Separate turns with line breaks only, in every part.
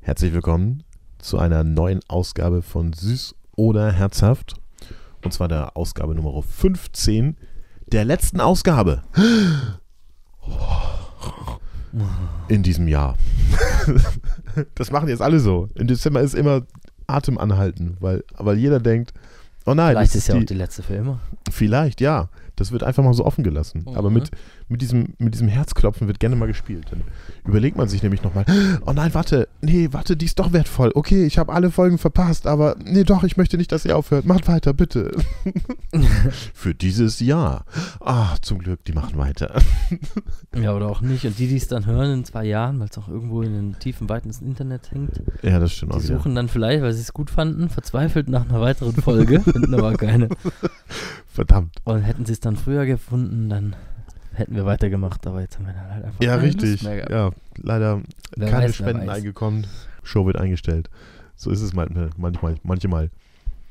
Herzlich willkommen zu einer neuen Ausgabe von Süß oder Herzhaft. Und zwar der Ausgabe Nummer 15, der letzten Ausgabe.
Oh.
In diesem Jahr. Das machen jetzt alle so. Im Dezember ist immer Atem anhalten, weil, weil jeder denkt, oh nein,
Vielleicht
das
ist ja auch
die-
die letzte für immer.
Vielleicht, ja. Das wird einfach mal so offen gelassen.
Mhm.
Aber mit, mit, diesem, mit diesem Herzklopfen wird gerne mal gespielt. Dann überlegt man sich nämlich nochmal, oh nein, warte, nee, warte, die ist doch wertvoll. Okay, ich habe alle Folgen verpasst, aber nee, doch, ich möchte nicht, dass ihr aufhört. Macht weiter, bitte. Für dieses Jahr. Ah, zum Glück, die machen weiter.
Ja, oder auch nicht. Und die, die es dann hören in zwei Jahren, weil es auch irgendwo in den tiefen Weiten des Internets hängt,
Ja, das stimmt
die
auch wieder.
suchen dann vielleicht, weil sie es gut fanden, verzweifelt nach einer weiteren Folge, finden aber keine.
Verdammt.
Und hätten sie es dann früher gefunden, dann hätten wir weitergemacht. Aber jetzt haben wir dann halt einfach.
Ja,
keine
richtig.
Lust mehr gehabt.
Ja, leider
Wer
keine
weiß, wer
Spenden
weiß.
eingekommen. Show wird eingestellt. So ist es manchmal, manchmal, manchmal.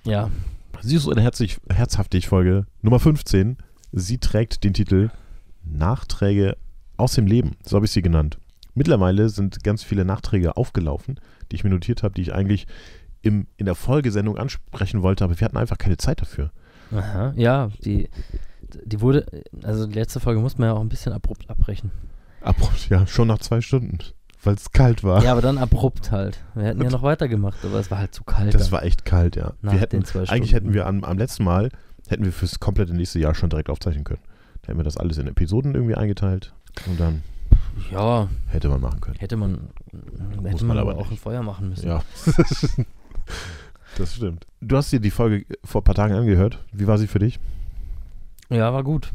Ja,
Süß und herzlich, herzhaftig Folge Nummer 15. Sie trägt den Titel Nachträge aus dem Leben. So habe ich sie genannt. Mittlerweile sind ganz viele Nachträge aufgelaufen, die ich mir notiert habe, die ich eigentlich im, in der Folgesendung ansprechen wollte, aber wir hatten einfach keine Zeit dafür.
Aha. ja, die, die wurde, also die letzte Folge muss man ja auch ein bisschen abrupt abbrechen.
Abrupt, ja, schon nach zwei Stunden, weil es kalt war.
Ja, aber dann abrupt halt. Wir hätten ja noch weitergemacht, aber es war halt zu kalt.
das
dann.
war echt kalt, ja.
Nach
wir hätten,
den zwei
eigentlich hätten
Stunden.
wir am, am letzten Mal, hätten wir fürs komplette nächste Jahr schon direkt aufzeichnen können. Da hätten wir das alles in Episoden irgendwie eingeteilt und dann
ja,
hätte man machen können.
Hätte man, hätte
man
man
aber
aber auch ein
nicht.
Feuer machen müssen.
Ja. das stimmt. Du hast dir die Folge vor ein paar Tagen angehört. Wie war sie für dich?
Ja, war gut.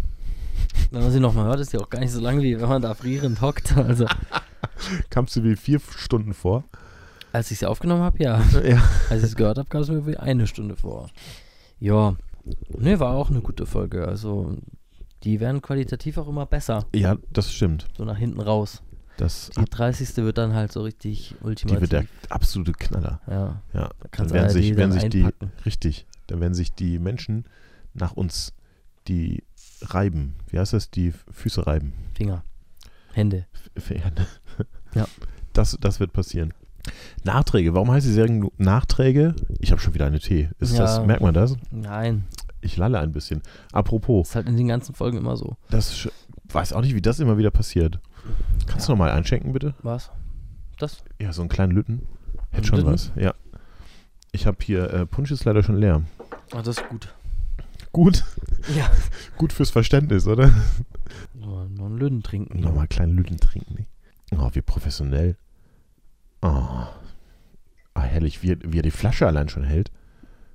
Wenn man sie nochmal hört, ist die auch gar nicht so lang, wie wenn man da frierend hockt. Also,
Kamst du mir vier Stunden vor?
als ich sie aufgenommen habe, ja.
Ja.
Als ich es gehört habe, kam es mir wie eine Stunde vor. Ja. Ne, war auch eine gute Folge. Also, die werden qualitativ auch immer besser.
Ja, das stimmt.
So nach hinten raus.
Das
Die 30. wird dann halt so richtig
die
ultimativ.
wird der absolute Knaller.
ja.
Ja.
Da
Dann
kannst du
werden
ARD
sich, werden
dann
sich die,
einpacken.
richtig, dann werden sich die Menschen nach uns die reiben. Wie heißt das? Die Füße reiben.
Finger. Hände.
Fern.
Ja.
ne? Das, das wird passieren. Nachträge. Warum heißt die Serie nur Nachträge? Ich habe schon wieder eine T. Ist
Ja.
das, merkt man das?
Nein.
Ich lalle ein bisschen. Apropos,
Ist halt in den ganzen Folgen immer so.
Das ist sch- weiß auch nicht, wie das immer wieder passiert. Kannst du nochmal einschenken, bitte?
Was? Das?
Ja, so einen kleinen Lütten. Hätte
Einen
schon
Lütten?
was. Ja. Ich habe hier, äh, Punsch ist leider schon leer.
Ah, das ist gut.
Gut,
Ja.
gut fürs Verständnis, oder?
Nur noch einen Löden trinken.
Nochmal einen kleinen Lütten trinken. nicht? Oh, wie professionell. Oh. Ah, herrlich, wie, er- wie er die Flasche allein schon hält.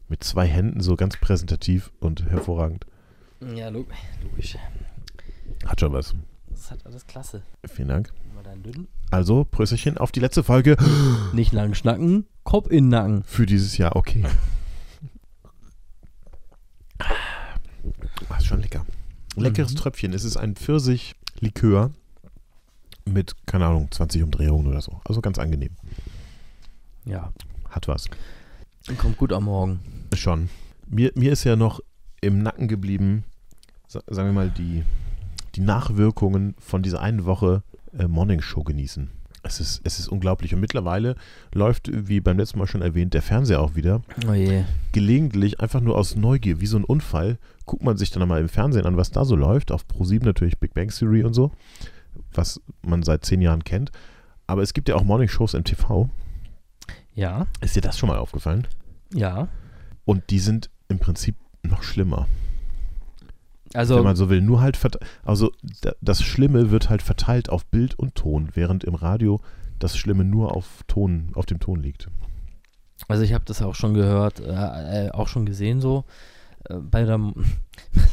Mit zwei Händen so ganz präsentativ und hervorragend.
Ja, log logisch.
Hat schon was.
Das ist halt alles klasse.
Vielen Dank.
Mal deinen Löden.
Also, Prösterchen auf die letzte Folge
Nicht lang schnacken, Kopf in den Nacken.
Für dieses Jahr, okay. Ah, ist schon lecker. Leckeres
Mhm.
Tröpfchen. Es ist ein Pfirsich-Likör mit, keine Ahnung, 20 Umdrehungen oder so. Also ganz angenehm.
Ja.
Hat was.
Und kommt gut am Morgen.
Schon. Mir, mir ist ja noch im Nacken geblieben, sa- sagen wir mal, die, die Nachwirkungen von dieser einen Woche äh, Morning Show genießen. Es ist, es ist unglaublich. Und mittlerweile läuft, wie beim letzten Mal schon erwähnt, der Fernseher auch wieder.
Oh je.
gelegentlich einfach nur aus Neugier, wie so ein Unfall, guckt man sich dann mal im Fernsehen an, was da so läuft. Auf Pro7 natürlich Big Bang Theory und so, was man seit zehn Jahren kennt. Aber es gibt ja auch Morning-Shows im TV.
Ja.
Ist dir das schon mal aufgefallen?
Ja.
Und die sind im Prinzip noch schlimmer, wenn
Also,
man so will. Nur halt, verte- also da- das Schlimme wird halt verteilt auf Bild und Ton, während im Radio das Schlimme nur auf Ton, auf dem Ton liegt.
also ich habe das auch schon gehört, äh, äh, auch schon gesehen so. Äh, bei der, bei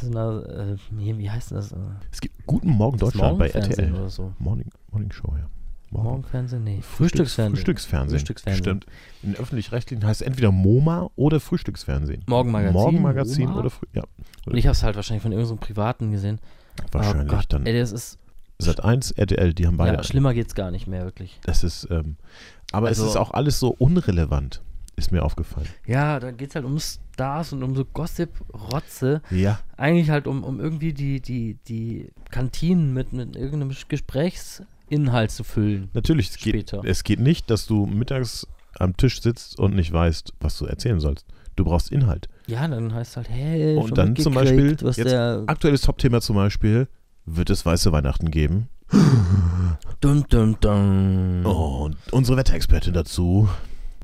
so einer, äh, nee, wie heißt das? Äh,
Es gibt Guten Morgen
das
Deutschland bei
Morgenfernsehen
RTL.
Oder so.
Morning, Morning Show, ja. Morgen-
Morgenfernsehen? Nee. Frühstücksfernsehen.
Frühstücksfernsehen.
Frühstücksfernsehen.
Stimmt. In öffentlich-rechtlichen heißt es entweder MoMA oder Frühstücksfernsehen.
Morgenmagazin.
Morgenmagazin
Oma.
oder Früh ja,
Und ich habe es halt wahrscheinlich von irgendeinem Privaten gesehen.
wahrscheinlich
oh Gott,
dann
Ey, das ist,
Sat1, RTL, die haben beide.
ja, schlimmer geht's gar nicht mehr, wirklich.
das ist ähm, aber es
Also-
ist auch alles so unrelevant, ist mir aufgefallen.
Ja, da geht es halt um Stars und um so Gossip-Rotze.
Ja,
Eigentlich halt um, um irgendwie die, die, die Kantinen mit, mit irgendeinem Sch- Gesprächsstoff Inhalt zu füllen.
Natürlich, es geht,
Später.
es geht nicht, dass du mittags am Tisch sitzt und nicht weißt, was du erzählen sollst. Du brauchst Inhalt.
Ja, dann heißt halt, hey,
Und
schon
dann zum
mitgekriegt,
Beispiel
was
jetzt-
der
Aktuelles Top-Thema zum Beispiel: Wird es weiße Weihnachten geben?
dum dum dum
Und unsere Wetterexpertin dazu.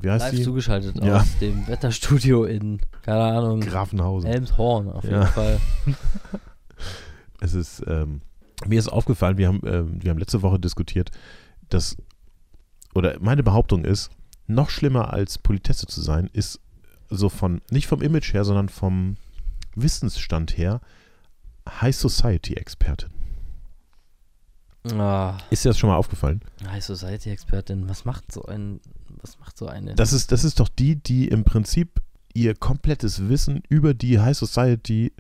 Wie heißt
live
sie?
zugeschaltet
Ja.
aus dem Wetterstudio in, keine Ahnung,
Grafenhausen.
Elmshorn auf jeden
Ja.
Fall.
Es ist, ähm, mir ist aufgefallen, wir haben, ähm, wir haben letzte Woche diskutiert, dass, oder meine Behauptung ist, noch schlimmer als Politesse zu sein, ist so von, nicht vom Image her, sondern vom Wissensstand her, High Society-Expertin.
Ah,
Ist dir das schon mal aufgefallen?
High Society Expertin, was macht so ein, was macht so eine?
Das ist, das ist doch die, die im Prinzip ihr komplettes Wissen über die High Society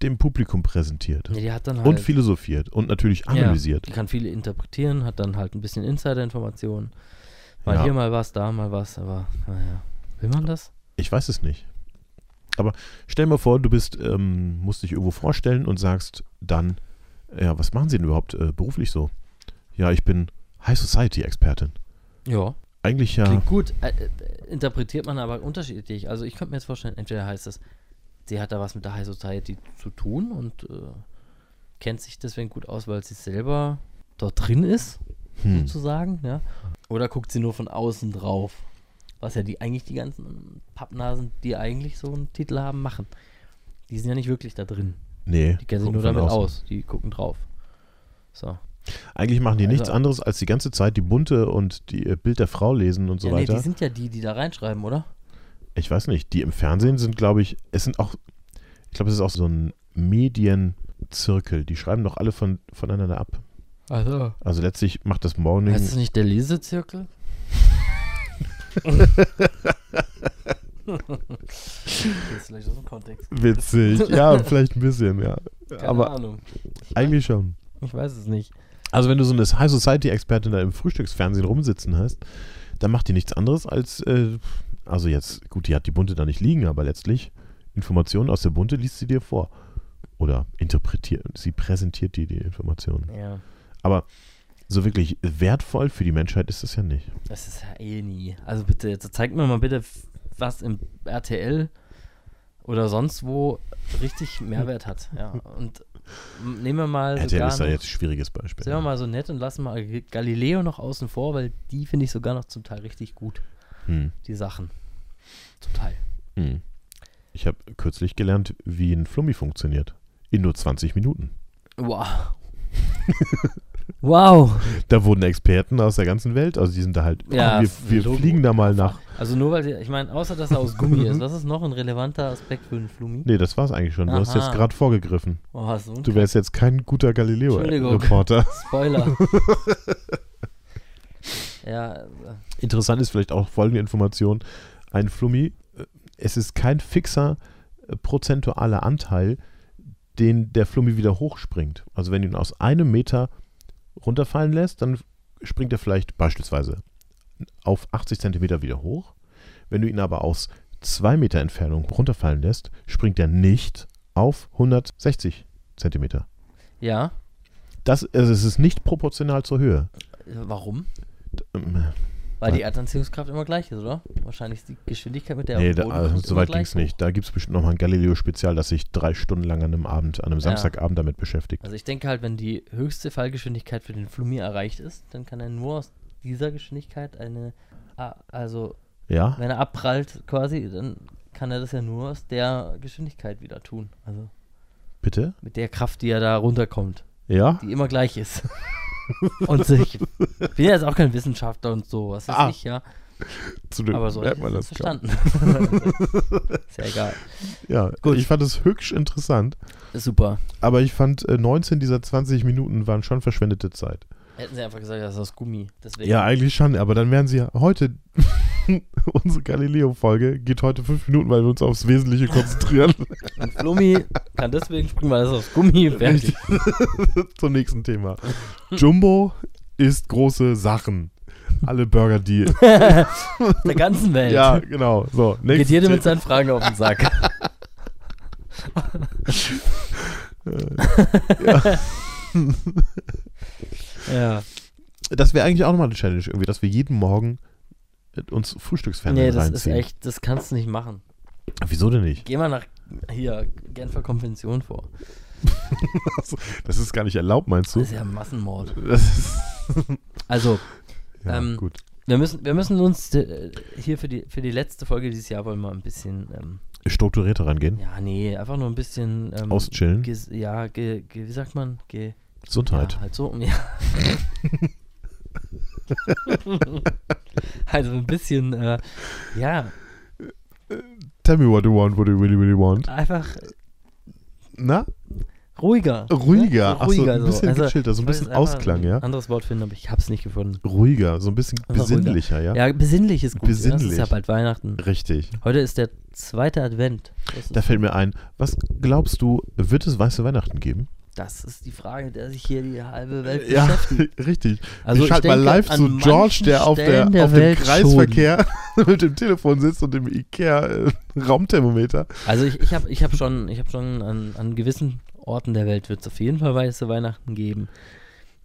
dem Publikum präsentiert
ja, die hat dann halt,
und philosophiert und natürlich analysiert.
die kann viele interpretieren, hat dann halt ein bisschen Insider-Informationen. Mal
Ja.
hier, mal was, da, mal was, aber naja. Will man das?
Ich weiß es nicht. Aber stell mal vor, du bist, ähm, musst dich irgendwo vorstellen und sagst dann, ja, was machen Sie denn überhaupt äh, beruflich so? Ja, ich bin High Society Expertin.
Ja.
Eigentlich ja,
Klingt gut. Äh, äh, interpretiert man aber unterschiedlich. Also ich könnte mir jetzt vorstellen, entweder heißt es, sie hat da was mit der High Society zu tun und äh, kennt sich deswegen gut aus, weil sie selber dort drin ist,
hm,
sozusagen, ja. Oder guckt sie nur von außen drauf. Was ja die eigentlich die ganzen Pappnasen, die eigentlich so einen Titel haben, machen. Die sind ja nicht wirklich da drin.
nee.
Die kennen sich
gucken
nur
von
damit
außen.
aus. Die gucken drauf. So.
Eigentlich machen die
Also-
nichts anderes, als die ganze Zeit die Bunte und die äh, Bild der Frau lesen und so
ja, nee,
weiter.
die sind ja die, die da reinschreiben, oder?
ich weiß nicht, die im Fernsehen sind, glaube ich, es sind auch, ich glaube, es ist auch so ein Medienzirkel. Die schreiben doch alle von, voneinander ab.
Also.
Also letztlich macht das Morning.
Heißt das nicht der Lesezirkel? Jetzt vielleicht aus dem Kontext.
Witzig, ja, vielleicht ein bisschen, ja.
Keine
Aber
Ahnung.
eigentlich schon.
Ich weiß es nicht.
Also wenn du so eine High Society-Expertin da im Frühstücksfernsehen rumsitzen hast, dann macht die nichts anderes als, äh, also jetzt, gut, die hat die Bunte da nicht liegen, aber letztlich Informationen aus der Bunte liest sie dir vor. Oder interpretiert, sie präsentiert dir die Informationen.
Ja.
So wirklich wertvoll für die Menschheit ist das ja nicht.
Das ist ja eh nie. Also bitte, jetzt zeig mir mal bitte, was im RTL oder sonst wo richtig Mehrwert hat. Ja. Und m- nehmen wir mal.
RTL
sogar
ist da
noch-
jetzt ein schwieriges Beispiel.
Sind wir mal so nett und lassen mal Galileo noch außen vor, weil die finde ich sogar noch zum Teil richtig gut.
Hm,
Die Sachen. Zum Teil.
hm. Ich habe kürzlich gelernt, wie ein Flummi funktioniert. In nur 20 Minuten.
Wow. wow.
Da wurden Experten aus der ganzen Welt, also die sind da halt,
Ja,
oh, wir, wir
Logo.
fliegen da mal nach.
Also nur weil, der- ich meine, außer dass er aus Gummi ist, was ist noch ein relevanter Aspekt für einen Flumi?
Nee, das war's eigentlich schon. Du hast
Aha.
jetzt gerade vorgegriffen.
Oh, hast du
Du wärst jetzt kein guter
Entschuldigung.
Galileo-Reporter.
Spoiler. ja, äh,
Interessant ist vielleicht auch folgende Information. Ein Flummi, äh, es ist kein fixer äh, prozentualer Anteil, den der Flummi wieder hochspringt. Also wenn du ihn aus einem Meter runterfallen lässt, dann springt er vielleicht beispielsweise auf 80 Zentimeter wieder hoch. Wenn du ihn aber aus zwei Meter Entfernung runterfallen lässt, springt er nicht auf 160 Zentimeter.
ja.
Das, also es ist nicht proportional zur Höhe.
Äh, Warum?
Ähm,
Weil die Erdanziehungskraft immer gleich ist, oder? Wahrscheinlich ist die Geschwindigkeit, mit der er
nee,
auf den
da,
Boden
also,
kommt,
so
immer
weit
gleich
ging es nicht. Da gibt es bestimmt nochmal ein Galileo-Spezial, das sich drei Stunden lang an einem Abend, an einem Samstagabend damit
hoch.
beschäftigt.
Also ich denke halt, wenn die höchste Fallgeschwindigkeit für den Flumi erreicht ist, dann kann er nur aus dieser Geschwindigkeit eine, ah, also
Ja,
wenn er abprallt quasi, dann kann er das ja nur aus der Geschwindigkeit wieder tun. Also
bitte?
mit der Kraft, die er da runterkommt,
Ja?
die immer gleich ist. und sich. Ich bin ja jetzt auch kein Wissenschaftler und so, was weiß
Ah,
ich, ja.
Zu dem
Aber so
merkt
hätte
man
ich es
das klar.
verstanden. ist ja egal.
Ja,
Gut.
ich fand es höchst interessant,
Ist Super.
aber ich fand äh, 19 dieser 20 Minuten waren schon verschwendete Zeit.
Hätten sie einfach gesagt, das ist aus Gummi. Deswegen.
Ja, eigentlich schon, aber dann wären sie heute. Unsere Galileo-Folge geht heute fünf Minuten, weil wir uns aufs Wesentliche konzentrieren.
Und Flummi kann deswegen springen, weil das aus Gummi fertig.
Zum nächsten Thema. Jumbo isst große Sachen. Alle Burger, die.
Der ganzen Welt.
ja, genau. So,
Geht
nächstes
jedem mit
Thema.
seinen Fragen auf den Sack. ja.
Das wäre eigentlich auch nochmal eine Challenge, irgendwie, dass wir jeden Morgen äh, uns Frühstücksfernsehen
nee, das ist
reinziehen. Ah,
echt, das kannst du nicht machen.
Wieso denn nicht?
Geh mal nach hier, Genfer Konvention vor.
Das ist gar nicht erlaubt, meinst
Das
du?
ist ja Massenmord.
Das ist,
Also,
ja,
Ähm,
gut.
wir müssen, wir müssen uns äh, hier für die, für die letzte Folge dieses Jahr wollen wir ein bisschen, ähm,
Strukturierter rangehen.
ja, nee, einfach nur ein bisschen. Ähm,
Auschillen.
ges- Ja, ge, ge, wie sagt man? Ge,
Gesundheit.
Ja, halt so. Ja. also ein bisschen, äh, ja,
Tell me what you want, what you really, really want.
einfach
Na?
ruhiger.
Ruhiger.
Ne?
Ach so,
Ruhiger.
ein bisschen
Also,
gechillter, so ein
ich wollte
bisschen
jetzt einfach
Ausklang, ja?
Ein anderes Wort finden, aber ich hab's nicht gefunden.
Ruhiger, so ein bisschen
ruhiger.
besinnlicher, ja?
Ja, besinnlich ist gut. Ja, das ist
Besinnlich.
ja bald Weihnachten.
Richtig.
Heute ist der zweite Advent. Das ist,
Da fällt mir ein, was glaubst du, wird es weiße Weihnachten geben?
das ist die Frage, mit der sich hier die halbe Welt
Ja,
beschäftigt.
richtig.
Also
ich schalte mal
denke,
live
an
zu
manchen
George, der auf, der,
Stellen
auf dem
Welt
Kreisverkehr mit dem Telefon sitzt und dem äh, Ikea-Raumthermometer.
Also ich, ich habe ich hab schon, ich hab schon an, an gewissen Orten der Welt wird es auf jeden Fall weiße Weihnachten geben.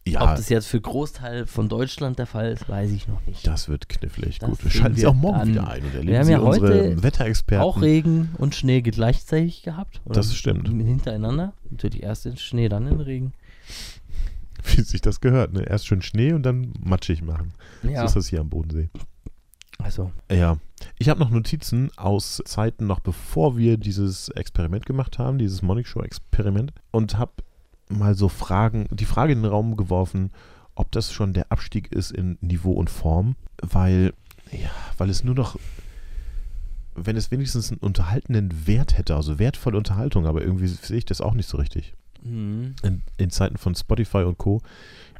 Ob
Ja,
das jetzt für Großteil von Deutschland der Fall ist, weiß ich noch nicht.
das wird knifflig.
Das
Gut, wir
sehen
schalten Sie
wir
auch morgen
dann.
wieder ein und erleben
haben
Sie
ja
unsere
heute
Wetterexperten.
Auch Regen und Schnee gleichzeitig gehabt. Oder
Das stimmt.
Hintereinander. Natürlich erst den Schnee, dann den Regen.
wie sich das gehört. Ne? Erst schön Schnee und dann matschig machen. So
Ja,
ist das hier am Bodensee.
also
Ja. Ich habe noch Notizen aus Zeiten, noch bevor wir dieses Experiment gemacht haben, dieses Morning Show Experiment, und habe mal so Fragen, die Frage in den Raum geworfen, ob das schon der Abstieg ist in Niveau und Form, weil, ja, weil es nur noch, wenn es wenigstens einen unterhaltenden Wert hätte, also wertvolle Unterhaltung, aber irgendwie sehe ich das auch nicht so richtig
mhm.
in, in Zeiten von Spotify und Co.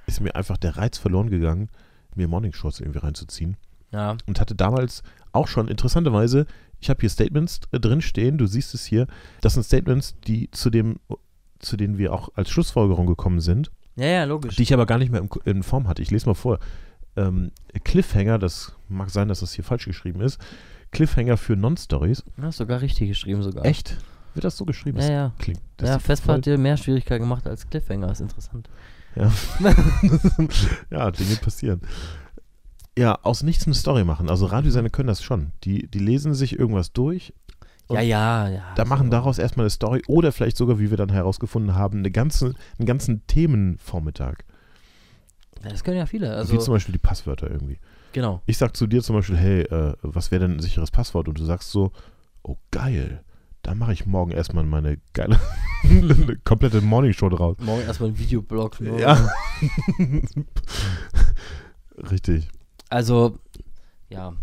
ist mir einfach der Reiz verloren gegangen, mir Morning Shorts irgendwie reinzuziehen.
ja.
Und hatte damals auch schon interessanterweise, ich habe hier Statements äh, drinstehen, du siehst es hier. Das sind Statements, die zu dem, zu denen wir auch als Schlussfolgerung gekommen sind,
ja, ja, logisch.
die ich aber gar nicht mehr im, in Form hatte. Ich lese mal vor. Ähm, Cliffhanger, das mag sein, dass das hier falsch geschrieben ist. Cliffhanger für Non-Stories.
Ja, ist sogar richtig geschrieben sogar.
Echt? Wird das so geschrieben?
Ja,
Das
ja.
Klingt, das
Ja,
ist
Vespa hat dir mehr Schwierigkeiten gemacht als Cliffhanger, ist interessant.
ja, Dinge passieren. Ja, aus nichts eine Story machen. Also Radiosender können das schon. Die, die lesen sich irgendwas durch, Und
Ja, ja, ja.
da machen
so.
daraus erstmal eine Story oder vielleicht sogar, wie wir dann herausgefunden haben, eine ganze, einen ganzen Themenvormittag.
Ja, Das können ja viele.
wie zum
Also,
Beispiel die Passwörter irgendwie.
genau.
Ich sag zu dir zum Beispiel, hey, äh, was wäre denn ein sicheres Passwort? Und du sagst so, oh geil, da mache ich morgen erstmal meine geile, eine komplette Morningshow draus.
Morgen erstmal ein Videoblog. ne?
Ja. Richtig.
Also, ja.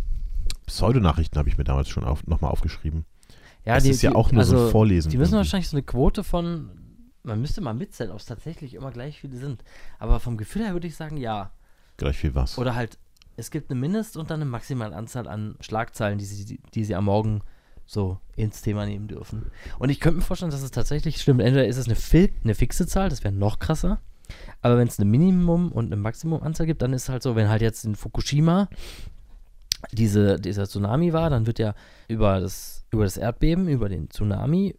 Pseudonachrichten habe ich mir damals schon auf, nochmal aufgeschrieben.
ja also,
das ist ja auch nur so ein Vorlesen.
Die müssen
irgendwie.
wahrscheinlich so eine Quote von, man müsste mal mitzählen, ob es tatsächlich immer gleich viele sind. Aber vom Gefühl her würde ich sagen, ja.
Gleich viel was.
Oder halt, es gibt eine Mindest- und dann eine maximale Anzahl an Schlagzeilen, die sie, die sie am Morgen so ins Thema nehmen dürfen. Und ich könnte mir vorstellen, dass es tatsächlich stimmt. Entweder ist es eine, fi eine fixe Zahl, das wäre noch krasser. Aber wenn es eine Minimum- und eine Maximumanzahl gibt, dann ist es halt so, wenn halt jetzt in Fukushima diese, dieser Tsunami war, dann wird ja über das, über das Erdbeben, über den Tsunami,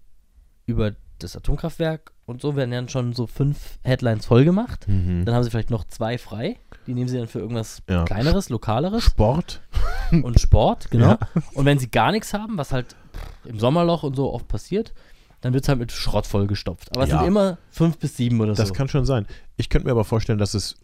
über das Atomkraftwerk und so werden dann schon so fünf Headlines voll gemacht.
Mhm.
Dann haben sie vielleicht noch zwei frei. Die nehmen sie dann für irgendwas
Ja.
kleineres, lokaleres
Sport.
und Sport, genau.
Ja.
Und wenn sie gar nichts haben, was halt pff, im Sommerloch und so oft passiert, dann wird es halt mit Schrott vollgestopft. Aber es
Ja.
sind immer fünf bis sieben oder
Das
so.
kann schon sein. Ich könnte mir aber vorstellen, dass es,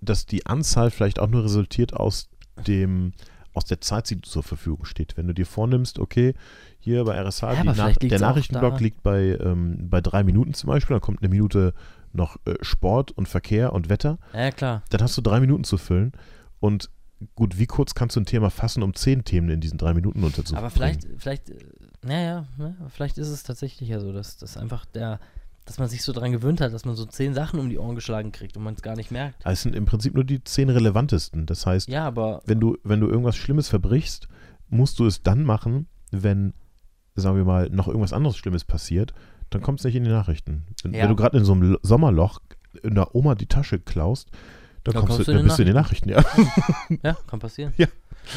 dass die Anzahl vielleicht auch nur resultiert aus dem, aus der Zeit, die zur Verfügung steht. Wenn du dir vornimmst, okay, hier bei RSH,
Ja,
die
aber
Nach-
vielleicht liegt's
der
auch
Nachrichtenblock
daran.
liegt bei, ähm, bei drei Minuten zum Beispiel, dann kommt eine Minute noch äh, Sport und Verkehr und Wetter,
ja, klar.
dann hast du drei Minuten zu füllen und gut, wie kurz kannst du ein Thema fassen, um zehn Themen in diesen drei Minuten unterzubringen?
Aber vielleicht, vielleicht, äh, naja, ne? vielleicht ist es tatsächlich ja so, dass, dass einfach der, dass man sich so dran gewöhnt hat, dass man so zehn Sachen um die Ohren geschlagen kriegt und man es gar nicht merkt.
Also Es sind im Prinzip nur die zehn relevantesten. Das heißt,
Ja, aber
wenn, du, wenn du irgendwas Schlimmes verbrichst, musst du es dann machen, wenn, sagen wir mal, noch irgendwas anderes Schlimmes passiert, dann kommt es nicht in die Nachrichten. Wenn,
Ja.
wenn du gerade in so einem Lo- Sommerloch in der Oma die Tasche klaust, dann, kommst, du, dann bist du in den Nachrichten. Ja.
Ja, kann passieren.
Hm. Ja.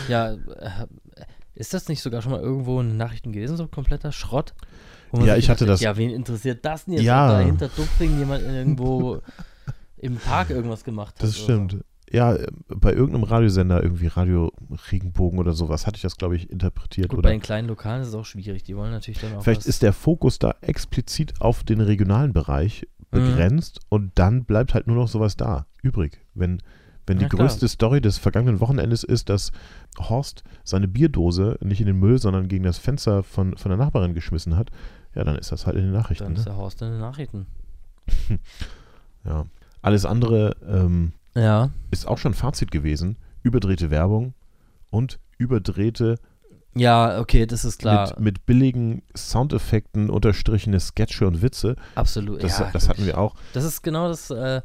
Ja, äh, ist das nicht sogar schon mal irgendwo in den Nachrichten gewesen, so kompletter Schrott? Wo
Ja,
sich
ich hatte
gedacht
das.
hat, Ja, wen interessiert das denn jetzt?
Ja.
ob Da hinter Dupfing jemand irgendwo im Park irgendwas gemacht hat.
Das
oder so.
stimmt. ja, äh, bei irgendeinem Radiosender, irgendwie Radio Regenbogen oder sowas, hatte ich das, glaube ich, interpretiert.
Gut, bei
oder
den kleinen Lokalen ist es auch schwierig. Die wollen natürlich dann auch.
Vielleicht
was,
ist der Fokus da explizit auf den regionalen Bereich
Mhm.
begrenzt und dann bleibt halt nur noch sowas da übrig. Wenn, wenn die
Ja, klar.
größte Story des vergangenen Wochenendes ist, dass Horst seine Bierdose nicht in den Müll, sondern gegen das Fenster von, von der Nachbarin geschmissen hat, ja, dann ist das halt in den Nachrichten.
dann ist
Ne?
der Horst in den Nachrichten.
Ja. Alles andere ähm,
Ja.
ist auch schon Fazit gewesen. Überdrehte Werbung und überdrehte
Ja, okay, das ist klar.
mit, mit billigen Soundeffekten unterstrichene Sketche und Witze.
Absolut.
Das,
ja, also
das hatten wir auch.
Das ist genau das. Äh,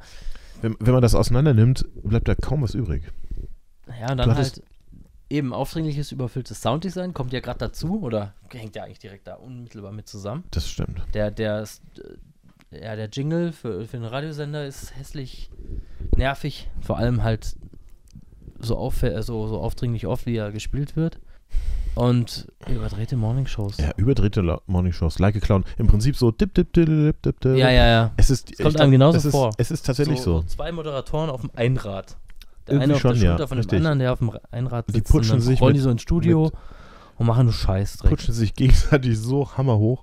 Wenn, wenn man das auseinandernimmt, bleibt da kaum was übrig.
ja, und dann
hattest-
halt eben aufdringliches, überfülltes Sounddesign kommt ja gerade dazu oder hängt ja eigentlich direkt da unmittelbar mit zusammen.
Das stimmt.
Der, der, ist, äh, ja, der Jingle für, für den Radiosender ist hässlich, nervig, vor allem halt so, auf, äh, so, so aufdringlich oft, wie er gespielt wird. Und überdrehte Morningshows.
Ja, überdrehte La- Morningshows, like a Clown. Im Prinzip so dip, dip, dip, dip, dip, dip.
ja, ja. ja.
Es ist,
kommt
ich glaub,
einem genauso
es ist,
vor.
Es ist tatsächlich so.
zwei Moderatoren auf dem Einrad. Der
Irgendwie
eine auf
schon,
der
ja,
Schulter von dem
richtig.
anderen, der auf dem Ra- Einrad
Die
sitzt.
putschen
und dann
sich
rollen
mit-
die so ins Studio und machen nur Scheiß direkt.
Putschen sich gegenseitig so hammerhoch,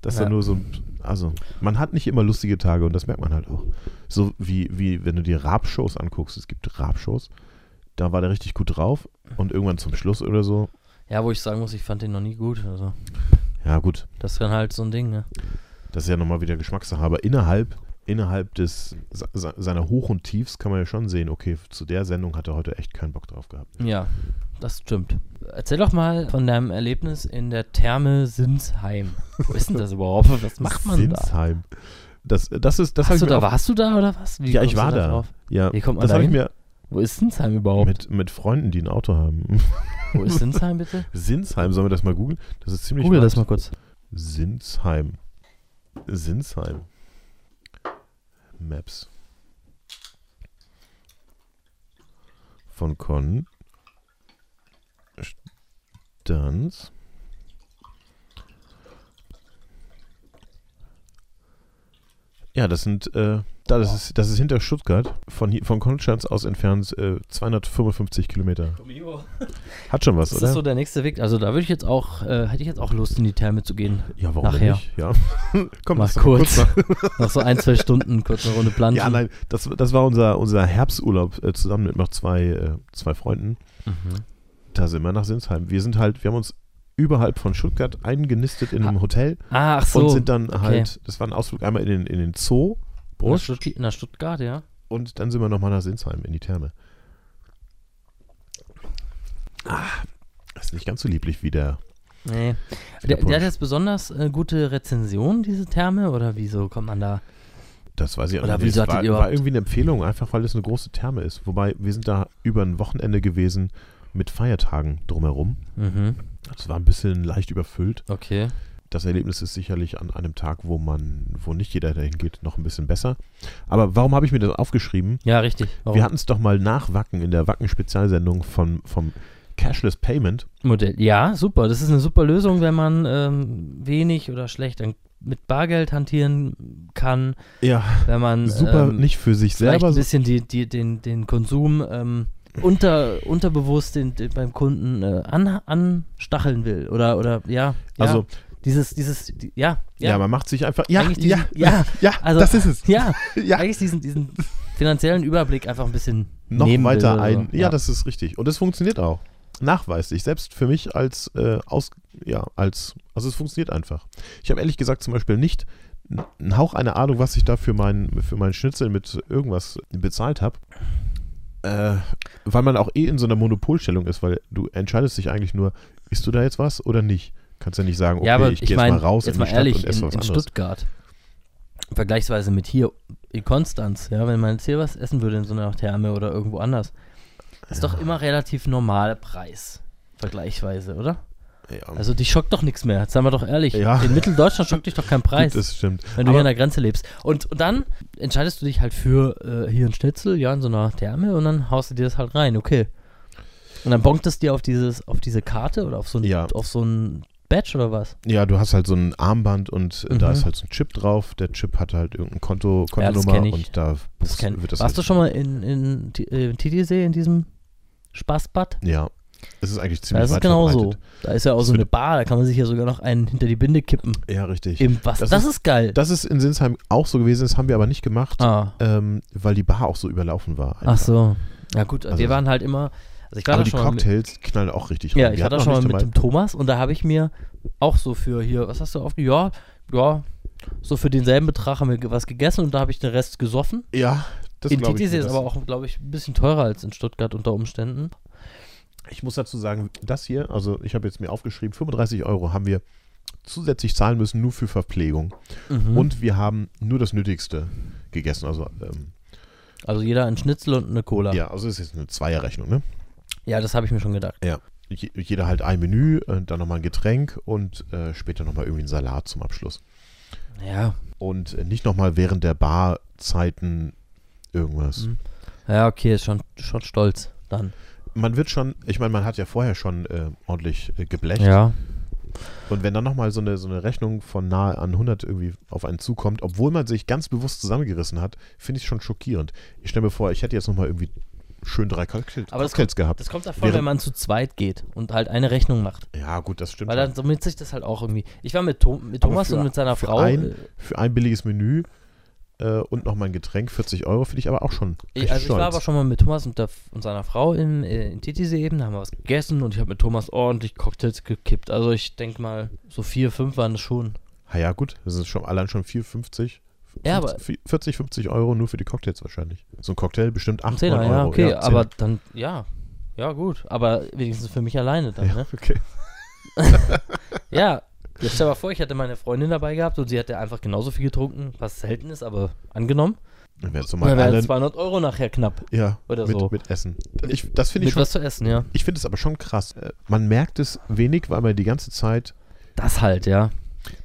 dass
Ja.
da nur so ein. Also, man hat nicht immer lustige Tage und das merkt man halt auch. So wie, wie wenn du dir Rap-Shows anguckst. Es gibt Rap-Shows, da war der richtig gut drauf und irgendwann zum Schluss oder so.
Ja, wo ich sagen muss, ich fand den noch nie gut. Also,
Ja, gut,
das ist dann halt so ein Ding, ne?
das ist ja nochmal wieder Geschmackssache, aber innerhalb. Innerhalb des, se- se- seiner Hoch und Tiefs kann man ja schon sehen, okay, zu der Sendung hat er heute echt keinen Bock drauf gehabt.
Ja, das stimmt. Erzähl doch mal von deinem Erlebnis in der Therme Sinsheim. Wo ist denn das überhaupt? Was macht man da?
Sinsheim. Das, das ist, das habe
Hast
ich
du
mir
da,
auch-
warst du da oder was? Wie
Ja, ich
kommst du
war da.
drauf?
Ja,
Wie kommt man
das
da
habe ich
hin?
mir
Wo ist Sinsheim überhaupt?
mit, mit Freunden, die ein Auto haben.
Wo ist Sinsheim bitte?
Sinsheim, sollen wir das mal googeln? Das ist ziemlich
Google das mal
weit.
kurz.
Sinsheim. Sinsheim. Maps. Von Con. Stanz. Ja, das sind, äh, da, das, ist, das ist hinter Stuttgart. Von, hier- von Konstanz aus entfernt äh, 255 Kilometer. Hat schon was,
Das
oder?
ist so der nächste Weg. Also da würde ich jetzt auch, äh, hätte ich jetzt auch Lust, in die Therme zu gehen.
ja, warum
nachher.
nicht? Ja. Komm,
Mal
lass doch mal
kurz,
machen.
nach so ein, zwei Stunden kurz eine Runde planschen.
Ja, nein, das, das war unser, unser Herbsturlaub äh, zusammen mit noch zwei, äh, zwei Freunden.
Mhm.
Da sind wir nach Sinsheim. Wir sind halt, wir haben uns überhalb von Stuttgart eingenistet in einem Hotel
Ah, ach so.
und sind dann halt, das war ein Ausflug einmal in den, in den Zoo,
nach,
Brusch,
Stutt nach Oh, Stuttgart, ja.
und dann sind wir nochmal nach Sinsheim in die Therme. Ah, ist nicht ganz so lieblich wie der.
Nee.
wie
Der, der
Punsch.
hat jetzt besonders äh, gute Rezensionen, diese Therme, oder wieso kommt man da?
Das weiß ich auch
Oder
nicht.
wieso
Das
hattet
war,
ihr
war
überhaupt-
irgendwie eine Empfehlung, einfach weil es eine große Therme ist. Wobei wir sind da über ein Wochenende gewesen mit Feiertagen drumherum.
Mhm.
Das war ein bisschen leicht überfüllt.
Okay.
das Erlebnis ist sicherlich an einem Tag, wo man, wo nicht jeder dahin geht, noch ein bisschen besser. Aber warum habe ich mir das aufgeschrieben?
Ja, richtig. Warum?
Wir hatten es doch mal nach Wacken in der Wacken-Spezialsendung von, vom Cashless Payment.
Modell. Ja, super. Das ist eine super Lösung, wenn man ähm, wenig oder schlecht an- mit Bargeld hantieren kann,
Ja,
wenn man
super,
ähm,
nicht für sich
vielleicht
selber.
ein
so-
bisschen die, die, den, den Konsum ähm, unter, unterbewusst den, den beim Kunden äh, an, anstacheln will. Oder, oder ja, ja.
Also,
dieses, dieses, die, ja,
ja.
ja.
man macht sich einfach. Ja,
Eigentlich
ja,
diesen- ja,
ja,
also-
das ist es.
ja,
Ja.
eigentlich diesen, diesen finanziellen Überblick einfach ein bisschen
noch
nehmen will
weiter
oder
ein.
So.
Ja, das ist richtig. Und es funktioniert auch. Nachweislich. Selbst für mich als, äh, aus, ja, als, also es funktioniert einfach. Ich habe ehrlich gesagt zum Beispiel nicht n- einen Hauch einer Ahnung, was ich da für meinen für meinen Schnitzel mit irgendwas bezahlt habe. Äh, weil man auch eh in so einer Monopolstellung ist, weil du entscheidest dich eigentlich nur, isst du da jetzt was oder nicht? Kannst ja nicht sagen, okay,
ja, aber
ich
ich,
gehe jetzt
meine,
mal raus
jetzt
in
mal
die Stadt
ehrlich,
und esse
in,
was
in
anderes.
Stuttgart, vergleichsweise mit hier in Konstanz, ja, wenn man jetzt hier was essen würde in so einer Therme oder irgendwo anders, ist doch immer relativ normaler Preis, vergleichsweise, oder?
Ja,
Also dich schockt doch nichts mehr, seien wir doch ehrlich.
Ja.
In Mitteldeutschland schockt dich doch kein Preis.
gut, das stimmt.
Wenn du
Aber-
hier an der Grenze lebst. Und, und dann entscheidest du dich halt für äh, hier ein Schnitzel, ja, in so einer Therme und dann haust du dir das halt rein, okay. Und dann bonkt es dir auf dieses, auf diese Karte oder auf so ein,
Ja.
auf so ein Badge oder was?
Ja, du hast halt so ein Armband und äh, da
Mhm.
ist halt so ein Chip drauf. Der Chip hat halt irgendein Konto,
Ja, das
Kontonummer
kenn ich.
und da
Das
buchst-
kenn,
wird das
warst
halt-
du schon mal in, in, T- äh, in Titisee, in diesem Spaßbad?
Ja. Es ist eigentlich ziemlich
Da ist es
weit
genau so.
verbreitet.
Da ist ja auch
Das
so eine
wird-
Bar, da kann man sich ja sogar noch einen hinter die Binde kippen.
Ja, richtig.
Im Wasser.
das
Das,
ist-
ist, geil.
Das ist in Sinsheim auch so gewesen, das haben wir aber nicht gemacht,
ah,
ähm, weil die Bar auch so überlaufen war.
ach so. Ja gut,
Also-
wir waren halt immer, also ich war
Aber
da
die
schon mal mit,
Cocktails knallen auch richtig
Ja,
rein.
ich
Wir
war da
hatten
schon
auch
mal mit
nicht
dem Thomas und da habe ich mir auch so für hier, was hast du aufge... Ja, ja, so für denselben Betrag haben wir ge- was gegessen und da habe ich den Rest gesoffen.
dabei. Ja, das
in
glaub ich
Titisee
dir,
ist
das-
aber auch, glaube ich, ein bisschen teurer als in Stuttgart unter Umständen.
Ich muss dazu sagen, das hier, also ich habe jetzt mir aufgeschrieben, 35 Euro haben wir zusätzlich zahlen müssen, nur für Verpflegung.
Mhm.
Und wir haben nur das Nötigste gegessen. Also, ähm,
Also jeder ein Schnitzel und eine Cola.
ja.
Ja,
also es ist jetzt eine Zweierrechnung, ne?
das habe ich mir schon gedacht.
Je, jeder halt ein Menü, äh, dann nochmal ein Getränk und äh, später nochmal irgendwie einen Salat zum Abschluss.
Ja,
Und äh, nicht nochmal während der Barzeiten irgendwas.
Mhm. ja okay, ist schon, schon stolz dann.
Man wird schon, ich meine, man hat ja vorher schon äh, ordentlich äh, geblecht.
Ja,
Und wenn dann nochmal so eine, so eine Rechnung von nahe an 100 irgendwie auf einen zukommt, obwohl man sich ganz bewusst zusammengerissen hat, finde ich schon schockierend. Ich stelle mir vor, ich hätte jetzt nochmal irgendwie schön drei Cocktails,
Aber das
Cocktails gehabt.
das kommt davon,
Während-
wenn man zu zweit geht und halt eine Rechnung macht.
Ja, gut, das stimmt.
Weil dann summiert sich das halt auch irgendwie. Ich war mit, Tom, mit
Aber
Thomas
für-
und mit seiner
für
Frau.
ein-
äh,
Für ein billiges Menü äh, und nochmal ein Getränk, 40 Euro, finde ich aber auch schon.
Ich,
recht
also ich war
stolz.
aber schon mal mit Thomas und, der, und seiner Frau in, äh, in Titisee eben, da haben wir was gegessen und ich habe mit Thomas ordentlich Cocktails gekippt. Also ich denke mal, so vier, fünf waren es schon.
Ah ja, gut, das ist schon allein schon 4,50.
Ja, aber-
50, 40, 50 Euro nur für die Cocktails wahrscheinlich. So ein Cocktail bestimmt
Am
8
Zehner,
Euro.
ja, okay,
Zehner.
aber dann, ja, ja gut, aber wenigstens für mich alleine dann,
Ja,
ne?
okay.
Ja, jetzt stell dir mal vor, ich hätte meine Freundin dabei gehabt und sie hätte einfach genauso viel getrunken, was selten ist, aber angenommen.
Dann wären es
Dann
nochmal
wären
alle.
200 Euro nachher knapp
Ja,
oder
mit,
so.
mit Essen. Ich, das finde
Mit
ich schon
was zu essen, ja.
Ich finde es aber schon krass. Äh, Man merkt es wenig, weil man die ganze Zeit.
Das halt, ja.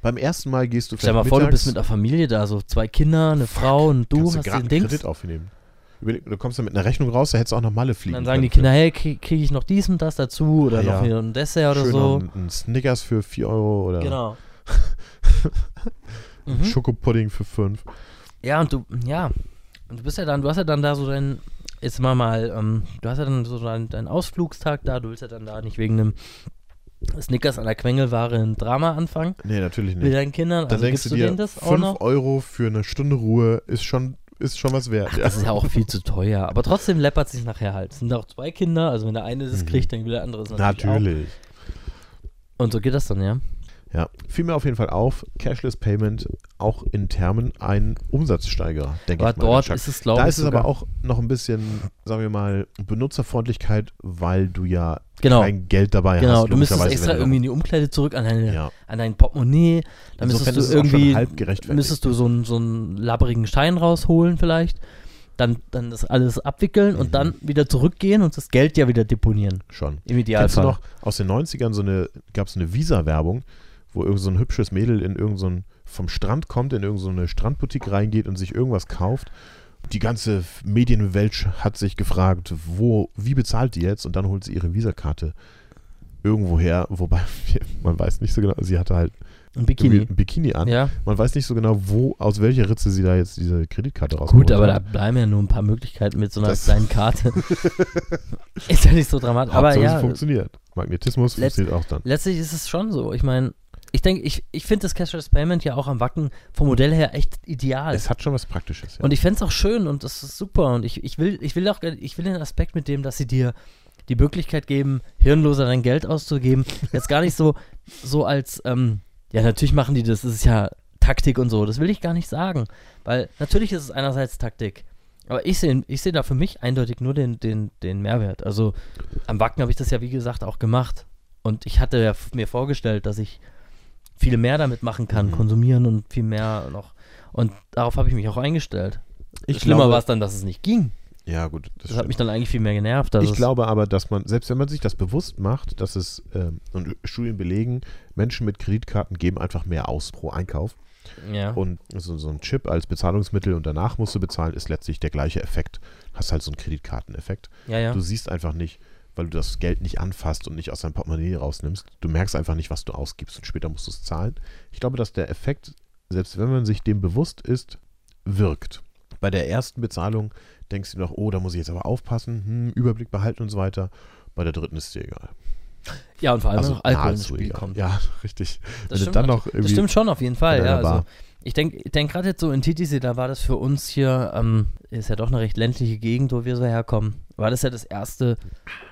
Beim ersten Mal gehst du
Stell dir mal
vielleicht
vor, du bist mit
mittags,
einer Familie da, so zwei Kinder, eine Frau und du
kannst
hast
gerade
den
einen
Dings.
Kredit aufnehmen. Überleg, du kommst dann mit einer Rechnung raus, da hättest du auch noch Malle fliegen.
dann sagen die
können. ne?
Kinder, hey, kriege ich noch dies und das dazu oder
Ah,
noch
ja.
wieder ein Dessert oder
Schön
so.
noch Ein, ein Snickers für 4 Euro oder
Genau.
Hm?
mhm.
Schokopudding für 5.
Ja, und du, ja, und du bist ja dann, du hast ja dann da so deinen, jetzt mal mal, ähm, du hast ja dann so deinen, deinen Ausflugstag da, du willst ja dann da nicht wegen einem Snickers an der Quengelware ein Drama anfangen
Nee, natürlich
mit
nicht.
deinen Kindern.
Dann
Also
denkst
gibst
du
du denen
dir,
das auch
5
noch?
Euro für eine Stunde Ruhe ist schon, ist schon was wert. ja.
Das ist ja auch viel zu teuer, aber trotzdem läppert sich nachher halt. Es sind auch zwei Kinder, also wenn der eine das
Mhm.
kriegt, dann will der andere es natürlich.
Natürlich.
Auch. Und so geht das dann, ja.
Ja. Fiel mir auf jeden Fall auf, Cashless Payment auch in Termen ein Umsatzsteigerer, denke
Aber
ich mal.
dort
Chuck.
ist es, glaube ich,
Da ist es
sogar-
aber auch noch ein bisschen, sagen wir mal, Benutzerfreundlichkeit, weil du ja
genau.
kein Geld dabei
Genau,
hast.
du müsstest
logischerweise,
extra
wenn
irgendwie in die Umkleide zurück an deine,
Ja.
an dein Portemonnaie. Da
Insofern
müsstest du
ist es auch schon
irgendwie
halb gerechtfertigt.
müsstest du so einen so einen labbrigen Schein rausholen vielleicht. Dann, dann das alles abwickeln
Mhm.
und dann wieder zurückgehen und das Geld ja wieder deponieren.
Schon.
Im
Kennst du
Idealfall.
noch, aus den 90ern so eine, gab es eine Visa-Werbung, wo irgend so ein hübsches Mädel in irgend so ein, vom Strand kommt, in irgend so eine Strandboutique reingeht und sich irgendwas kauft. Die ganze Medienwelt hat sich gefragt, wo, wie bezahlt die jetzt? Und dann holt sie ihre Visakarte irgendwo her, wobei man weiß nicht so genau, sie hatte halt
Ein
irgendwie
Bikini.
ein Bikini an.
Ja,
Man weiß nicht so genau, wo, aus welcher Ritze sie da jetzt diese Kreditkarte rausholt.
gut, aber da bleiben ja nur ein paar Möglichkeiten mit so einer
Das-
kleinen Karte. ist ja nicht so dramatisch. Aber ja,
funktioniert. Magnetismus
Letzt-
funktioniert auch dann.
letztlich ist es schon so. Ich meine, ich denke, ich, ich finde das Cashless Payment ja auch am Wacken vom Modell her echt ideal.
Es hat schon was Praktisches. halt, Ja.
Und ich fände es auch schön und das ist super. Und ich, ich will, ich will auch, ich will den Aspekt mit dem, dass sie dir die Möglichkeit geben, hirnloser dein Geld auszugeben. Jetzt gar nicht so, so als, ähm, ja, natürlich machen die das, das ist ja Taktik und so. Das will ich gar nicht sagen. Weil natürlich ist es einerseits Taktik. Aber ich sehe ich seh da für mich eindeutig nur den, den, den Mehrwert. Also am Wacken habe ich das ja, wie gesagt, auch gemacht. Und ich hatte ja f- mir vorgestellt, dass ich viel mehr damit machen kann,
Mhm.
konsumieren und viel mehr noch. Und darauf habe ich mich auch eingestellt.
Ich
Schlimmer
glaube-
war es dann, dass es nicht ging.
ja, gut. Das
Das, hat
stimmt.
mich dann eigentlich viel mehr genervt. dass
ich
es-
glaube aber, dass man, selbst wenn man sich das bewusst macht, dass es, ähm, und Studien belegen, Menschen mit Kreditkarten geben einfach mehr aus pro Einkauf.
ja.
Und so, so ein Chip als Bezahlungsmittel und danach musst du bezahlen, ist letztlich der gleiche Effekt. Hast halt so einen Kreditkarteneffekt.
ja, ja.
Du siehst einfach nicht, weil du das Geld nicht anfasst und nicht aus deinem Portemonnaie rausnimmst. Du merkst einfach nicht, was du ausgibst und später musst du es zahlen. Ich glaube, dass der Effekt, selbst wenn man sich dem bewusst ist, wirkt. Bei der ersten Bezahlung denkst du noch, oh, da muss ich jetzt aber aufpassen, hm, Überblick behalten und so weiter. Bei der dritten ist es dir egal. Also
Ja, und vor allem, wenn noch Alkohol ins
nahezu
Spiel
egal.
kommt.
Ja, richtig.
Das
wenn du
stimmt halt.
dann noch irgendwie
Das stimmt schon auf jeden Fall,
in
ja.
einer Bar.
Also, ich denke denk gerade jetzt so in Titisee, da war das für uns hier, ähm, ist ja doch eine recht ländliche Gegend, wo wir so herkommen, war das ja das erste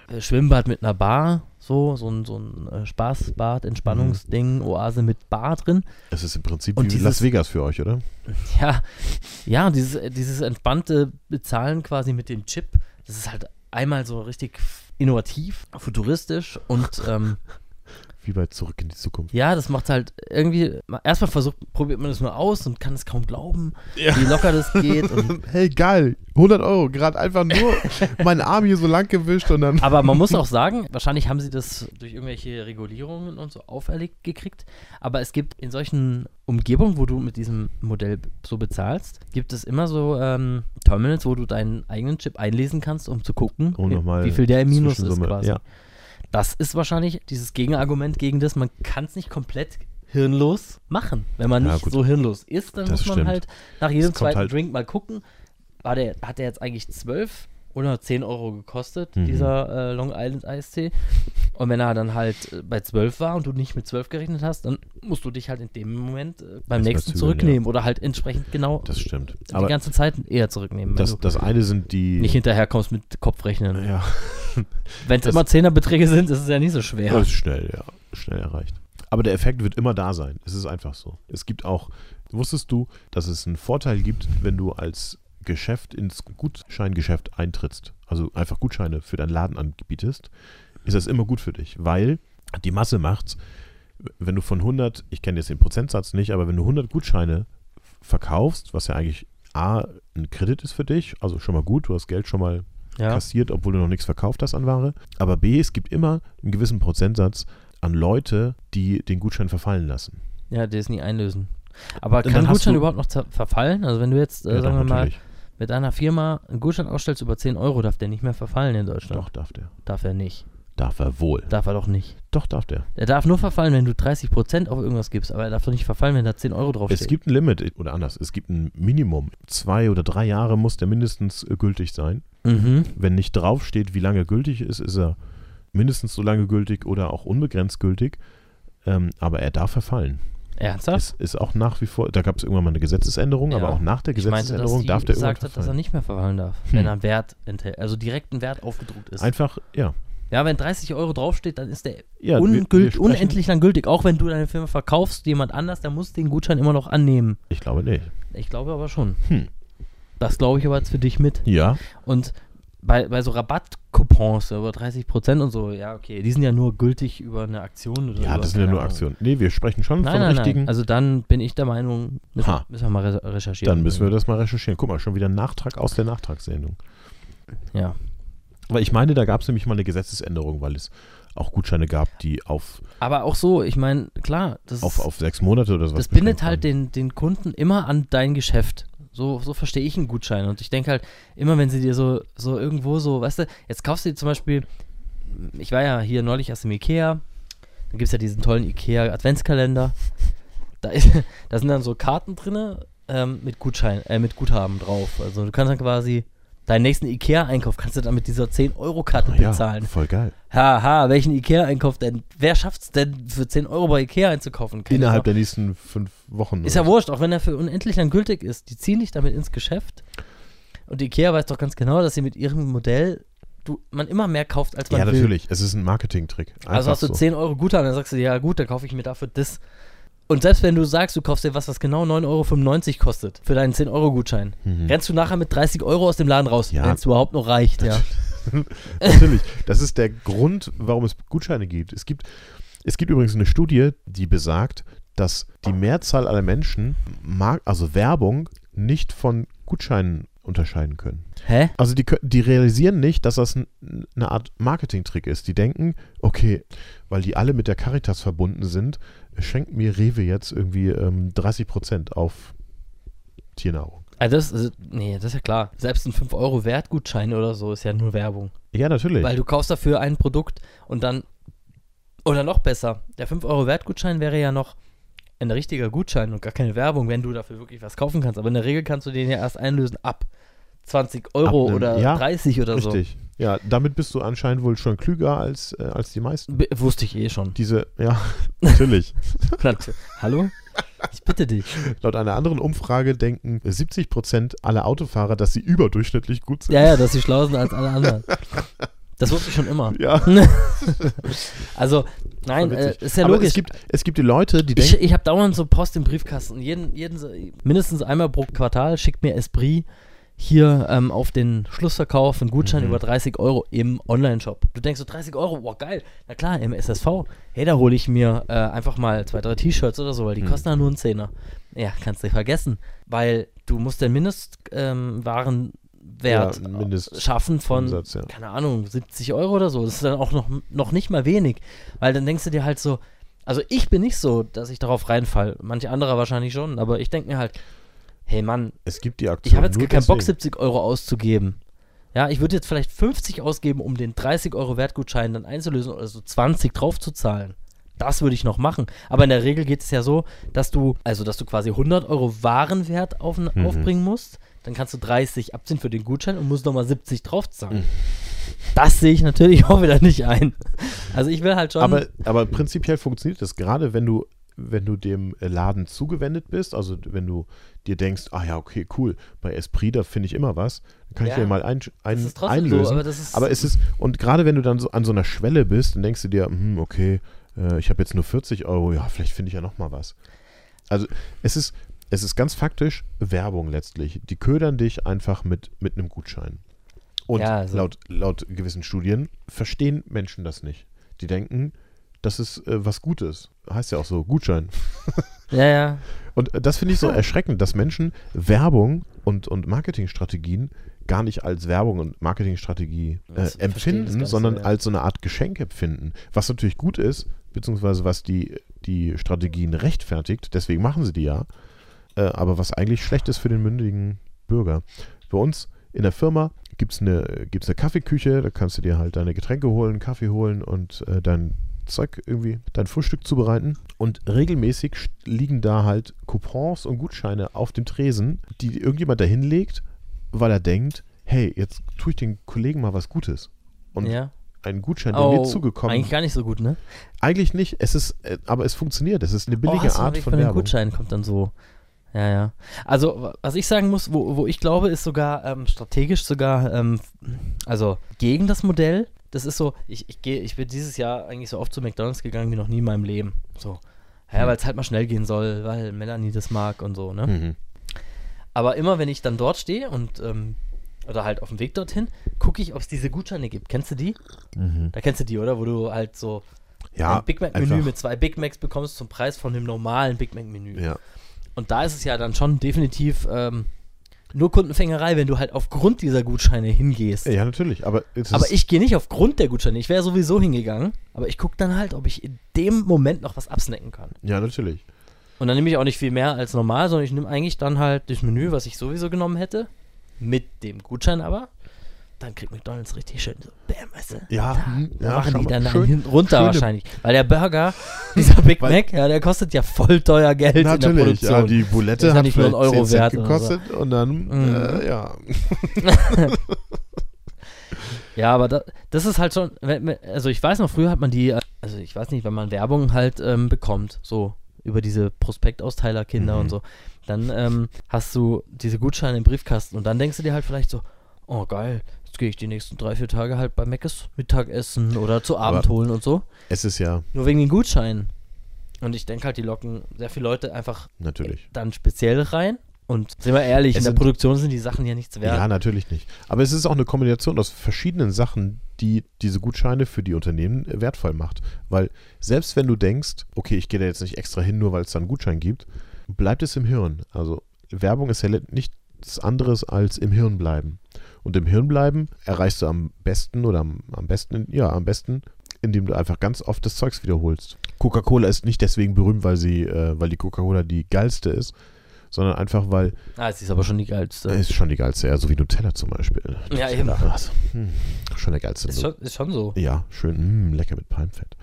äh, Schwimmbad mit einer Bar, so, so ein, so ein äh, Spaßbad, Entspannungsding,
Mhm.
Oase mit Bar drin.
Es ist im Prinzip
Und
wie Las
dieses-
Vegas für euch, oder?
Ja, ja, dieses, äh, dieses entspannte Bezahlen quasi mit dem Chip, das ist halt einmal so richtig innovativ, futuristisch und ähm,
Wie bei Zurück in die Zukunft.
Ja, das macht halt irgendwie. Erstmal versucht, probiert man das nur aus und kann es kaum glauben,
Ja.
wie locker das geht. Und,
Hey, geil. 100 Euro. Gerade einfach nur meinen Arm hier so lang gewischt und dann.
aber man muss auch sagen, wahrscheinlich haben sie das durch irgendwelche Regulierungen und so auferlegt gekriegt. Aber es gibt in solchen Umgebungen, wo du mit diesem Modell so bezahlst, gibt es immer so ähm, Terminals, wo du deinen eigenen Chip einlesen kannst, um zu gucken,
Oh, nochmal
wie viel der im Minus ist
Zwischensumme,
quasi.
ja.
Das ist wahrscheinlich dieses Gegenargument gegen das, man kann es nicht komplett hirnlos machen. Wenn man
Ja,
nicht
gut.
so hirnlos ist, dann
Das
muss man
stimmt.
halt nach jedem
Es kommt
zweiten
halt-
Drink mal gucken, war der, hat der jetzt eigentlich 12 oder 10 Euro gekostet,
Mhm.
dieser äh, Long Island Eistee. Und wenn er dann halt äh, bei 12 war und du nicht mit 12 gerechnet hast, dann musst du dich halt in dem Moment äh, beim
Erstmal
nächsten
zügeln,
zurücknehmen oder halt entsprechend genau
Das stimmt.
die
Aber
ganze Zeit eher zurücknehmen, wenn
das,
du
das eine sind die.
nicht hinterherkommst mit Kopfrechnen.
ja,
Wenn es
das-
immer 10er-Beträge sind, ist es ja nicht so schwer.
das ist schnell, ja. Schnell erreicht. Aber der Effekt wird immer da sein. Es ist einfach so. Es gibt auch. Wusstest du, dass es einen Vorteil gibt, wenn du als Geschäft ins Gutscheingeschäft eintrittst? Also einfach Gutscheine für deinen Laden anbietest? Ist das immer gut für dich, weil die Masse macht's. Wenn du von 100, ich kenne jetzt den Prozentsatz nicht, aber wenn du 100 Gutscheine verkaufst, was ja eigentlich A, ein Kredit ist für dich, also schon mal gut, du hast Geld schon mal
Ja.
kassiert, obwohl du noch nichts verkauft hast an Ware. Aber B, es gibt immer einen gewissen Prozentsatz an Leute, die den Gutschein verfallen lassen.
Ja, der ist nie einlösen. Aber
Und
kann
dann hast
Gutschein
du-
überhaupt noch zer- verfallen? Also wenn du jetzt, äh,
Ja, doch,
sagen wir mal,
natürlich.
mit einer Firma einen Gutschein ausstellst über 10 Euro, darf der nicht mehr verfallen in Deutschland.
Doch, darf der.
Darf er nicht.
Darf er wohl.
Darf er doch nicht.
Doch, darf der.
Er darf nur verfallen, wenn du 30% auf irgendwas gibst, aber er darf doch nicht verfallen, wenn da 10 Euro draufsteht.
Es gibt ein Limit, oder anders, es gibt ein Minimum. Zwei oder drei Jahre muss der mindestens äh, gültig sein.
Mhm.
Wenn nicht draufsteht, wie lange gültig ist, ist er mindestens so lange gültig oder auch unbegrenzt gültig. Ähm, aber er darf verfallen.
Ernsthaft?
Ist, ist auch nach wie vor, da gab es irgendwann mal eine Gesetzesänderung,
Ja.
aber auch nach der
ich meinte, dass
Gesetzesänderung
die
darf der irgendwann
gesagt hat, dass er
verfallen. Hm.
nicht mehr verfallen darf, wenn er einen Wert enthält, also direkt einen Wert aufgedruckt ist.
Einfach, ja.
ja, wenn 30 Euro draufsteht, dann ist der
ja wir- wir
ungült-
sprechen-
unendlich lang gültig. Auch wenn du deine Firma verkaufst, jemand anders, der muss den Gutschein immer noch annehmen.
Ich glaube nicht.
Ich glaube aber schon.
Hm.
Das glaube ich aber jetzt für dich mit.
Ja,
Und bei, bei so Rabattcoupons über 30% und so, ja, okay, die sind ja nur gültig über eine Aktion oder
ja
über,
das sind ja
keine
nur
Ahnung.
Aktionen. Nee, wir sprechen schon
Nein,
von
nein,
richtigen.
nein. Also dann bin ich der Meinung, müssen,
Ha.
müssen wir mal re recherchieren.
dann müssen wir das mal recherchieren. Guck mal, schon wieder ein Nachtrag aus der Nachtragssendung.
Ja.
Weil ich meine, da gab es nämlich mal eine Gesetzesänderung, weil es auch Gutscheine gab, die auf,
Aber auch so, ich meine, klar, das,
auf, auf sechs Monate oder sowas.
das bindet
beschränkt
halt
waren.
den, den Kunden immer an dein Geschäft. So, so verstehe ich einen Gutschein. Und ich denke halt, immer wenn sie dir so, so irgendwo so, weißt du, jetzt kaufst du dir zum Beispiel, ich war ja hier neulich erst im Ikea, da gibt es ja diesen tollen Ikea Adventskalender. Da, ist, da sind dann so Karten drin ähm, mit Gutschein, äh, mit Guthaben drauf. Also du kannst dann quasi deinen nächsten Ikea-Einkauf kannst du dann mit dieser 10-Euro-Karte
Ah, ja,
bezahlen.
Voll geil.
Haha, welchen Ikea-Einkauf denn? Wer schafft's denn, für 10 Euro bei Ikea einzukaufen? Keine
Innerhalb
Sau.
der nächsten fünf Wochen.
Ist ja
oder
wurscht, auch wenn er für unendlich lang gültig ist. Die ziehen dich damit ins Geschäft. Und Ikea weiß doch ganz genau, dass sie mit ihrem Modell du, man immer mehr kauft, als
so.
man
ja,
will.
natürlich. Es ist ein Marketingtrick.
Also
Einfach
hast du
so.
10 Euro Guthaben, dann sagst du dir, ja gut, dann kaufe ich mir dafür das. Und selbst wenn du sagst, du kaufst dir was, was genau 9,95 Euro kostet, für deinen 10-Euro-Gutschein,
Mhm.
rennst du nachher mit 30 Euro aus dem Laden raus,
Ja.
wenn es überhaupt noch reicht. Ja.
Natürlich. Das ist der Grund, warum es Gutscheine gibt. Es gibt, es gibt übrigens eine Studie, die besagt, dass die Mehrzahl aller Menschen, Mar- also Werbung, nicht von Gutscheinen unterscheiden können.
Hä?
Also die, kö- die realisieren nicht, dass das n- eine Art Marketingtrick ist. Die denken, okay, weil die alle mit der Caritas verbunden sind, schenkt mir Rewe jetzt irgendwie ähm, 30 Prozent auf Tiernahrung.
Also das, also, nee, das ist ja klar. Selbst ein 5-Euro-Wertgutschein oder so ist ja nur Werbung.
Ja, natürlich.
Weil du kaufst dafür ein Produkt und dann, oder noch besser, der 5-Euro-Wertgutschein wäre ja noch ein richtiger Gutschein und gar keine Werbung, wenn du dafür wirklich was kaufen kannst. Aber in der Regel kannst du den ja erst einlösen ab 20 Euro
Ab einem-
oder
ja,
30 oder so.
Richtig. Ja, damit bist du anscheinend wohl schon klüger als, äh, als die meisten.
B wusste ich eh schon.
Diese, ja, natürlich.
Platte. Hallo? Ich bitte dich.
Laut einer anderen Umfrage denken 70 Prozent aller Autofahrer, dass sie überdurchschnittlich gut sind.
Ja, ja, dass sie schlau sind als alle anderen. Das wusste ich schon immer.
Ja,
Also, nein,
voll
äh,
witzig.
ist ja
Aber
logisch.
Es gibt, es gibt die Leute, die
ich
denken,
ich habe dauernd so Post im Briefkasten. Jeden, jeden, so- mindestens einmal pro Quartal schickt mir Esprit hier ähm, auf den Schlussverkauf einen Gutschein
Mhm.
über 30 Euro im Online-Shop. Du denkst so 30 Euro, wow, geil. Na klar, im SSV. Hey, da hole ich mir äh, einfach mal zwei, drei T-Shirts oder so, weil die
Mhm.
kosten ja nur einen Zehner. Ja, kannst du vergessen, weil du musst den Mindestwarenwert Wert
Ja, Mindest-
schaffen von,
Umsatz, ja.
keine Ahnung, 70 Euro oder so. Das ist dann auch noch, noch nicht mal wenig, weil dann denkst du dir halt so, also ich bin nicht so, dass ich darauf reinfall. Manche andere wahrscheinlich schon, aber ich denke mir halt, hey Mann,
es gibt die Aktion.
ich habe jetzt
nur
gar keinen Bock,
deswegen.
70 Euro auszugeben. Ja, ich würde jetzt vielleicht 50 ausgeben, um den 30 Euro Wertgutschein dann einzulösen oder so 20 draufzuzahlen. Das würde ich noch machen. Aber in der Regel geht es ja so, dass du, also dass du quasi 100 Euro Warenwert auf,
Mhm.
aufbringen musst, dann kannst du 30 abziehen für den Gutschein und musst nochmal 70
Mhm.
draufzahlen. Das sehe ich natürlich auch wieder nicht ein. Also ich will halt schon.
Aber, aber prinzipiell funktioniert das, gerade wenn du, wenn du dem äh, Laden zugewendet bist, also wenn du dir denkst, ah ja, okay, cool, bei Esprit, da finde ich immer was, dann kann ich
Ja.
dir mal ein, ein,
ist trotzdem
einlösen.
so, aber das ist-
aber es ist, und gerade wenn du dann so an so einer Schwelle bist, dann denkst du dir, hm, okay, äh, ich habe jetzt nur 40 Euro, ja, vielleicht finde ich ja noch mal was. Also es ist, es ist ganz faktisch Werbung letztlich. Die ködern dich einfach mit, mit einem Gutschein. Und
Ja, also-
laut, laut gewissen Studien verstehen Menschen das nicht. Die denken, das ist äh, was Gutes. Heißt ja auch so, Gutschein.
ja, ja.
Und äh, das finde ich so erschreckend, dass Menschen Werbung und, und Marketingstrategien gar nicht als Werbung und Marketingstrategie äh,
Das verstehe ich das
empfinden,
Ganze,
sondern
ja.
als so eine Art Geschenk empfinden. Was natürlich gut ist, beziehungsweise was die, die Strategien rechtfertigt, deswegen machen sie die ja, äh, aber was eigentlich schlecht ist für den mündigen Bürger. Bei uns in der Firma gibt es eine, gibt's eine Kaffeeküche, da kannst du dir halt deine Getränke holen, Kaffee holen und äh, dein Zeug irgendwie, dein Frühstück zubereiten. Und regelmäßig st- liegen da halt Coupons und Gutscheine auf dem Tresen, die irgendjemand da hinlegt, weil er denkt, hey, jetzt tue ich den Kollegen mal was Gutes. Und
ja. Oh,
ein Gutschein, der mir zugekommen
Eigentlich gar nicht so gut, ne?
Eigentlich nicht, es ist, äh, aber es funktioniert. Es ist eine
Oh,
billige
hast du
Art
recht,
von
bei den
Werbung.
Gutscheinen kommt dann so. Ja, ja. Also, wa- was ich sagen muss, wo, wo ich glaube, ist sogar ähm, strategisch sogar, ähm, also gegen das Modell. Das ist so, ich, ich gehe, ich bin dieses Jahr eigentlich so oft zu McDonalds gegangen wie noch nie in meinem Leben. So. Ja,
Hm.
weil es halt mal schnell gehen soll, weil Melanie das mag und so, ne?
Mhm.
Aber immer, wenn ich dann dort stehe und, ähm, oder halt auf dem Weg dorthin, gucke ich, ob es diese Gutscheine gibt. Kennst du die?
Mhm.
Da kennst du die, oder? Wo du halt so
Ja,
ein Big Mac-Menü
einfach.
mit zwei Big Macs bekommst zum Preis von dem normalen Big Mac-Menü.
Ja.
Und da ist es ja dann schon definitiv ähm, nur Kundenfängerei, wenn du halt aufgrund dieser Gutscheine hingehst.
ja, natürlich. Aber, es
aber
ist,
ich gehe nicht aufgrund der Gutscheine. Ich wäre sowieso hingegangen. Aber ich gucke dann halt, ob ich in dem Moment noch was absnacken kann.
Ja, natürlich.
Und dann nehme ich auch nicht viel mehr als normal, sondern ich nehme eigentlich dann halt das Menü, was ich sowieso genommen hätte. Mit dem Gutschein aber. Dann kriegt McDonalds richtig schön so, bam, weißt du?
Ja, hm, ja,
machen
schau
die
mal,
dann
schön-
einen hin- runter
schöne-
wahrscheinlich. Weil der Burger, dieser Big
Weil-
Mac, ja, der kostet ja voll teuer Geld in der
Natürlich,
Produktion.
ja, die Bulette
Das ist ja
hat
nicht nur ein
vielleicht
Euro
10 Cent
wert oder
gekostet und dann,
Mhm.
äh, ja.
Ja, aber da, das ist halt schon, wenn- wenn- also ich weiß noch, früher hat man die, äh, also ich weiß nicht, wenn man Werbung halt ähm, bekommt, so über diese Prospektausteilerkinder
Mhm.
und so, dann ähm, hast du diese Gutscheine im Briefkasten und dann denkst du dir halt vielleicht so, oh geil, jetzt gehe ich die nächsten drei, vier Tage halt bei Meckes Mittagessen oder zu Abend
Aber-
holen und so,
Es ist ja,
nur wegen den Gutscheinen. Und ich denke halt, die locken sehr viele Leute einfach
natürlich.
dann speziell rein. Und sind wir ehrlich,
Es
in der
sind-
Produktion sind die Sachen ja nichts
Ja.
wert.
natürlich nicht. Aber es ist auch eine Kombination aus verschiedenen Sachen, die diese Gutscheine für die Unternehmen äh, wertvoll macht. Weil selbst wenn du denkst, okay, ich gehe da jetzt nicht extra hin, nur weil es da einen Gutschein gibt, bleibt es im Hirn. Also Werbung ist ja le- nichts anderes als im Hirn bleiben. Und im Hirn bleiben erreichst du am besten oder am, am besten, ja, am besten, indem du einfach ganz oft das Zeugs wiederholst. Coca-Cola ist nicht deswegen berühmt, weil sie, äh, weil die Coca-Cola die geilste ist, sondern einfach, weil
Ah, es ist aber schon die geilste.
äh, ist schon die geilste, ja, so wie Nutella zum Beispiel.
Ja,
Nutella,
eben.
Was? Hm, schon der geilste.
Ist schon, ist schon so.
Ja, schön, mm, lecker mit Palmfett.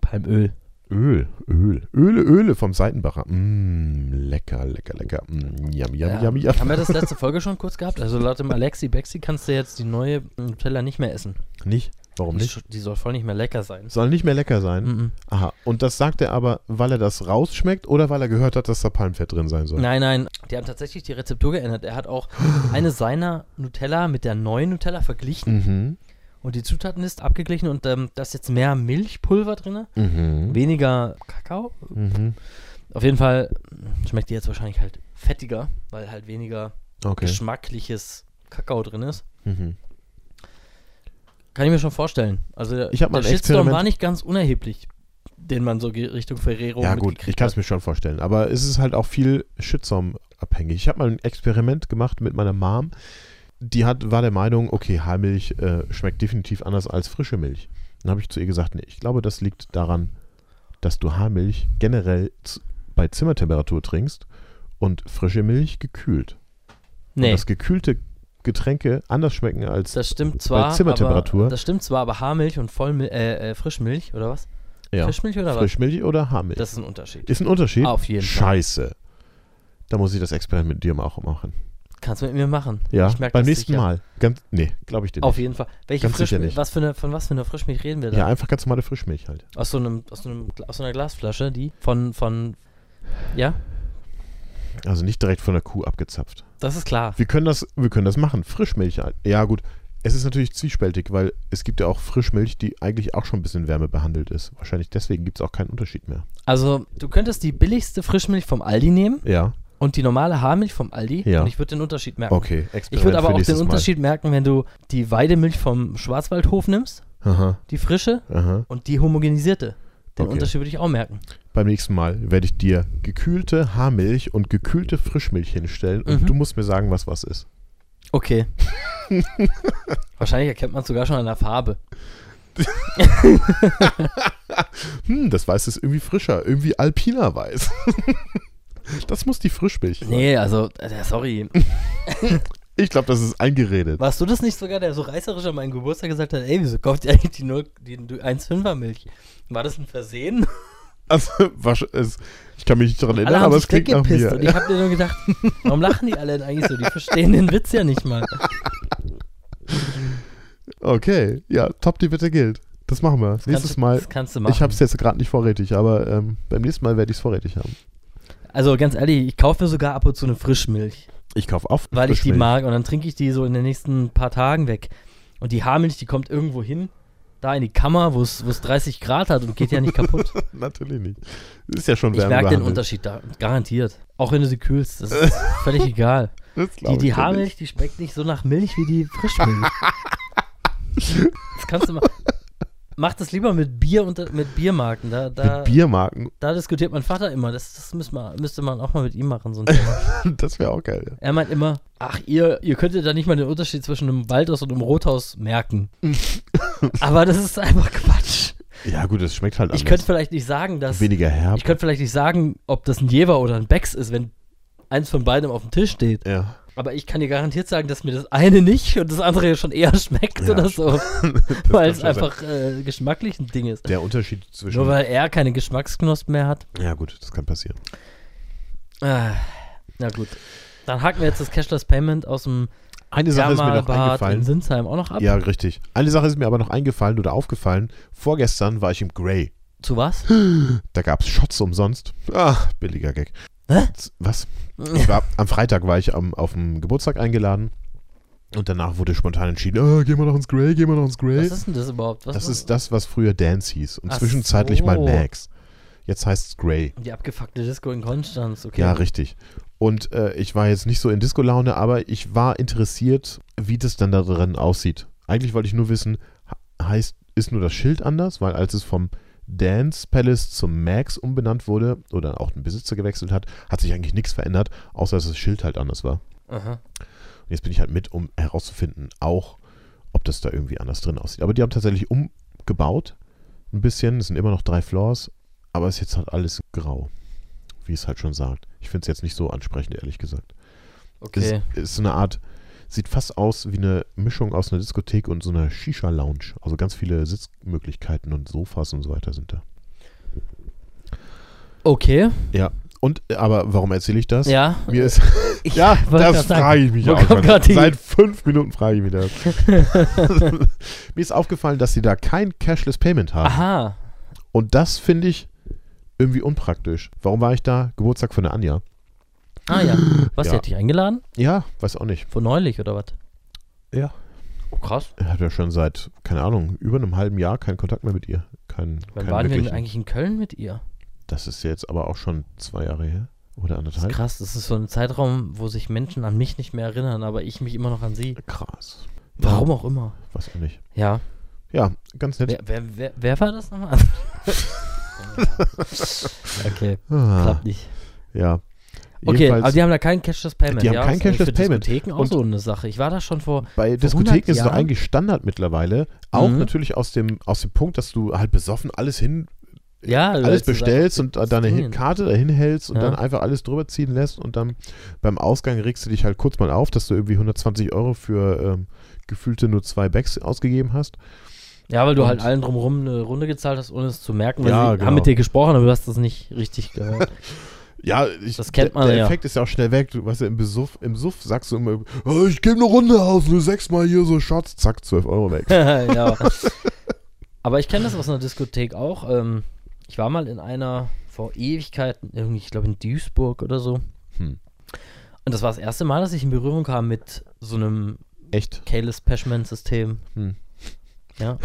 Palmöl.
Öl, Öl, Öle, Öle vom Seitenbacher. Mm, lecker, lecker, lecker. Mm, yummy, yummy, yummy, yummy.
Haben wir das letzte Folge schon kurz gehabt? Also laut dem Alexi Bexi kannst du jetzt die neue Nutella nicht mehr essen.
Nicht? Warum
Die
nicht?
sch- Die soll voll nicht mehr lecker sein.
Soll nicht mehr lecker sein.
Mhm.
Aha, und das sagt er aber, weil er das rausschmeckt oder weil er gehört hat, dass da Palmfett drin sein soll.
Nein, nein, die haben tatsächlich die Rezeptur geändert. Er hat auch eine seiner Nutella mit der neuen Nutella verglichen
Mhm,
und die Zutatenliste abgeglichen und ähm, da ist jetzt mehr Milchpulver drin,
mhm,
weniger Kakao.
mhm.
Auf jeden Fall schmeckt die jetzt wahrscheinlich halt fettiger, weil halt weniger
Okay.
geschmackliches Kakao drin ist.
Mhm.
Kann ich mir schon vorstellen. Also der,
Ich hab mal
der
ein
Shitstorm
Experiment-
war nicht ganz unerheblich, den man so ge- Richtung Ferrero
Ja gut, ich
mitgekriegt
kann es mir schon vorstellen. Aber es ist halt auch viel Shitstorm-abhängig. Ich habe mal ein Experiment gemacht mit meiner Mom. Die hat, war der Meinung, okay, Haarmilch äh, schmeckt definitiv anders als frische Milch. Dann habe ich zu ihr gesagt, nee, ich glaube, das liegt daran, dass du Haarmilch generell z- bei Zimmertemperatur trinkst und frische Milch gekühlt. Und
Nee,
dass gekühlte Getränke anders schmecken als
das stimmt zwar.
Zimmertemperatur.
Aber, das stimmt zwar, aber Haarmilch und Vollmilch, äh, äh, Frischmilch oder was?
ja,
Frischmilch oder was?
Frischmilch oder Haarmilch.
Das ist ein Unterschied.
ist ein Unterschied.
Auf jeden Fall.
Scheiße. Da muss ich das Experiment mit dir mal auch machen.
Kannst du mit mir machen.
Ja,
Ich merk
beim
das
nächsten
sicher.
Mal. Ganz, nee, glaube ich dir
Auf
nicht.
jeden Fall. Welche
Ganz sicher
Frischmilch?
nicht.
Was für eine, von was für einer Frischmilch reden wir da?
Ja, einfach ganz normale Frischmilch halt.
Aus so einem, aus so einem, aus so einer Glasflasche, die von, von, ja,
Also nicht direkt von der Kuh abgezapft.
das ist klar.
Wir können das, wir können das machen. Frischmilch halt. Ja, gut. Es ist natürlich zwiespältig, weil es gibt ja auch Frischmilch, die eigentlich auch schon ein bisschen Wärme behandelt ist. Wahrscheinlich deswegen gibt es auch keinen Unterschied mehr.
Also, du könntest die billigste Frischmilch vom Aldi nehmen
Ja,
und die normale Haarmilch vom Aldi
Ja.
und ich würde den Unterschied merken.
okay.
Ich
Experiment
würde aber
Äh, für
auch den
nächstes
Unterschied merken, wenn du die Weidemilch vom Schwarzwaldhof nimmst,
Mal. Aha,
die frische
aha.
und die homogenisierte. Den
Okay.
Unterschied würde ich auch merken.
Beim nächsten Mal werde ich dir gekühlte Haarmilch und gekühlte Frischmilch hinstellen und
Mhm.
du musst mir sagen, was was ist.
Okay. Wahrscheinlich erkennt man sogar schon an der Farbe.
Hm, das Weiß ist irgendwie frischer, irgendwie alpiner Weiß. das muss die Frischmilch sein.
Nee, also, äh, sorry.
Ich glaube, das ist eingeredet.
Warst du das nicht sogar, der so reißerisch an meinem Geburtstag gesagt hat, ey, wieso kauft ihr eigentlich die, 0 die 1,5er Milch? War das ein Versehen?
Also, wasch- es, ich kann mich nicht daran
alle
erinnern,
haben
aber
sich
es klingt nach
weggepisst und ich
mir.
habe mir nur gedacht, warum lachen die alle denn eigentlich so? Die verstehen den Witz ja nicht mal.
Okay, ja, top, die Wette gilt. Das machen wir. Nächtes
Kannst-
Mal.
Das kannst du machen.
Ich habe es jetzt gerade nicht vorrätig, aber ähm, beim nächsten Mal werde ich es vorrätig haben.
Also ganz ehrlich, ich kaufe mir sogar ab und zu eine Frischmilch,
Ich kaufe oft
weil ich die
Frischmilch.
mag und dann trinke ich die so in den nächsten paar Tagen weg. Und die Haarmilch, die kommt irgendwo hin, da in die Kammer, wo es wo es 30 Grad hat und geht ja nicht kaputt.
Natürlich nicht. Ist ja schon
Ich merke den
behandelt.
Unterschied da, garantiert. Auch wenn du sie kühlst, das ist völlig egal.
Das glaub
Die,
ich
die
dir nicht.
Haarmilch, die schmeckt nicht so nach Milch wie die Frischmilch. das kannst du mal. Mach das lieber mit Bier und mit Biermarken. Da, da,
Mit Biermarken,
da diskutiert mein Vater immer. Das, das müsste, man, müsste man auch mal mit ihm machen. So ein Thema.
das wäre auch geil. Ja.
Er meint immer, ach, ihr, ihr könntet da nicht mal den Unterschied zwischen einem Waldhaus und einem Rothaus merken. Aber das ist einfach Quatsch.
Ja, gut, es schmeckt halt
Ich könnte vielleicht nicht sagen, dass.
Weniger herb.
Ich könnte vielleicht nicht sagen, ob das ein Jever oder ein Becks ist, wenn eins von beidem auf dem Tisch steht.
ja.
Aber ich kann dir garantiert sagen, dass mir das eine nicht und das andere schon eher schmeckt
Ja,
oder so. weil es
schon sein.
einfach äh, geschmacklich ein Ding ist.
Der Unterschied zwischen.
Nur weil er keine Geschmacksknospen mehr hat.
ja, gut, das kann passieren.
Ah, na gut. Dann hacken wir jetzt das Cashless Payment aus dem
Eine Sache ist mir noch
Thermalbad in
eingefallen.
Sinsheim auch noch ab.
Ja, richtig. Eine Sache ist mir aber noch eingefallen oder aufgefallen. Vorgestern war ich im Grey.
Zu was?
Da gab es Shots umsonst. Ah, billiger Gag.
Hä?
Z- Was? Ich war, am Freitag war ich am, auf dem Geburtstag eingeladen und danach wurde spontan entschieden, oh, gehen wir noch ins Grey, gehen wir noch ins Grey.
Was ist denn das überhaupt? Was
das ist das, was früher Dance hieß und
Ach
zwischenzeitlich mal
so.
Max. Jetzt heißt es Grey.
Die abgefuckte Disco in Konstanz, okay.
Ja, richtig. Und äh, ich war jetzt nicht so in Disco-Laune, aber ich war interessiert, wie das dann da drin aussieht. Eigentlich wollte ich nur wissen, he- heißt, ist nur das Schild anders? Weil als es vom Dance Palace zum Max umbenannt wurde oder auch den Besitzer gewechselt hat, hat sich eigentlich nichts verändert, außer dass das Schild halt anders war.
Aha.
Und jetzt bin ich halt mit, um herauszufinden, auch, ob das da irgendwie anders drin aussieht. Aber die haben tatsächlich umgebaut, ein bisschen. Es sind immer noch drei Floors, aber es ist jetzt halt alles grau. wie es halt schon sagt. Ich finde es jetzt nicht so ansprechend, ehrlich gesagt.
Okay.
Es ist so eine Art, sieht fast aus wie eine Mischung aus einer Diskothek und so einer Shisha-Lounge. Also ganz viele Sitzmöglichkeiten und Sofas und so weiter sind da.
Okay.
Ja. Und, äh, aber warum erzähle ich das?
Ja.
Mir ist,
Ich
ja,
wollte
das
grad sagen,
frage ich mich
wo
auch.
kommt
schon.
grad die-
Seit fünf Minuten frage ich mich das. mir ist aufgefallen, dass sie da kein Cashless Payment haben.
Aha.
Und das finde ich irgendwie unpraktisch. Warum war ich da? Geburtstag von der Anja.
Ah ja. Was,
Ja.
der hat dich eingeladen?
Ja, weiß auch nicht.
Von neulich oder was?
Ja.
Oh, krass.
Er hat ja schon seit, keine Ahnung, über einem halben Jahr keinen Kontakt mehr mit ihr. Kein,
Wann
keinen
waren wir denn
wirklichen.
eigentlich in Köln mit ihr?
Das ist jetzt aber auch schon zwei Jahre her. Oder
Das ist
anderthalb.
krass. Das ist so ein Zeitraum, wo sich Menschen an mich nicht mehr erinnern, aber ich mich immer noch an sie.
Krass.
Warum auch immer.
Ja, weiß auch nicht.
Ja.
Ja, ganz nett.
Wer, wer, wer, wer war das nochmal? okay,
ah,
klappt nicht.
ja.
Okay,
Jedenfalls
also die haben da kein Cashless Payment.
Die haben
ja,
kein
ist eigentlich
Cashless
für
Payment.
Diskotheken auch
Und-
so eine Sache. Ich war da schon vor.
bei
100
Diskotheken ist es doch
Jahren-
eigentlich Standard mittlerweile. Auch
Mhm.
natürlich aus dem, aus dem Punkt, dass du halt besoffen alles hin,
Ja, also
alles
du sagst,
bestellst und äh, deine Hin-
Stimmt.
Karte dahin hältst und
Ja.
dann einfach alles drüber ziehen lässt und dann beim Ausgang regst du dich halt kurz mal auf, dass du irgendwie 120 Euro für ähm, gefühlte nur zwei Bags ausgegeben hast.
Ja, weil du halt
Und-
allen drumherum eine Runde gezahlt hast, ohne es zu merken, weil
Ja,
sie
genau.
haben mit dir gesprochen, aber du hast das nicht richtig gehört.
Ja, ich,
Das kennt man,
der, der
ja.
Effekt ist ja auch schnell weg. Du weißt ja, im, Besuff, im Suff sagst du immer, oh, ich gebe eine Runde aus, nur sechsmal hier so Shots, zack, 12 Euro weg.
ja. Aber ich kenne das aus einer Diskothek auch. Ähm, ich war mal in einer vor Ewigkeiten, irgendwie, ich glaube in Duisburg oder so.
Hm.
Und das war das erste Mal, dass ich in Berührung kam mit so einem
Echt.
Keyless Pashman-System.
Hm.
Ja,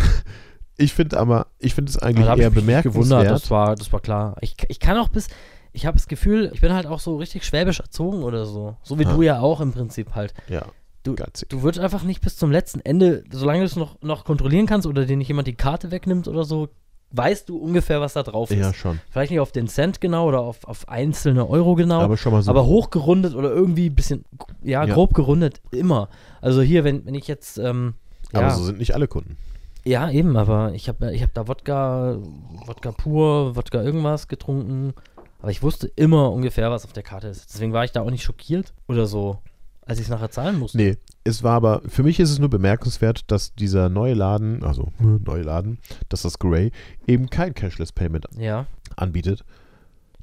Ich finde aber, ich finde es eigentlich
da Also hab
eher
ich mich nicht gewundert, das
bemerkenswert.
war, das war klar. Ich, ich kann auch bis, ich habe das Gefühl, ich bin halt auch so richtig schwäbisch erzogen oder so. So wie
Ah.
du ja auch im Prinzip halt.
Ja,
Du-
geizig.
Du wirst einfach nicht bis zum letzten Ende, solange du es noch, noch kontrollieren kannst oder dir nicht jemand die Karte wegnimmt oder so, weißt du ungefähr, was da drauf ist.
Ja, schon.
Vielleicht nicht auf den Cent genau oder auf, auf einzelne Euro genau, aber,
Aber schon mal so.
hochgerundet oder irgendwie ein bisschen, ja,
Ja.
grob gerundet, immer. Also hier, wenn, wenn ich jetzt, ähm, ja,
Aber so sind nicht alle Kunden.
ja, eben, aber ich habe ich hab da Wodka, Wodka pur, Wodka irgendwas getrunken. Aber ich wusste immer ungefähr, was auf der Karte ist. Deswegen war ich da auch nicht schockiert oder so, als ich es nachher zahlen musste.
Nee, es war aber, für mich ist es nur bemerkenswert, dass dieser neue Laden, also hm, neue Laden, dass das Grey eben kein Cashless Payment
Ja.
anbietet.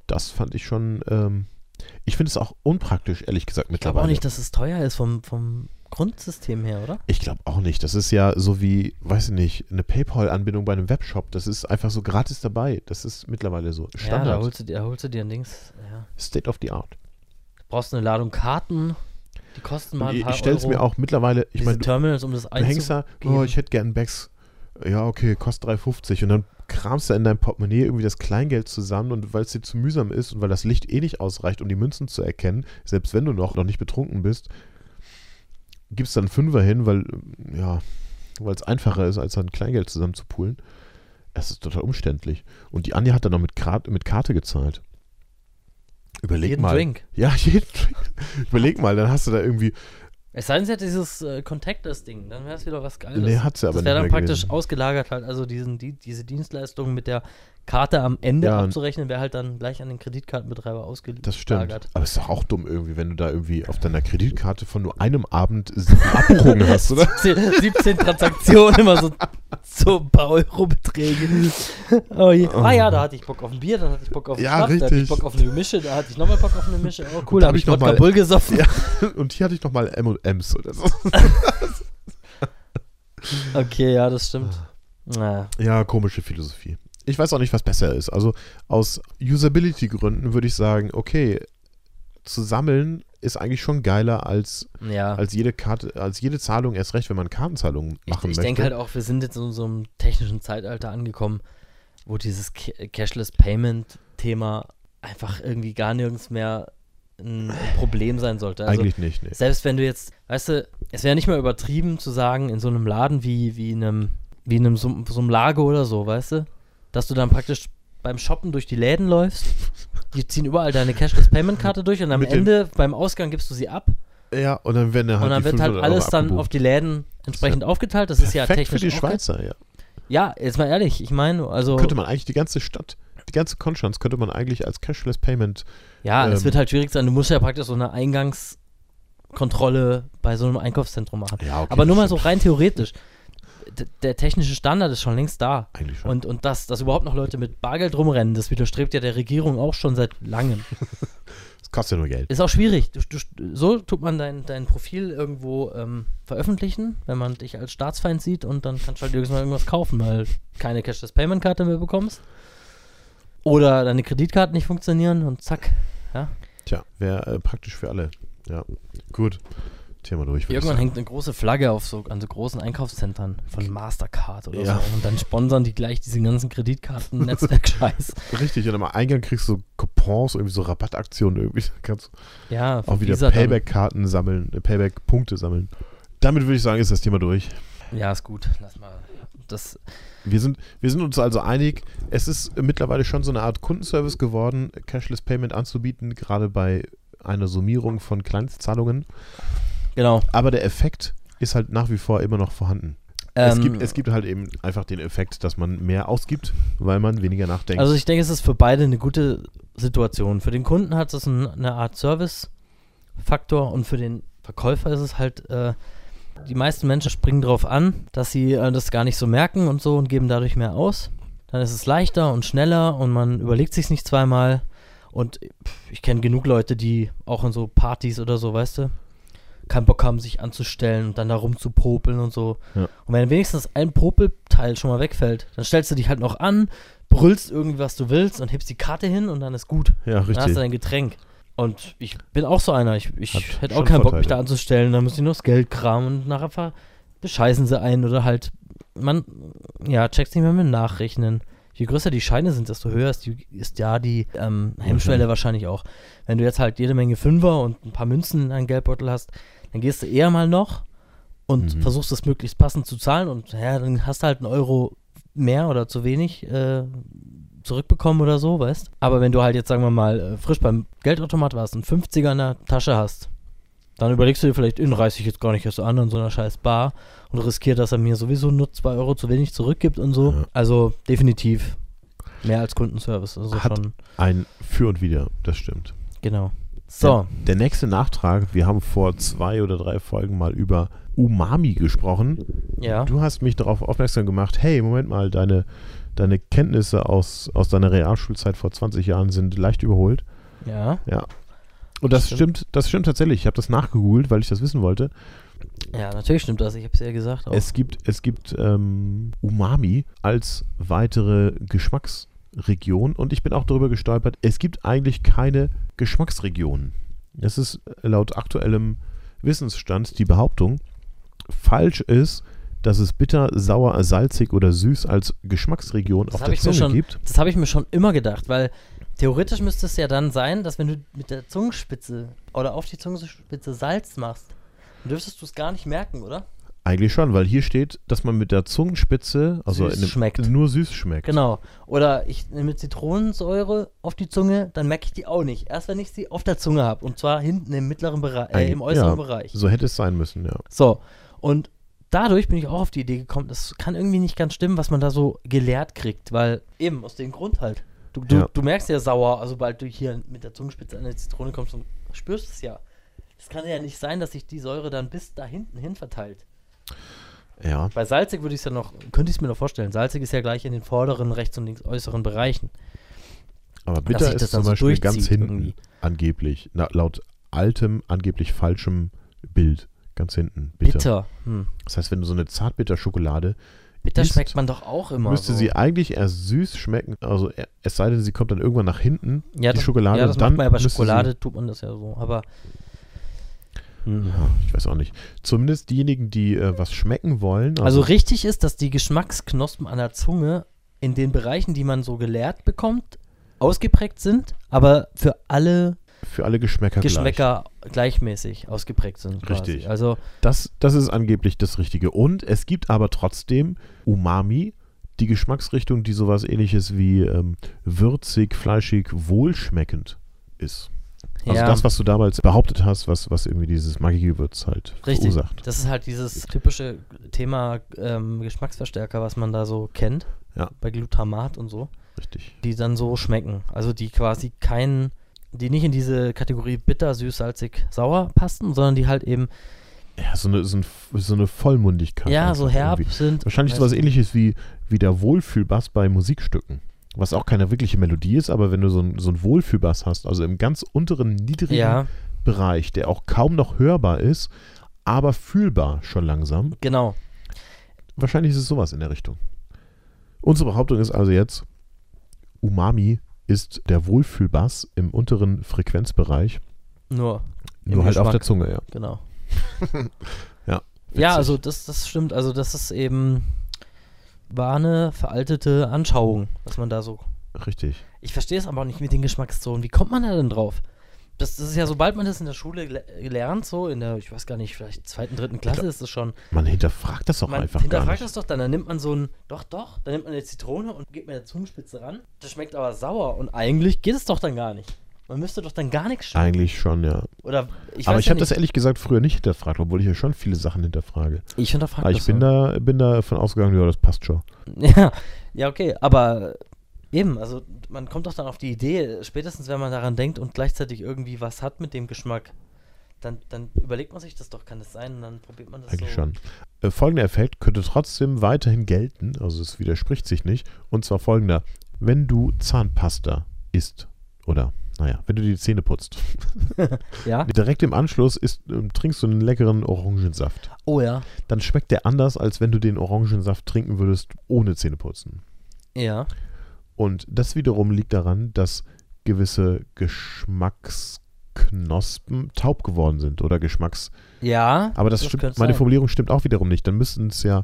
Das fand ich schon, ähm, ich finde es auch unpraktisch, ehrlich gesagt,
Ich glaube auch
mittlerweile.
nicht, dass es teuer ist vom, vom Grundsystem her, oder?
Ich glaube auch nicht. Das ist ja so wie, weiß ich nicht, eine PayPal-Anbindung bei einem Webshop. Das ist einfach so gratis dabei. Das ist mittlerweile so
Ja, da
Standard.
holst du dir, da holst du dir ein Dings. Ja.
State of the art.
Du brauchst eine Ladung Karten, die kosten mal
Und
ein
ich
paar
ich stelle es
Euro.
mir auch mittlerweile, ich
Diese
meine, du,
Terminals, um das
du hängst
einzugeben.
da, oh, ich hätte gern Bags. Ja, okay, kostet 3,50. Und dann kramst du in deinem Portemonnaie irgendwie das Kleingeld zusammen und weil es dir zu mühsam ist und weil das Licht eh nicht ausreicht, um die Münzen zu erkennen, selbst wenn du noch, noch nicht betrunken bist, gibst dann Fünfer hin, weil ja, weil es einfacher ist, als dann Kleingeld zusammen zu poolen. Es ist total umständlich. Und die Anja hat dann noch mit, Krat, mit Karte gezahlt. Überleg
Jeden
mal.
Drink.
Ja, jeden Drink. Überleg mal, dann hast du da irgendwie.
Es sei denn, sie hat dieses äh, Contactless-Ding, dann wäre es wieder was Geiles.
Nee, hat sie aber
Das
nicht.
wäre dann
mehr
praktisch
gewesen.
ausgelagert halt, also diesen, die, diese Dienstleistung mit der Karte am Ende
Ja, und-
abzurechnen, wäre halt dann gleich an den Kreditkartenbetreiber ausgelagert.
Das stimmt. Aber ist doch auch dumm irgendwie, wenn du da irgendwie auf deiner Kreditkarte von nur einem Abend sieben Abbuchungen hast, oder?
17, 17 Transaktionen, immer so, so ein paar Euro-Beträge. Oh, je. Ah ja, da hatte ich Bock auf ein Bier, dann hatte ich Bock auf einen
Ja,
Schnaps, da hatte ich
richtig.
Bock auf eine Mische, da hatte ich nochmal Bock auf eine Mische. Oh
da
cool, da
hab
habe
ich
ich
noch
Wodka
mal-
Bull gesoffen.
Ja. Und hier hatte ich nochmal M&M's oder so.
Okay, ja, das stimmt. Naja.
Ja, komische Philosophie. Ich weiß auch nicht, was besser ist. Also aus Usability-Gründen würde ich sagen, okay, zu sammeln ist eigentlich schon geiler als,
Ja.
als jede Karte, als jede Zahlung, erst recht, wenn man Kartenzahlungen
Ich,
machen
ich
möchte.
denke halt auch, wir sind jetzt in so einem technischen Zeitalter angekommen, wo dieses Ca- Cashless Payment Thema einfach irgendwie gar nirgends mehr ein Problem sein sollte. Also
eigentlich nicht, nee.
selbst wenn du jetzt, weißt du, es wäre nicht mal übertrieben zu sagen, in so einem Laden wie, wie einem, wie einem, so, so einem Lago oder so, weißt du, dass du dann praktisch beim Shoppen durch die Läden läufst, die ziehen überall deine Cashless-Payment-Karte durch und am
Mit dem-
Ende, beim Ausgang gibst du sie ab
Ja, und dann werden halt
und dann
die
wird halt
500 Euro
alles dann
abgebucht.
auf die Läden entsprechend aufgeteilt. Das ist ja
Perfekt für
technisch
die
auch geil.
Schweizer, ja.
Ja, jetzt mal ehrlich, ich meine, also
Könnte man eigentlich die ganze Stadt die ganze Konstanz könnte man eigentlich als Cashless Payment
Ja, es
Ähm.
wird halt schwierig sein. Du musst ja praktisch so eine Eingangskontrolle bei so einem Einkaufszentrum machen.
Ja, okay,
Aber nur mal
das
so rein theoretisch. D der technische Standard ist schon längst da.
eigentlich schon.
Und, und das, dass überhaupt noch Leute mit Bargeld rumrennen, das widerstrebt ja der Regierung auch schon seit langem.
das kostet ja nur Geld.
Ist auch schwierig. Du, du, so tut man dein, dein Profil irgendwo ähm, veröffentlichen, wenn man dich als Staatsfeind sieht und dann kannst du halt irgendwann irgendwas kaufen, weil keine Cashless Payment Karte mehr bekommst. Oder deine Kreditkarten nicht funktionieren und zack.
Tja, wäre äh, praktisch für alle. Ja, gut. Thema durch. würd ich
Irgendwann
sagen.
hängt eine große Flagge auf so, an so großen Einkaufszentren von Mastercard oder
Ja.
so. Und dann sponsern die gleich diesen ganzen Kreditkarten-Netzwerk-Scheiß.
Richtig, und am Eingang kriegst du Coupons, irgendwie so Rabattaktionen irgendwie. Da kannst du
ja, von
auch wieder
Visa dann.
Payback-Karten sammeln, äh, Payback-Punkte sammeln. Damit würde ich sagen, ist das Thema durch.
Ja, ist gut. Lass mal. Das,
Wir sind, wir sind uns also einig, es ist mittlerweile schon so eine Art Kundenservice geworden, Cashless Payment anzubieten, gerade bei einer Summierung von Kleinstzahlungen.
genau.
Aber der Effekt ist halt nach wie vor immer noch vorhanden. es,
Ähm,
gibt, es gibt halt eben einfach den Effekt, dass man mehr ausgibt, weil man weniger nachdenkt.
Also ich denke, es ist für beide eine gute Situation. Für den Kunden hat es ein, eine Art Service-Faktor und für den Verkäufer ist es halt, äh, die meisten Menschen springen darauf an, dass sie äh, das gar nicht so merken und so und geben dadurch mehr aus. Dann ist es leichter und schneller und man überlegt sich nicht zweimal. Und pff, ich kenne genug Leute, die auch in so Partys oder so, weißt du, keinen Bock haben, sich anzustellen und dann da rumzupopeln und so.
Ja.
Und wenn wenigstens ein Popelteil schon mal wegfällt, dann stellst du dich halt noch an, brüllst irgendwie, was du willst und hebst die Karte hin und dann ist gut.
ja,
Dann hast du
richtig.
dein Getränk. Und ich bin auch so einer. Ich, ich
Hat
hätte auch
schon
keinen Bock, mich
Vorteile.
da anzustellen. Dann muss ich nur das Geld kramen und nachher ver- bescheißen sie einen oder halt, man, ja, checkst nicht mehr mit Nachrechnen. Je größer die Scheine sind, desto höher ist, die, ist ja die ähm, Hemmschwelle wahrscheinlich auch. Wenn du jetzt halt jede Menge Fünfer und ein paar Münzen in deinem Geldbeutel hast, dann gehst du eher mal noch und
Mhm.
versuchst es möglichst passend zu zahlen und ja, dann hast du halt einen Euro mehr oder zu wenig äh, zurückbekommen oder so, weißt. Aber wenn du halt jetzt, sagen wir mal, äh, frisch beim Geldautomat warst und 50er in der Tasche hast, dann überlegst du dir vielleicht, in reiß ich jetzt gar nicht erst so an an so einer scheiß Bar und riskiere, dass er mir sowieso nur 2 Euro zu wenig zurückgibt und so.
Ja.
Also definitiv mehr als Kundenservice. Also
Hat-
schon,
Ein Für und Wider, das stimmt.
genau. So,
Der nächste Nachtrag, wir haben vor zwei oder drei Folgen mal über Umami gesprochen.
ja.
Du hast mich darauf aufmerksam gemacht, hey, Moment mal, deine, deine Kenntnisse aus, aus deiner Realschulzeit vor 20 Jahren sind leicht überholt.
Ja.
Und das
Stimmt.
stimmt, das stimmt tatsächlich. Ich habe das nachgegoogelt, weil ich das wissen wollte.
Ja, natürlich stimmt das. Ich habe es ja gesagt. Auch.
Es gibt, es gibt ähm, Umami als weitere Geschmacksregion und ich bin auch darüber gestolpert, es gibt eigentlich keine Geschmacksregionen. Es ist laut aktuellem Wissensstand die Behauptung, falsch ist, dass es bitter, sauer, salzig oder süß als Geschmacksregion
Das
auf
hab
der
ich mir
Zunge
schon-
gibt.
Das habe ich mir schon immer gedacht, weil theoretisch müsste es ja dann sein, dass wenn du mit der Zungenspitze oder auf die Zungenspitze Salz machst, dann dürftest du es gar nicht merken, oder?
Eigentlich schon, weil hier steht, dass man mit der Zungenspitze, also
Süß
in dem,
schmeckt.
nur süß schmeckt.
Genau. Oder ich nehme Zitronensäure auf die Zunge, dann merke ich die auch nicht. Erst wenn ich sie auf der Zunge habe. Und zwar hinten im mittleren Bereich, äh,
Eigentlich-
im äußeren
ja,
Bereich.
So hätte es sein müssen, ja.
So, und dadurch bin ich auch auf die Idee gekommen, das kann irgendwie nicht ganz stimmen, was man da so gelehrt kriegt, weil eben aus dem Grund halt. Du, du,
Ja.
du merkst ja sauer, also sobald du hier mit der Zungenspitze an eine Zitrone kommst und spürst es ja. Es kann ja nicht sein, dass sich die Säure dann bis da hinten hin verteilt.
Ja,
Bei salzig würde ich es ja noch, könnte ich es mir noch vorstellen. Salzig ist ja gleich in den vorderen, rechts und links äußeren Bereichen.
aber
Dass
bitter
sich das
ist
dann
zum
so
Beispiel ganz
durchzieht
hinten.
irgendwie.
Angeblich, na, laut altem, angeblich falschem Bild. Ganz hinten. Bitter.
Bitter. Hm.
Das heißt, wenn du so eine Zartbitterschokolade,
Bitter
Ist-
schmeckt man doch auch immer.
müsste
so.
sie eigentlich erst süß schmecken. Also e- es sei denn, sie kommt dann irgendwann nach hinten.
ja,
die
das,
Schokolade,
Ja, das
dann
macht man ja bei
müsste sie-
Schokolade, tut man das ja so. Aber. Hm.
Ja, ich weiß auch nicht. Zumindest diejenigen, die äh, was schmecken wollen.
Also richtig ist, dass die Geschmacksknospen an der Zunge in den Bereichen, die man so gelehrt bekommt, ausgeprägt sind, aber für alle
für alle Geschmäcker,
Geschmäcker gleichmäßig ausgeprägt sind. Quasi.
Richtig.
Also
gleich. Das, das ist angeblich das Richtige. Und es gibt aber trotzdem Umami, die Geschmacksrichtung, die sowas ähnliches wie ähm, würzig, fleischig, wohlschmeckend ist. Also
ja,
das, was du damals behauptet hast, was, was irgendwie dieses Magiegewürz halt
richtig.
verursacht.
Das ist halt dieses typische Thema ähm, Geschmacksverstärker, was man da so kennt
Ja.
bei Glutamat und so.
Richtig.
die dann so schmecken. Also die quasi keinen, die nicht in diese Kategorie bitter, süß, salzig, sauer passen, sondern die halt eben,
Ja, so eine, so ein, so eine Vollmundigkeit.
ja,
einfach
so herb
irgendwie.
sind.
Wahrscheinlich
Weißt
sowas
du?
ähnliches wie, wie der Wohlfühlbass bei Musikstücken. Was auch keine wirkliche Melodie ist, aber wenn du so, ein, so einen Wohlfühlbass hast, also im ganz unteren, niedrigen
Ja,
Bereich, der auch kaum noch hörbar ist, aber fühlbar schon langsam,
genau.
wahrscheinlich ist es sowas in der Richtung. Unsere Behauptung ist also jetzt, Umami ist der Wohlfühlbass im unteren Frequenzbereich,
Nur, Im
nur halt auf der
Geschmack.
Zunge, ja.
genau.
Ja,
Ja,
witzig.
also das, das stimmt. Also das ist eben war eine veraltete Anschauung, was man da so.
Richtig.
Ich verstehe es aber auch nicht mit den Geschmackszonen. Wie kommt man da denn drauf? Das, das ist ja, sobald man das in der Schule gele- lernt, so in der, ich weiß gar nicht, vielleicht zweiten, dritten Klasse ist es schon.
Man hinterfragt das doch
man
einfach gar
hinterfragt
nicht.
das doch dann, dann nimmt man so ein, doch, doch, dann nimmt man eine Zitrone und geht mit der Zungenspitze ran. Das schmeckt aber sauer und eigentlich geht es doch dann gar nicht. Man müsste doch dann gar nichts schmecken.
Eigentlich schon, ja.
Oder ich
aber
weiß
ich
ja
habe das
nicht.
ehrlich gesagt früher nicht hinterfragt, obwohl ich ja schon viele Sachen hinterfrage.
Ich hinterfrage
Aber ich
das
bin
so.
da, bin da von ausgegangen, ja, das passt schon.
Ja, ja, okay, aber eben, also man kommt doch dann auf die Idee, spätestens wenn man daran denkt und gleichzeitig irgendwie was hat mit dem Geschmack, dann, dann überlegt man sich das doch, kann das sein? Und dann probiert man das
Eigentlich
so.
schon. Äh, folgender Effekt könnte trotzdem weiterhin gelten, also es widerspricht sich nicht. Und zwar folgender: Wenn du Zahnpasta isst, oder naja, wenn du die Zähne putzt,
Ja?
direkt im Anschluss isst, ähm, trinkst du einen leckeren Orangensaft.
Oh ja.
Dann schmeckt der anders, als wenn du den Orangensaft trinken würdest ohne Zähneputzen.
Ja.
Und das wiederum liegt daran, dass gewisse Geschmacksknospen taub geworden sind oder Geschmacks.
Ja.
Aber das,
Das
stimmt,
könnte
meine
sein.
Formulierung stimmt auch wiederum nicht. Dann müssten es ja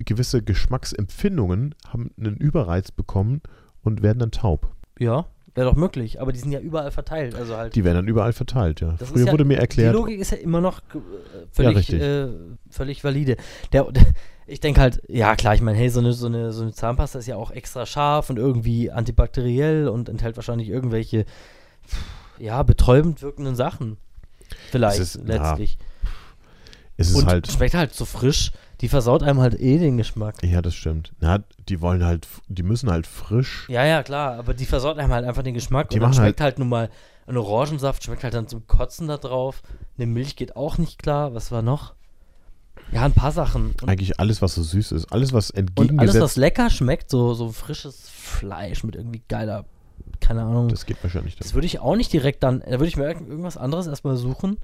gewisse Geschmacksempfindungen haben einen Überreiz bekommen und werden dann taub.
Ja. Wäre doch möglich, aber die sind ja überall verteilt. Also halt.
Die werden dann überall verteilt, ja.
Das ist
Früher
ja
wurde mir
Die
erklärt,
Logik ist ja immer noch ge- äh, völlig,
richtig.
äh, völlig valide. Der, der, ich denke halt, ja klar, ich meine, hey, so eine, so, eine, so eine Zahnpasta ist ja auch extra scharf und irgendwie antibakteriell und enthält wahrscheinlich irgendwelche, pff, ja, betäubend wirkenden Sachen. Vielleicht
Es ist-
letztlich.
es ist
und
halt.
schmeckt halt so frisch, die versaut einem halt eh den Geschmack.
Ja, das stimmt. Na, die wollen halt, die müssen halt frisch.
Ja, ja, klar, aber die versaut einem halt einfach den Geschmack.
Die
und dann
machen
schmeckt halt, nun mal ein Orangensaft, schmeckt halt dann zum Kotzen da drauf. Eine Milch geht auch nicht klar. Was war noch? Ja, ein paar Sachen. Und,
Eigentlich alles, was so süß ist, alles, was
und alles,
entgegengesetzt
was lecker schmeckt, so, so frisches Fleisch mit irgendwie geiler, keine Ahnung. Das,
das geht wahrscheinlich dann.
würde ich auch nicht direkt dann, da würde ich mir irgend- irgendwas anderes erstmal suchen,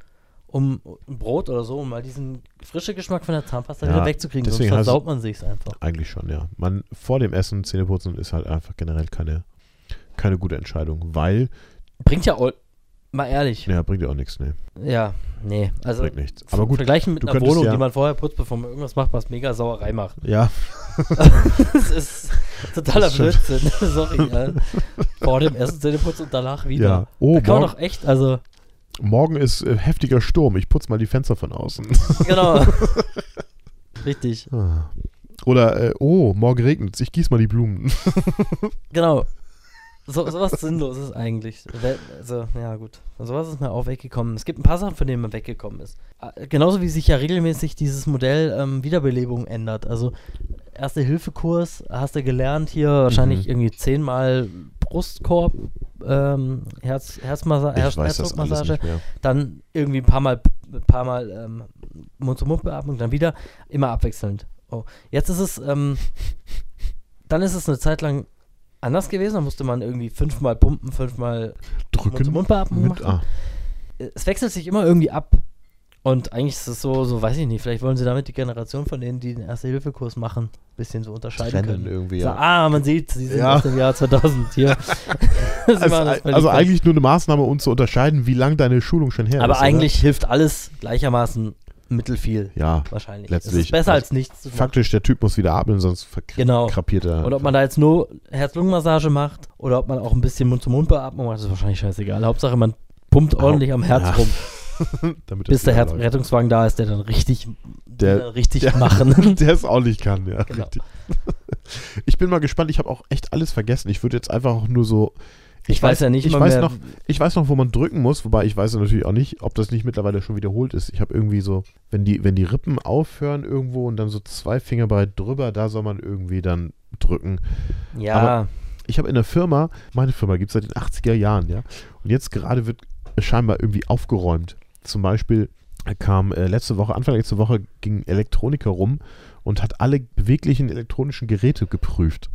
um ein Brot oder so, um mal diesen frische Geschmack von der Zahnpasta
Ja,
wieder wegzukriegen. Sonst
deswegen heißt-
versaut man sich's einfach.
Eigentlich schon, ja. Man vor dem Essen Zähneputzen ist halt einfach generell keine, keine gute Entscheidung, weil,
Bringt ja auch, mal ehrlich. Ja,
ja, bringt ja auch nichts, ne.
nee. Also,
Bringt nichts. Aber gut,
Vergleichen mit
du
einer
könntest
Wohnung,
ja-
die man vorher putzt, bevor man irgendwas macht, was mega Sauerei macht.
ja,
das ist totaler
Das stimmt.
Blödsinn. Sorry. Ja. Vor dem ersten Zähneputz und danach wieder.
ja. Oh,
da kann man
morgen,
doch echt, also,
Morgen ist äh, heftiger Sturm. Ich putze mal die Fenster von außen.
genau. Richtig,
Ah. Oder, äh, oh, morgen regnet es. Ich gieße mal die Blumen.
genau. So, sowas Sinnloses eigentlich. We- Also, ja gut. Von sowas ist mir auch weggekommen. Es gibt ein paar Sachen, von denen man weggekommen ist. Äh, Genauso wie sich ja regelmäßig dieses Modell ähm, Wiederbelebung ändert. Also, Erste-Hilfe-Kurs hast du gelernt hier, wahrscheinlich
Mhm.
irgendwie zehnmal Brustkorb, ähm, Herz, Herzmassa Herz, Herzdruckmassage.
mehr.
dann irgendwie ein paar Mal, ein paar Mal ähm, Mund-zu-Mund-Beatmung, dann wieder, immer abwechselnd. Oh. Jetzt ist es, ähm, dann ist es eine Zeit lang anders gewesen, da musste man irgendwie fünfmal pumpen, fünfmal
Drücken
Mund-zu-Mund-Beatmung
mit
machen.
A.
Es wechselt sich immer irgendwie ab. Und eigentlich ist es so, so weiß ich nicht, vielleicht wollen sie damit die Generation von denen, die den Erste-Hilfe-Kurs machen, ein bisschen so unterscheiden können.
irgendwie,
So, ah, man sieht, sie sind
Ja.
aus dem Jahr 2000 hier. Sie
Also,
machen das
ei-
völlig
also
falsch.
eigentlich nur eine Maßnahme, um zu unterscheiden, wie lang deine Schulung schon her
Aber
ist.
eigentlich hilft alles gleichermaßen mittelfiel.
Oder? Ja,
Wahrscheinlich.
Letztlich.
Es ist besser als nichts zu machen.
faktisch, der Typ muss wieder atmen, sonst verkrapiert
Genau.
er.
Und ob man da jetzt nur Herz-Lungen-Massage macht oder ob man auch ein bisschen Mund-zu-Mund-Beatmung macht, ist wahrscheinlich scheißegal. Hauptsache, man pumpt ordentlich am Herz
Ja.
rum,
Hm, Damit das
bis der
wieder
Herz
läuft.
Rettungswagen da ist, der dann richtig, die
Der,
dann richtig
der-
machen.
der es auch nicht kann, ja.
Genau.
Richtig. Ich bin mal gespannt. Ich habe auch echt alles vergessen. Ich würde jetzt einfach auch nur so.
Ich, weiß ja nicht
ich
mal
weiß
mehr.
noch, Ich weiß noch, wo man drücken muss, wobei ich weiß natürlich auch nicht, ob das nicht mittlerweile schon wiederholt ist. Ich habe irgendwie so, wenn die, wenn die Rippen aufhören irgendwo und dann so zwei Finger breit drüber, da soll man irgendwie dann drücken.
ja,
aber ich habe in der Firma, meine Firma gibt es seit den 80er Jahren, ja. Und jetzt gerade wird scheinbar irgendwie aufgeräumt. Zum Beispiel kam äh, letzte Woche, Anfang letzte Woche, ging ein Elektroniker rum und hat alle beweglichen elektronischen Geräte geprüft.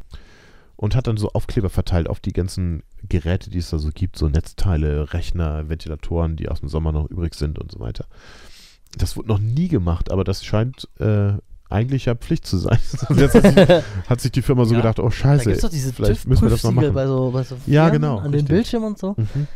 Und hat dann so Aufkleber verteilt auf die ganzen Geräte, die es da so gibt, so Netzteile, Rechner, Ventilatoren, die aus dem Sommer noch übrig sind und so weiter. Das wurde noch nie gemacht, aber das scheint äh, eigentlich ja Pflicht zu sein. Jetzt hat, sich, hat sich die Firma so
Ja.
gedacht, oh
Da
scheiße,
gibt es doch diese
vielleicht müssen wir das mal
TÜV-Prüfsiegel
machen.
bei so, bei so
Ja,
Firmen
genau,
An
richtig.
den Bildschirmen und so.
Mhm.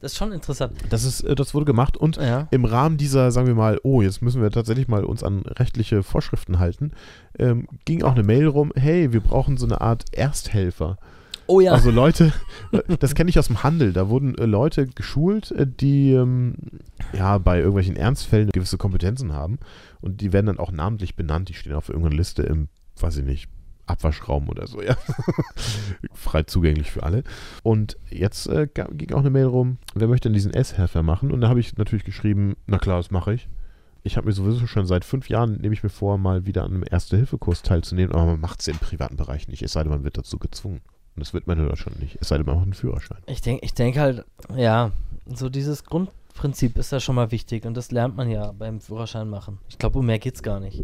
Das ist schon interessant.
Das, ist, äh, das wurde gemacht und
Ja.
im Rahmen dieser, sagen wir mal, oh, jetzt müssen wir tatsächlich mal uns an rechtliche Vorschriften halten, ähm, ging auch eine Mail rum, hey, wir brauchen so eine Art Ersthelfer.
Oh ja.
Also Leute, das kenne ich aus dem Handel, da wurden äh, Leute geschult, äh, die ähm, ja bei irgendwelchen Ernstfällen gewisse Kompetenzen haben und die werden dann auch namentlich benannt, die stehen auf irgendeiner Liste im, weiß ich nicht, Abwaschraum oder so, ja. Frei zugänglich für alle. Und jetzt äh, ga- ging auch eine Mail rum, wer möchte denn diesen S-Helfer machen? Und da habe ich natürlich geschrieben, na klar, das mache ich. Ich habe mir sowieso schon seit fünf Jahren, nehme ich mir vor, mal wieder an einem Erste-Hilfe-Kurs teilzunehmen, aber man macht es im privaten Bereich nicht, es sei denn, man wird dazu gezwungen. Und das wird man in Deutschland nicht, es sei denn, man macht einen Führerschein.
Ich denke ich denk halt, ja, so dieses Grundprinzip ist da schon mal wichtig und das lernt man ja beim Führerschein machen. Ich glaube, um mehr geht's gar nicht.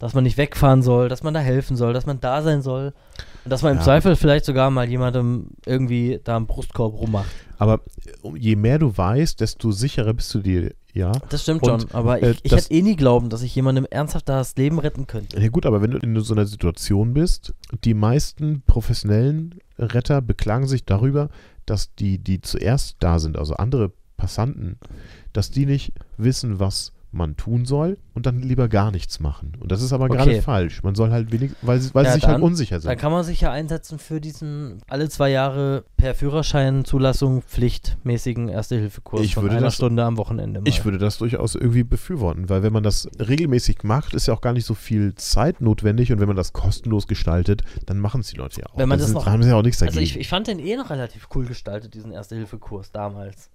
Dass man nicht wegfahren soll, dass man da helfen soll, dass man da sein soll und dass man
Ja.
im Zweifel vielleicht sogar mal jemandem irgendwie da im Brustkorb rummacht.
Aber äh, je mehr du weißt, desto sicherer bist du dir, ja.
Das stimmt
Und,
schon, aber ich,
äh,
ich
das-
hätte eh nie glauben, dass ich jemandem ernsthaft das Leben retten könnte.
Ja gut, aber wenn du in so einer Situation bist, die meisten professionellen Retter beklagen sich darüber, dass die, die zuerst da sind, also andere Passanten, dass die nicht wissen, was man tun soll und dann lieber gar nichts machen. Und das ist aber gerade
Okay.
falsch. Man soll halt wenig, weil, sie- weil
Ja,
sie sich halt
dann-
unsicher
Dann
sind.
kann man sich ja einsetzen für diesen alle zwei Jahre per Führerschein Zulassung pflichtmäßigen Erste-Hilfe-Kurs
Ich
von
würde
einer
das-
Stunde am Wochenende. Mal.
Ich würde das durchaus irgendwie befürworten, weil wenn man das regelmäßig macht, ist ja auch gar nicht so viel Zeit notwendig und wenn man das kostenlos gestaltet, dann machen es die Leute ja auch.
Wenn man
Da
das
sind,
noch-
haben sie ja auch nichts dagegen.
Also ich, ich fand den eh noch relativ cool gestaltet, diesen Erste-Hilfe-Kurs damals,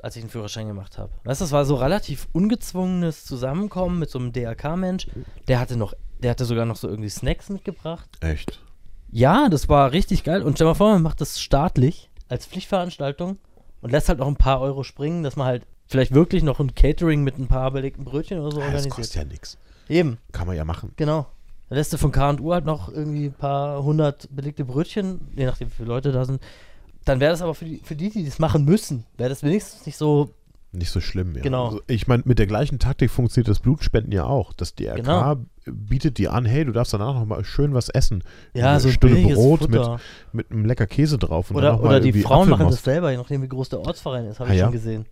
als ich den Führerschein gemacht habe. Weißt du, das war so relativ ungezwungenes Zusammenkommen mit so einem DRK-Mensch. Der hatte noch, der hatte sogar noch so irgendwie Snacks mitgebracht.
Echt.
Ja, das war richtig geil. Und stell mal vor, man macht das staatlich als Pflichtveranstaltung und lässt halt noch ein paar Euro springen, dass man halt vielleicht wirklich noch ein Catering mit ein paar belegten Brötchen oder so
Ah, das kostet
organisiert.
ja nichts.
Eben.
Kann man ja machen.
Genau. Dann lässt du von K&U halt noch irgendwie ein paar hundert belegte Brötchen, je nachdem wie viele Leute da sind. Dann wäre das aber für die, für die, die das machen müssen, wäre das wenigstens nicht so,
Nicht so schlimm, ja.
Genau.
Also ich meine, mit der gleichen Taktik funktioniert das Blutspenden ja auch. Das DRK
Genau.
bietet dir an, hey, du darfst danach nochmal schön was essen.
ja,
Eine
so ein
Stunde
billiges
Brot mit,
Futter.
mit einem lecker Käse drauf. Und dann
oder
noch mal
oder die
irgendwie
Frauen machen
Apfelmus.
das selber, je nachdem wie groß der Ortsverein ist, habe
Ah,
ich
ja?
schon gesehen.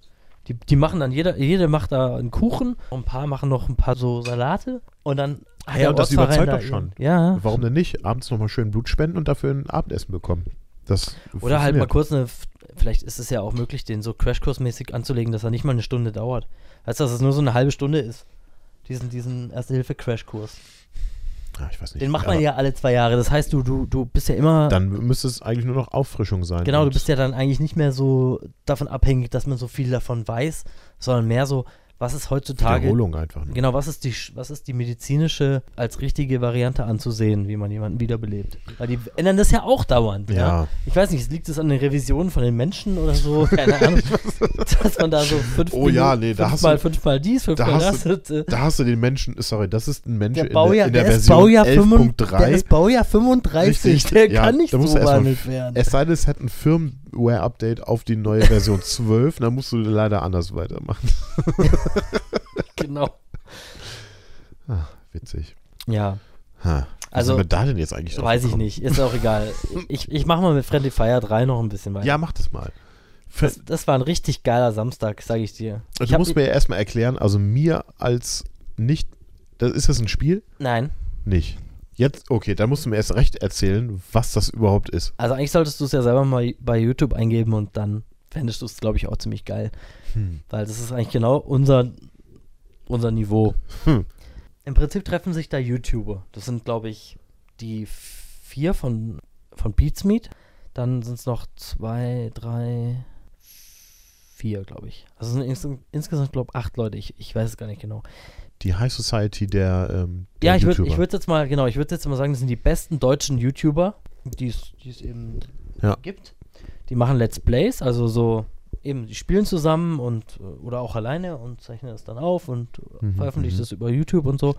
Die, die machen dann, jeder, jede macht da einen Kuchen, ein paar machen noch ein paar so Salate und dann hat
Ah, Ja,
der
und das
Ortsverein
überzeugt
da
doch schon.
ihren- Ja,
Warum denn nicht? Abends nochmal schön Blut spenden und dafür ein Abendessen bekommen. Das
oder halt mal
funktioniert.
kurz eine, vielleicht ist es ja auch möglich, den so Crashkursmäßig anzulegen, dass er nicht mal eine Stunde dauert. Weißt du, dass es nur so eine halbe Stunde ist. Diesen, diesen Erste-Hilfe-Crashkurs.
Ah, ich weiß nicht.
Den macht man
Aber
ja alle zwei Jahre. Das heißt, du, du, du bist ja immer.
Dann müsste es eigentlich nur noch Auffrischung sein.
genau, du
Und
bist ja dann eigentlich nicht mehr so davon abhängig, dass man so viel davon weiß, sondern mehr so, was ist heutzutage.
Wiederholung einfach. Nur.
Genau, was ist, die, sch- was ist die medizinische als richtige Variante anzusehen, wie man jemanden wiederbelebt? Weil die ändern das ja auch dauernd.
Ja.
Ich weiß nicht, liegt es an den Revisionen von den Menschen oder so? Keine Ahnung. dass man da so fünf
Oh ja, nee, da hast
fünfmal,
du-
fünfmal dies, fünfmal das.
hast du-
und, äh,
Da hast du den Menschen, sorry, das ist ein Mensch
der
in der,
Baujahr,
in der,
der, ist
Version
Baujahr 5,
11.3.
der ist Baujahr 35, der
ja,
kann nicht
da musst
so
du erst mal
behandelt
f-
werden.
Es sei denn, es hat ein Firmware-Update auf die neue Version 12, dann musst du leider anders weitermachen.
genau.
Witzig.
Ja,
Ha. Wie
Also,
sind wir da denn jetzt eigentlich drauf
weiß ich
gekommen?
nicht, ist auch egal. Ich, ich mache mal mit Friendly Fire 3 noch ein bisschen weiter.
Ja, mach das mal. Für,
Das, das war ein richtig geiler Samstag, sage ich dir. Ich
Also du
hab-
musst mir ja erstmal erklären, also mir als nicht, das, ist das ein Spiel?
nein,
Nicht. Jetzt, okay, dann musst du mir erst recht erzählen, was das überhaupt ist.
also eigentlich solltest du es ja selber mal bei YouTube eingeben und dann fändest du es, glaube ich, auch ziemlich geil.
Hm.
Weil das ist eigentlich genau unser, unser Niveau.
Hm.
Im Prinzip treffen sich da YouTuber. Das sind, glaube ich, die vier von, von Beatsmeet. Dann sind es noch zwei, drei, vier, glaube ich. Also sind ins, insgesamt, glaube ich, acht Leute. Ich, ich weiß es gar nicht genau.
Die High Society der, ähm, der
ja, ich würde
YouTuber.
ich würd jetzt mal, genau, ich würde jetzt mal sagen, das sind die besten deutschen YouTuber. die es die es eben
Ja.
gibt. Die machen Let's Plays, also so eben, die spielen zusammen und äh, oder auch alleine und zeichnen das dann auf und äh,
Mhm,
veröffentlichen
mhm.
das über YouTube und so.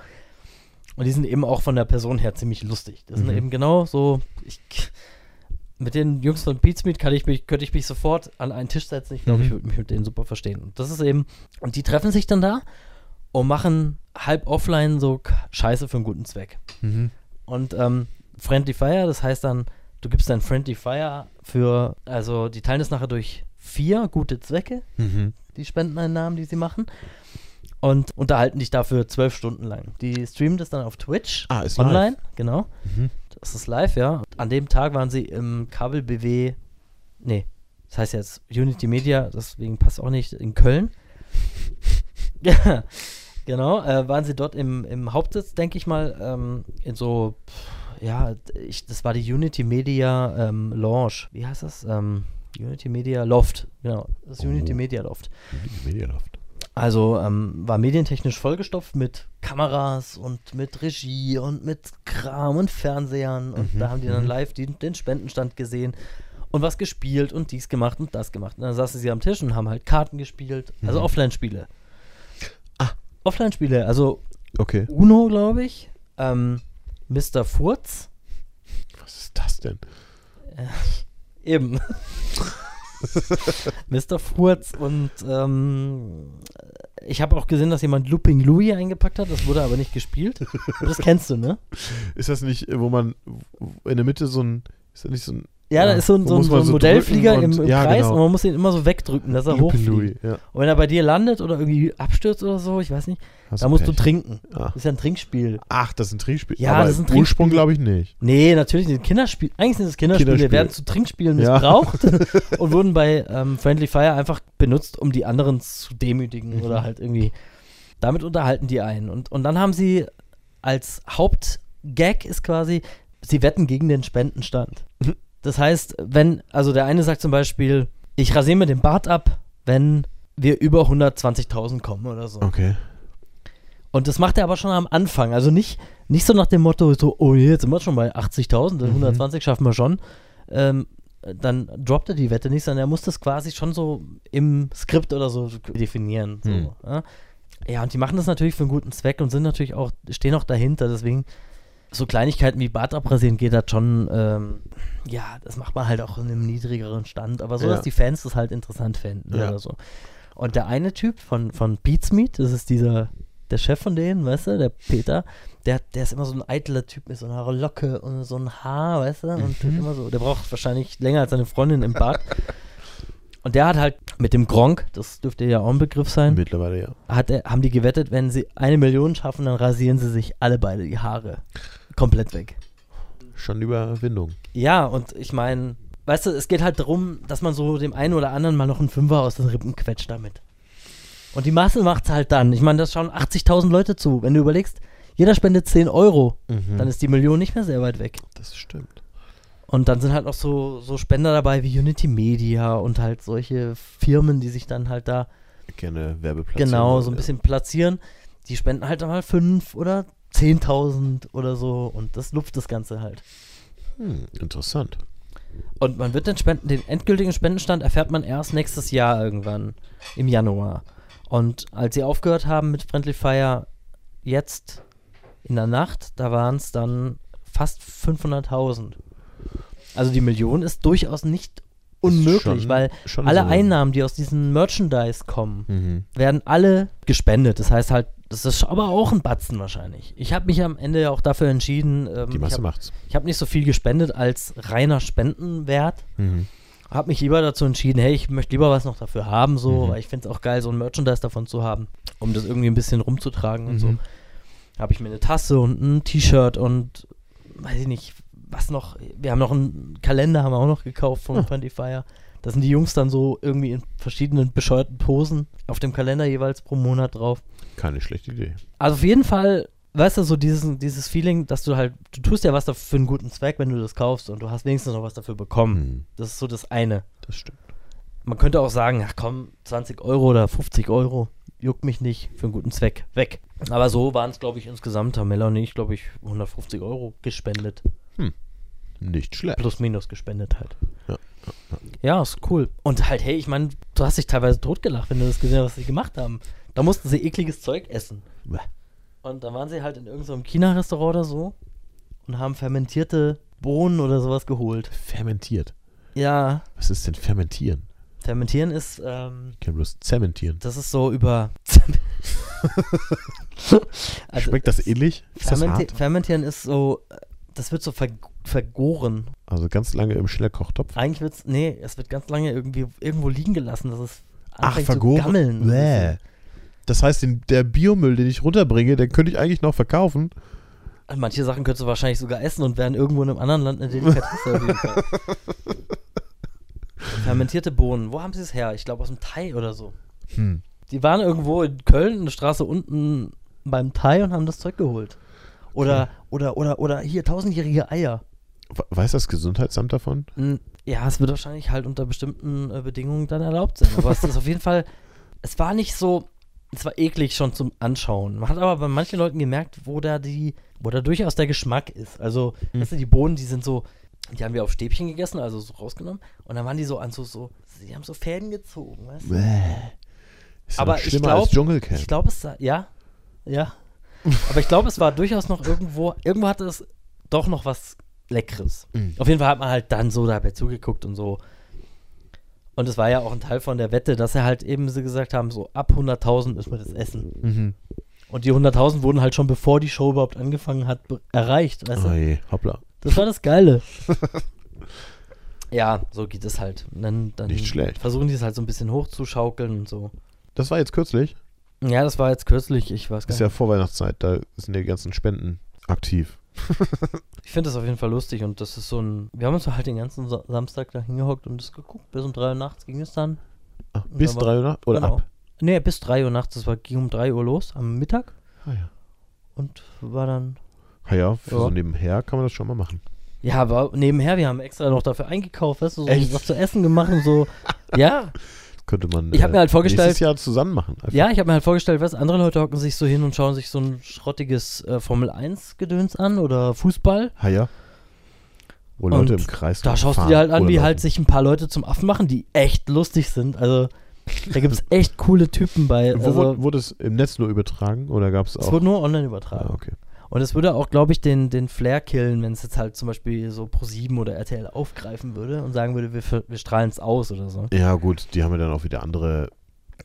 Und die sind eben auch von der Person her ziemlich lustig. Das
Mhm.
sind eben genau so, ich, mit den Jungs von Beatsmeet kann ich mich, könnte ich mich sofort an einen Tisch setzen. Ich glaube,
Mhm.
ich würde mich mit denen super verstehen. Und das ist eben, und die treffen sich dann da und machen halb offline so K- Scheiße für einen guten Zweck.
Mhm.
Und ähm, Friendly Fire, das heißt dann, du gibst dein Friendly Fire für, also die teilen das nachher durch vier gute Zwecke,
Mhm.
die Spendeneinnahmen, die sie machen. Und unterhalten dich dafür zwölf Stunden lang. Die streamen das dann auf Twitch.
Ah, ist
online, genau.
Mhm.
Das ist live, ja. An dem Tag waren sie im Kabel BW, nee, das heißt jetzt Unity Media, deswegen passt auch nicht, in Köln. ja, genau, äh, waren sie dort im, im Hauptsitz, denke ich mal, ähm, in so, pff, ja, ich, das war die Unity Media ähm, Launch. Wie heißt das? Ähm, Unity Media Loft, genau. Das ist Unity
Oh.
Media Loft.
Medienhaft.
Also ähm, war medientechnisch vollgestopft mit Kameras und mit Regie und mit Kram und Fernsehern. Und
Mhm,
da haben die dann
mhm.
live die, den Spendenstand gesehen und was gespielt und dies gemacht und das gemacht. Und dann saßen sie am Tisch und haben halt Karten gespielt. Also
Mhm.
Offline-Spiele.
Ah.
Offline-Spiele. Also
Okay.
Uno, glaube ich. Ähm, Mr. Furz.
Was ist das denn?
Eben. Mr. Furz und ähm, ich habe auch gesehen, dass jemand Looping Louie eingepackt hat, das wurde aber nicht gespielt. Das kennst du, ne?
Ist das nicht, wo man wo in der Mitte so ein. Ist das nicht so ein.
Ja, da ist so ein,
wo
so ein,
muss
so
man
ein
so
Modellflieger
drücken
im,
und-
im
ja,
Kreis
genau.
und man muss ihn immer so wegdrücken, dass er hochfliegt.
Lupinui, ja.
Und wenn er bei dir landet oder irgendwie abstürzt oder so, ich weiß nicht,
Hast
da musst
Pech.
du trinken.
Ah.
Das ist ja ein Trinkspiel.
Ach, das ist ein Trinkspiel.
Ja,
Aber
das ist ein
im Ursprung
Trinkspiel.
glaube ich nicht.
Nee, natürlich nicht. Kinderspiel. Eigentlich sind es Kinderspiele,
Kinderspiel.
werden zu Trinkspielen
Ja.
missbraucht und wurden bei ähm, Friendly Fire einfach benutzt, um die anderen zu demütigen
Mhm.
oder halt irgendwie. Damit unterhalten die einen. Und, und dann haben sie als Hauptgag ist quasi, sie wetten gegen den Spendenstand.
Mhm.
Das heißt, wenn, also der eine sagt zum Beispiel, ich rasiere mir den Bart ab, wenn wir über 120.000 kommen oder so.
Okay.
Und das macht er aber schon am Anfang. Also nicht, nicht so nach dem Motto, so, oh, jetzt sind wir schon bei 80.000,
Mhm.
120 schaffen wir schon. Ähm, dann droppt er die Wette nicht, sondern er muss das quasi schon so im Skript oder so definieren. So,
Mhm.
ja? ja, und die machen das natürlich für einen guten Zweck und sind natürlich auch, stehen auch dahinter. Deswegen, so Kleinigkeiten wie Bart abrasieren geht das schon, ähm, ja, das macht man halt auch in einem niedrigeren Stand. Aber so,
Ja.
dass die Fans das halt interessant fänden
Ja.
oder so. Und der eine Typ von, von Beatsmeet, das ist dieser, der Chef von denen, weißt du, der Peter, der, der ist immer so ein eitler Typ mit so einer Locke und so ein Haar, weißt du, und
Mhm.
immer so, der braucht wahrscheinlich länger als seine Freundin im Bad. und der hat halt mit dem Gronk, das dürfte ja auch ein Begriff sein,
Mittlerweile ja.
hat er, haben die gewettet, wenn sie eine Million schaffen, dann rasieren sie sich alle beide die Haare. Komplett weg.
Schon Überwindung.
Ja, und ich meine, weißt du, es geht halt darum, dass man so dem einen oder anderen mal noch einen Fünfer aus den Rippen quetscht damit. Und die Masse macht's halt dann. Ich meine, das schauen 80.000 Leute zu. Wenn du überlegst, jeder spendet 10 Euro, Mhm.
Mhm.
dann ist die Million nicht mehr sehr weit weg.
das stimmt.
Und dann sind halt noch so, so Spender dabei wie Unity Media und halt solche Firmen, die sich dann halt da
Gerne Werbeplatz. äh,
genau so ein bisschen platzieren. Die spenden halt dann mal 5 oder 10.000 oder so und das lupft das Ganze halt.
Hm, interessant.
Und man wird den, Spenden, den endgültigen Spendenstand erfährt man erst nächstes Jahr irgendwann, im Januar. Und als sie aufgehört haben mit Friendly Fire, jetzt in der Nacht, da waren es dann fast 500.000. Also die Million ist durchaus nicht unmöglich,
Schon-
weil
schon
alle
so.
Einnahmen, die aus diesem Merchandise kommen,
Mhm.
werden alle gespendet. Das heißt halt, das ist aber auch ein Batzen wahrscheinlich. Ich habe mich am Ende auch dafür entschieden, ähm,
Die
ich
Masse
habe
macht's.
hab nicht so viel gespendet als reiner Spendenwert
Mhm.
habe mich lieber dazu entschieden, hey, ich möchte lieber was noch dafür haben, so,
Mhm.
weil ich finde es auch geil, so ein Merchandise davon zu haben, um das irgendwie ein bisschen rumzutragen und so.
Mhm.
Habe ich mir eine Tasse und ein T-Shirt und weiß ich nicht, was noch. Wir haben noch einen Kalender, haben wir auch noch gekauft von
Ah.
Friendly Fire. Da sind die Jungs dann so irgendwie in verschiedenen bescheuerten Posen auf dem Kalender jeweils pro Monat drauf.
Keine schlechte Idee.
Also auf jeden Fall, weißt du, so dieses, dieses Feeling, dass du halt, du tust ja was dafür für einen guten Zweck, wenn du das kaufst und du hast wenigstens noch was dafür bekommen.
Mhm.
Das ist so das eine.
Das stimmt.
Man könnte auch sagen, ach komm, 20 Euro oder 50 Euro, juckt mich nicht, für einen guten Zweck, weg. Aber so waren es, glaube ich, insgesamt, haben Melanie, ich glaube ich, 150 Euro gespendet.
Hm. Nicht schlecht.
plus minus gespendet halt.
Ja.
Ja, ist cool. Und halt, hey, ich meine, du hast dich teilweise totgelacht, wenn du das gesehen hast, was sie gemacht haben. Da mussten sie ekliges Zeug essen.
Bäh.
Und da waren sie halt in irgendeinem China-Restaurant oder so und haben fermentierte Bohnen oder sowas geholt.
Fermentiert.
Ja,
Was ist denn fermentieren?
fermentieren ist, ähm,
Ich kann bloß zementieren.
das ist so über. also,
Schmeckt das ähnlich? Ist das
Fermenti
hart?
fermentieren ist so, äh, das wird so ver vergoren.
Also ganz lange im Schnellkochtopf.
Eigentlich wird's, nee, es wird ganz lange irgendwie irgendwo liegen gelassen, dass es
Ach,
anfängt zu
vergoren.
gammeln.
Bäh. Das heißt, den, der Biomüll, den ich runterbringe, den könnte ich eigentlich noch verkaufen.
Und Manche Sachen könntest du wahrscheinlich sogar essen und wären irgendwo in einem anderen Land eine Delikatesse auf jeden Fall. Fermentierte Bohnen, wo haben sie es her? Ich glaube aus dem Thai oder so.
Hm.
Die waren irgendwo in Köln, eine Straße unten beim Thai und haben das Zeug geholt. Oder, oder, oder, oder hier tausendjährige Eier.
We- Weiß das Gesundheitsamt davon?
Mm, Ja, es wird wahrscheinlich halt unter bestimmten äh, Bedingungen dann erlaubt sein. Aber es ist auf jeden Fall, es war nicht so, es war eklig schon zum Anschauen. Man hat aber bei manchen Leuten gemerkt, wo da die, wo da durchaus der Geschmack ist. Also, weißt du, die Bohnen, die sind so, die haben wir auf Stäbchen gegessen, also so rausgenommen. Und dann waren die so an so, so sie haben so Fäden gezogen, weißt du?
Bäh. Ist ja
Aber
noch
ich
schlimmer
glaub-
als Dschungelcamp.
Ich glaube, es sah, ja, ja. Aber ich glaube, es war durchaus noch irgendwo, irgendwo hatte es doch noch was Leckeres.
Mhm.
Auf jeden Fall hat man halt dann so dabei zugeguckt und so. Und es war ja auch ein Teil von der Wette, dass er halt eben sie gesagt haben, so ab 100.000 müssen wir das essen.
mhm.
Und die 100.000 wurden halt schon bevor die Show überhaupt angefangen hat, be- erreicht. Weißt
Oh
du?
je, hoppla.
Das war das Geile. ja, so geht es halt. Und Dann, dann
Nicht schlecht.
versuchen die es halt so ein bisschen hochzuschaukeln und so.
Das war jetzt kürzlich.
Ja, das war jetzt kürzlich, ich weiß gar
Ist
nicht.
ja Vorweihnachtszeit, da sind die ganzen Spenden aktiv.
Ich finde das auf jeden Fall lustig und das ist so ein. Wir haben uns halt den ganzen Sa Samstag da hingehockt und das geguckt. Bis um 3 Uhr nachts ging es dann.
Ah, bis
aber-
3 Uhr nach, oder
Genau.
ab.
Nee, bis 3 Uhr nachts. Das war, ging um 3 Uhr los am Mittag
Ah ja.
und war dann.
Ah ja, für
Ja.
so nebenher kann man das schon mal machen.
Ja, aber nebenher, wir haben extra noch dafür eingekauft, weißt du, so
Echt?
was zu essen gemacht und so. ja,
Könnte man äh,
Ich hab mir halt vorgestellt-
nächstes Jahr zusammen machen. Einfach.
ja, ich habe mir halt vorgestellt, was andere Leute hocken sich so hin und schauen sich so ein schrottiges äh, Formel 1-Gedöns an oder Fußball.
Ah ja. Wo Leute
Und
im Kreis
Da schaust du
fahren
dir halt an,
oder
wie
laufen.
halt sich ein paar Leute zum Affen machen, die echt lustig sind. Also, da gibt es echt coole Typen bei.
Wo,
Also,
wurde, wurde es im Netz nur übertragen oder gab es
Es
auch?
wurde nur online
ah,
übertragen.
okay.
Und es würde auch, glaube ich, den, den Flair killen, wenn es jetzt halt zum Beispiel so Pro7 oder RTL aufgreifen würde und sagen würde, wir, ver- wir strahlen es aus oder so.
Ja gut, die haben ja dann auch wieder andere.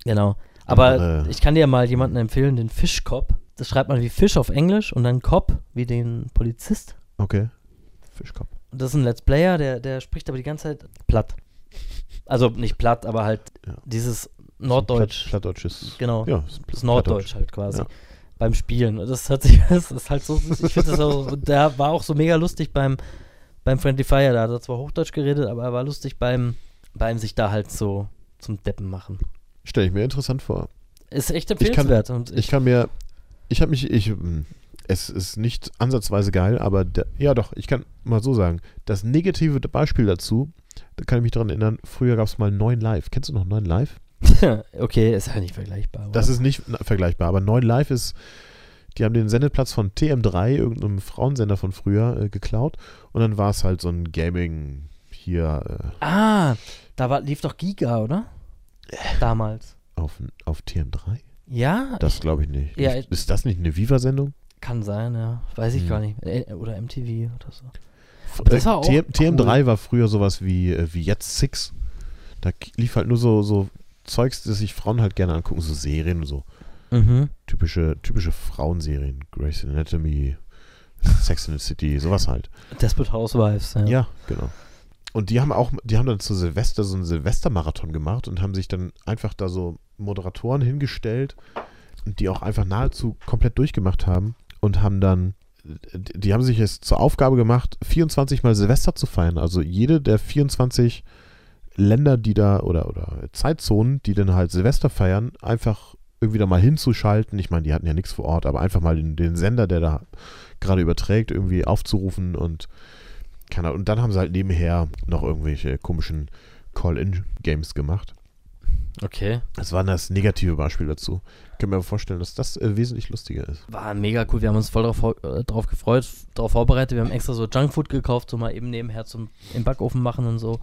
Genau. Aber
Andere-
ich kann dir mal jemanden empfehlen, den Fischkopf. Das schreibt man wie Fisch auf Englisch und dann Cop wie den Polizist.
Okay. Fischkopf.
Und das ist ein Let's Player, der, der spricht aber die ganze Zeit platt. Also nicht platt, aber halt
Ja.
dieses Norddeutsch.
Platt, plattdeutsches.
Genau.
Ja, ist pl-
Das Norddeutsch
Plattdeutsch.
halt quasi.
Ja.
Beim Spielen. Und Das hat sich, das ist halt so, ich finde das auch, und der war auch so mega lustig beim, beim Friendly Fire, da hat er zwar Hochdeutsch geredet, aber er war lustig beim, beim sich da halt so zum Deppen machen.
Stelle ich mir interessant vor.
Ist echt
kann-
empfehlenswert. und
Ich kann mir, ich habe mich, ich, hm, es ist nicht ansatzweise geil, aber der, ja doch, ich kann mal so sagen, das negative Beispiel dazu, da kann ich mich daran erinnern, früher gab es mal 9 Live. Kennst du noch 9 Live?
okay, ist halt nicht vergleichbar.
Das
oder?
ist nicht na, vergleichbar, aber 9 Live ist, die haben den Sendeplatz von TM3, irgendeinem Frauensender von früher, äh, geklaut und dann war es halt so ein Gaming hier
ah, da war, lief doch Giga, oder? Damals.
äh, auf, auf TM3?
Ja,
Das glaube ich nicht.
Ja,
ist, ist das nicht eine Viva-Sendung?
kann sein, ja. Weiß ich
Hm.
gar nicht. Äh, Oder MTV oder so. das
Das
war
war
auch
TM, TM3 war früher sowas wie, äh, wie jetzt Six. Da k- lief halt nur so, so Zeugs, das sich Frauen halt gerne angucken, so Serien und so.
Mhm.
Typische, typische Frauenserien. Grey's Anatomy, Sex in the City, sowas halt.
Desperate Housewives, ja.
Ja, genau. Und die haben auch, die haben dann zu Silvester so einen Silvestermarathon gemacht und haben sich dann einfach da so Moderatoren hingestellt, die auch einfach nahezu komplett durchgemacht haben und haben dann, die haben sich es zur Aufgabe gemacht, 24 Mal Silvester zu feiern. Also jede der 24 Länder, die da oder, oder Zeitzonen, die dann halt Silvester feiern, einfach irgendwie da mal hinzuschalten. Ich meine, die hatten ja nichts vor Ort, aber einfach mal den, den Sender, der da gerade überträgt, irgendwie aufzurufen und keine Ahnung. Und dann haben sie halt nebenher noch irgendwelche komischen Call-In-Games gemacht.
Okay.
Das war das negative Beispiel dazu. Ich kann mir aber vorstellen, dass das äh, wesentlich lustiger ist.
War mega cool. Wir haben uns voll drauf, äh, drauf gefreut, drauf vorbereitet. Wir haben extra so Junkfood gekauft, so mal eben nebenher zum im Backofen machen und so.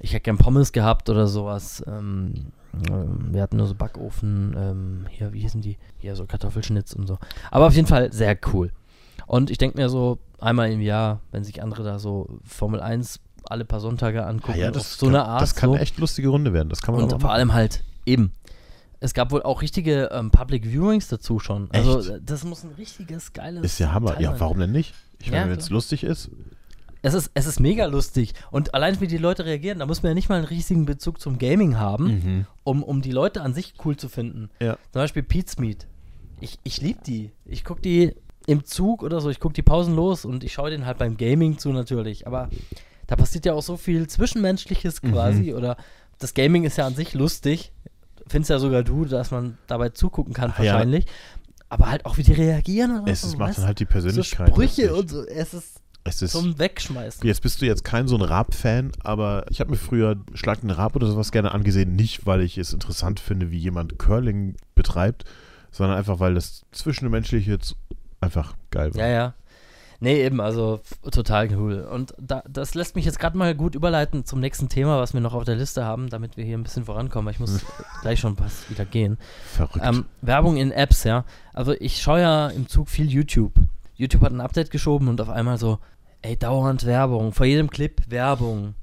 Ich hätte gern Pommes gehabt oder sowas. Ähm, ähm, wir hatten nur so Backofen, ähm, hier, wie hießen die? Hier so Kartoffelschnitz und so. Aber auf jeden Fall sehr cool. Und ich denke mir so, einmal im Jahr, wenn sich andere da so Formel 1 alle paar Sonntage angucken,
Ah
auf so eine
kann,
Art.
Das kann
so.
eine echt lustige Runde werden. Das kann man
Und
auch
vor
machen.
allem halt eben. Es gab wohl auch richtige ähm, Public Viewings dazu schon. Also
Echt?
das muss ein richtiges geiles.
Ist ja Hammer.
Teil
Ja,
sein.
warum denn nicht? Ich
Ja,
meine, wenn es
klar.
lustig ist,
Es ist, es ist mega lustig. Und allein wie die Leute reagieren, da muss man ja nicht mal einen richtigen Bezug zum Gaming haben,
Mhm.
um, um die Leute an sich cool zu finden.
Ja.
Zum Beispiel Pete's Meat. Ich, ich liebe die. Ich gucke die im Zug oder so, ich gucke die pausenlos und ich schaue den halt beim Gaming zu natürlich. Aber da passiert ja auch so viel Zwischenmenschliches
Mhm.
quasi oder das Gaming ist ja an sich lustig. Findest ja sogar du, dass man dabei zugucken kann
Ah, ja.
wahrscheinlich. Aber halt auch wie die reagieren. oder
es
so,
ist, macht
weißt
dann halt die
du? so
Persönlichkeit.
Sprüche
lustig.
und so. Es ist
es ist,
zum Wegschmeißen.
jetzt bist du jetzt kein so ein Rap-Fan, aber ich habe mir früher Schlag den Rap oder sowas gerne angesehen. Nicht, weil ich es interessant finde, wie jemand Curling betreibt, sondern einfach, weil das Zwischenmenschliche z- einfach geil war.
Ja, ja. Nee, eben, also f- total cool. Und da, das lässt mich jetzt gerade mal gut überleiten zum nächsten Thema, was wir noch auf der Liste haben, damit wir hier ein bisschen vorankommen, weil ich muss gleich schon was wieder gehen.
Verrückt.
Ähm, Werbung in Apps, ja. Also ich schaue ja im Zug viel YouTube. YouTube hat ein Update geschoben und auf einmal so, ey, dauernd Werbung. Vor jedem Clip Werbung.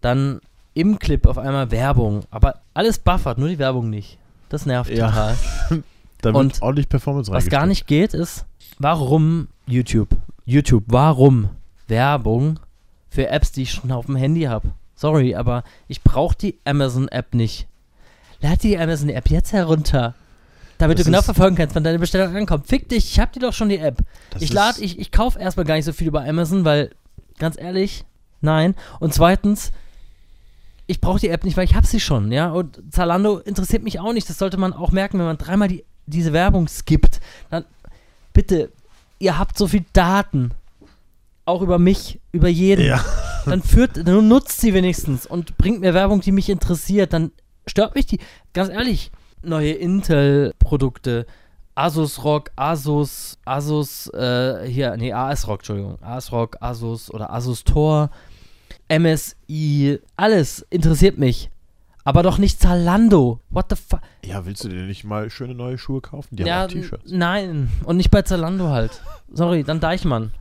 Dann im Clip auf einmal Werbung. Aber alles buffert, nur die Werbung nicht. Das nervt
Ja.
total.
da
und
wird ordentlich Performance
Was gar
reingesteckt.
nicht geht, ist, warum YouTube? YouTube, warum Werbung für Apps, die ich schon auf dem Handy habe? Sorry, aber ich brauche die Amazon-App nicht. Lad die Amazon-App jetzt herunter. Damit
Das
du genau
ist-
verfolgen kannst, wann deine Bestellung ankommt. Fick dich, ich hab die doch schon, die App.
Das
ich
ist-
lade, ich, ich kaufe erstmal gar nicht so viel über Amazon, weil, ganz ehrlich, nein. Und zweitens, ich brauche die App nicht, weil ich habe sie schon, ja. Und Zalando interessiert mich auch nicht. Das sollte man auch merken, wenn man dreimal die, diese Werbung skippt. Dann, bitte, ihr habt so viel Daten. Auch über mich, über jeden.
Ja.
Dann führt, dann nutzt sie wenigstens und bringt mir Werbung, die mich interessiert. Dann stört mich die. Ganz ehrlich, neue Intel-Produkte, Asus Rock, Asus, Asus, äh, hier, nee, AS Rock, Entschuldigung. AS Rock, Asus oder Asus Tor, MSI, alles interessiert mich. Aber doch nicht Zalando. What the fuck?
Ja, willst du dir nicht mal schöne neue Schuhe kaufen? Die haben auch T-Shirts.
nein. Und nicht bei Zalando halt. Sorry, dann Deichmann.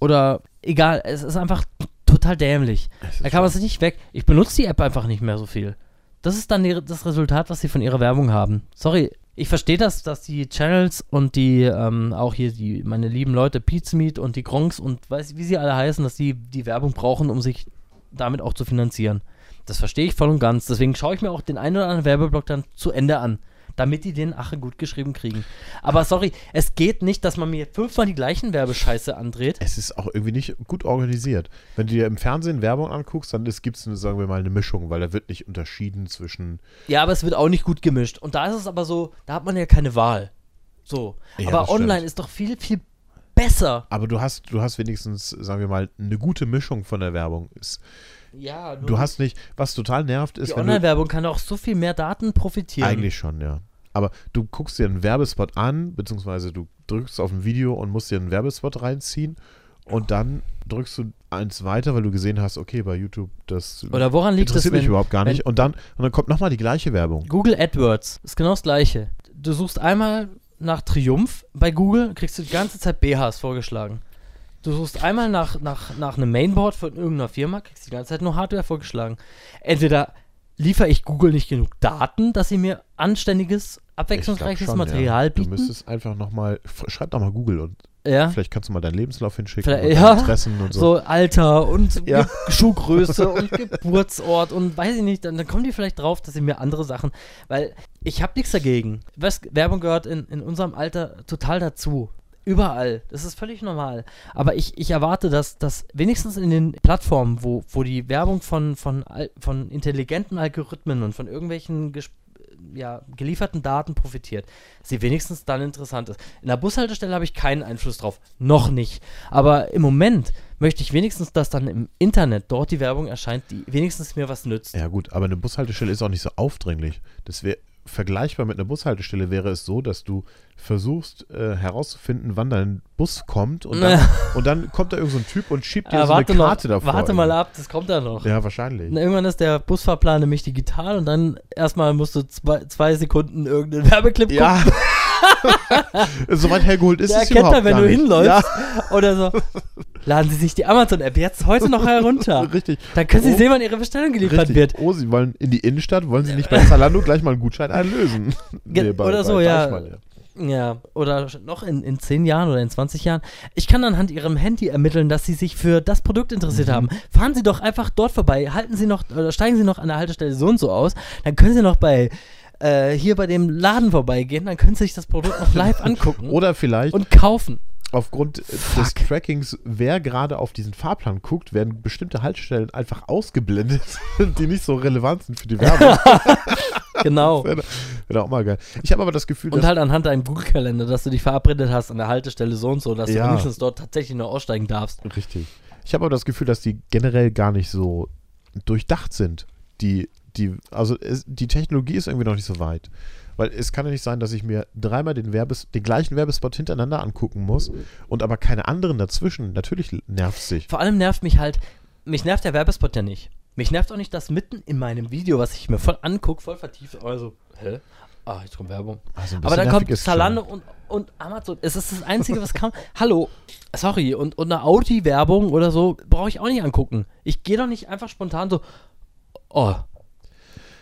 Oder egal, es ist einfach total dämlich.
Es
Da
ist
kann man es also nicht weg. Ich benutze die App einfach nicht mehr so viel. Das ist dann ihre- das Resultat, was sie von ihrer Werbung haben. Sorry, ich verstehe das, dass die Channels und die, ähm, auch hier die, meine lieben Leute, Pizmeet und die Gronks und weiß wie sie alle heißen, dass die die Werbung brauchen, um sich damit auch zu finanzieren. Das verstehe ich voll und ganz. Deswegen schaue ich mir auch den einen oder anderen Werbeblock dann zu Ende an, damit die den Ache gut geschrieben kriegen. Aber sorry, es geht nicht, dass man mir fünfmal die gleichen Werbescheiße andreht.
es ist auch irgendwie nicht gut organisiert. Wenn du dir im Fernsehen Werbung anguckst, dann gibt es, sagen wir mal, eine Mischung, weil da wird nicht unterschieden zwischen.
Ja, aber es wird auch nicht gut gemischt. Und da ist es aber so, da hat man ja keine Wahl. So.
Ja, das
aber
stimmt.
online ist doch viel, viel besser.
Aber du hast, du hast wenigstens, sagen wir mal, eine gute Mischung von der Werbung. Es-
Ja, nur
Du hast nicht, was total nervt, ist,
die
wenn du,
Online-Werbung kann auch so viel mehr Daten profitieren.
eigentlich schon, ja. Aber du guckst dir einen Werbespot an, beziehungsweise du drückst auf ein Video und musst dir einen Werbespot reinziehen und dann drückst du eins weiter, weil du gesehen hast, okay, bei YouTube das
Oder woran liegt das,
interessiert mich
wenn
überhaupt gar nicht. Und dann, und dann kommt nochmal die gleiche Werbung.
Google AdWords ist genau das gleiche. Du suchst einmal nach Triumph bei Google, kriegst du die ganze Zeit BHs vorgeschlagen. Du suchst einmal nach, nach, nach einem Mainboard von irgendeiner Firma, kriegst die ganze Zeit nur Hardware vorgeschlagen. Entweder liefere ich Google nicht genug Daten, dass sie mir
Ich
anständiges,
glaub
abwechslungsreiches
schon,
Material
ja. Du
bieten.
müsstest einfach nochmal, schreib doch mal Google und
ja.
vielleicht kannst du mal deinen Lebenslauf hinschicken,
Vielleicht-
und
ja.
deine Interessen und so.
So Alter und
Ja.
Ge- Schuhgröße und Geburtsort und weiß ich nicht, dann, dann kommen die vielleicht drauf, dass sie mir andere Sachen, weil ich habe nichts dagegen. Was, Werbung gehört in, in unserem Alter total dazu. Überall. Das ist völlig normal. Aber ich, ich erwarte, dass, dass wenigstens in den Plattformen, wo, wo die Werbung von, von, Al- von intelligenten Algorithmen und von irgendwelchen ges- ja, gelieferten Daten profitiert, sie wenigstens dann interessant ist. In der Bushaltestelle habe ich keinen Einfluss drauf. Noch nicht. Aber im Moment möchte ich wenigstens, dass dann im Internet dort die Werbung erscheint, die wenigstens mir was nützt.
Ja, gut, aber eine Bushaltestelle ist auch nicht so aufdringlich. Das wäre vergleichbar mit einer Bushaltestelle wäre es so, dass du versuchst äh, herauszufinden, wann dein Bus kommt und dann, und dann kommt da irgend so ein Typ und schiebt dir
Äh,
so eine Karte
noch,
davor.
warte mal ab, das kommt da noch.
Ja, wahrscheinlich.
Und irgendwann ist der Busfahrplan nämlich digital und dann erstmal musst du zwei, zwei Sekunden irgendeinen Werbeclip
Ja. so weit hergeholt ist
Der
es
erkennt
überhaupt
dann, wenn
gar
du
nicht.
hinläufst. oder so. Laden Sie sich die Amazon-App jetzt heute noch
Ja,
herunter.
richtig.
Dann können Sie
Oh.
sehen, wann Ihre Bestellung geliefert
Richtig.
wird.
Oh, sie wollen in die Innenstadt, wollen sie nicht bei Zalando gleich mal einen Gutschein einlösen?
Ge- oder so, ja.
Deichmann,
Ja, oder noch in, in 10 Jahren oder in 20 Jahren. Ich kann anhand Ihrem Handy ermitteln, dass Sie sich für das Produkt
Mhm.
interessiert haben. Fahren Sie doch einfach dort vorbei. Halten Sie noch, oder steigen Sie noch an der Haltestelle so und so aus. Dann können Sie noch bei, äh, hier bei dem Laden vorbeigehen. Dann können Sie sich das Produkt noch live angucken
Oder vielleicht
und kaufen. Äh,
aufgrund des Trackings, wer gerade auf diesen Fahrplan guckt, werden bestimmte Haltestellen einfach ausgeblendet, die nicht so relevant sind für die Werbung.
Genau.
Wäre wär auch mal geil. Ich habe aber das Gefühl,
Und
dass.
halt anhand deinem Google-Kalender, dass du dich verabredet hast an der Haltestelle so und so, dass
Ja.
du wenigstens dort tatsächlich noch aussteigen darfst.
Richtig. Ich habe aber das Gefühl, dass die generell gar nicht so durchdacht sind. Die, die, also es, die Technologie ist irgendwie noch nicht so weit. Weil es kann ja nicht sein, dass ich mir dreimal den, Werbes, den gleichen Werbespot hintereinander angucken muss und aber keine anderen dazwischen. Natürlich nervt es sich.
Vor allem nervt mich halt, mich nervt der Werbespot ja nicht. Mich nervt auch nicht, dass mitten in meinem Video, was ich mir voll angucke, voll vertieft, also, hä? Ah, jetzt kommt Werbung.
Also ein
Aber
bisschen
dann kommt
nervig ist schon.
Zalando und, und Amazon. Es ist das Einzige, was kam. Hallo, sorry, und, und eine Audi-Werbung oder so brauche ich auch nicht angucken. Ich gehe doch nicht einfach spontan so, oh,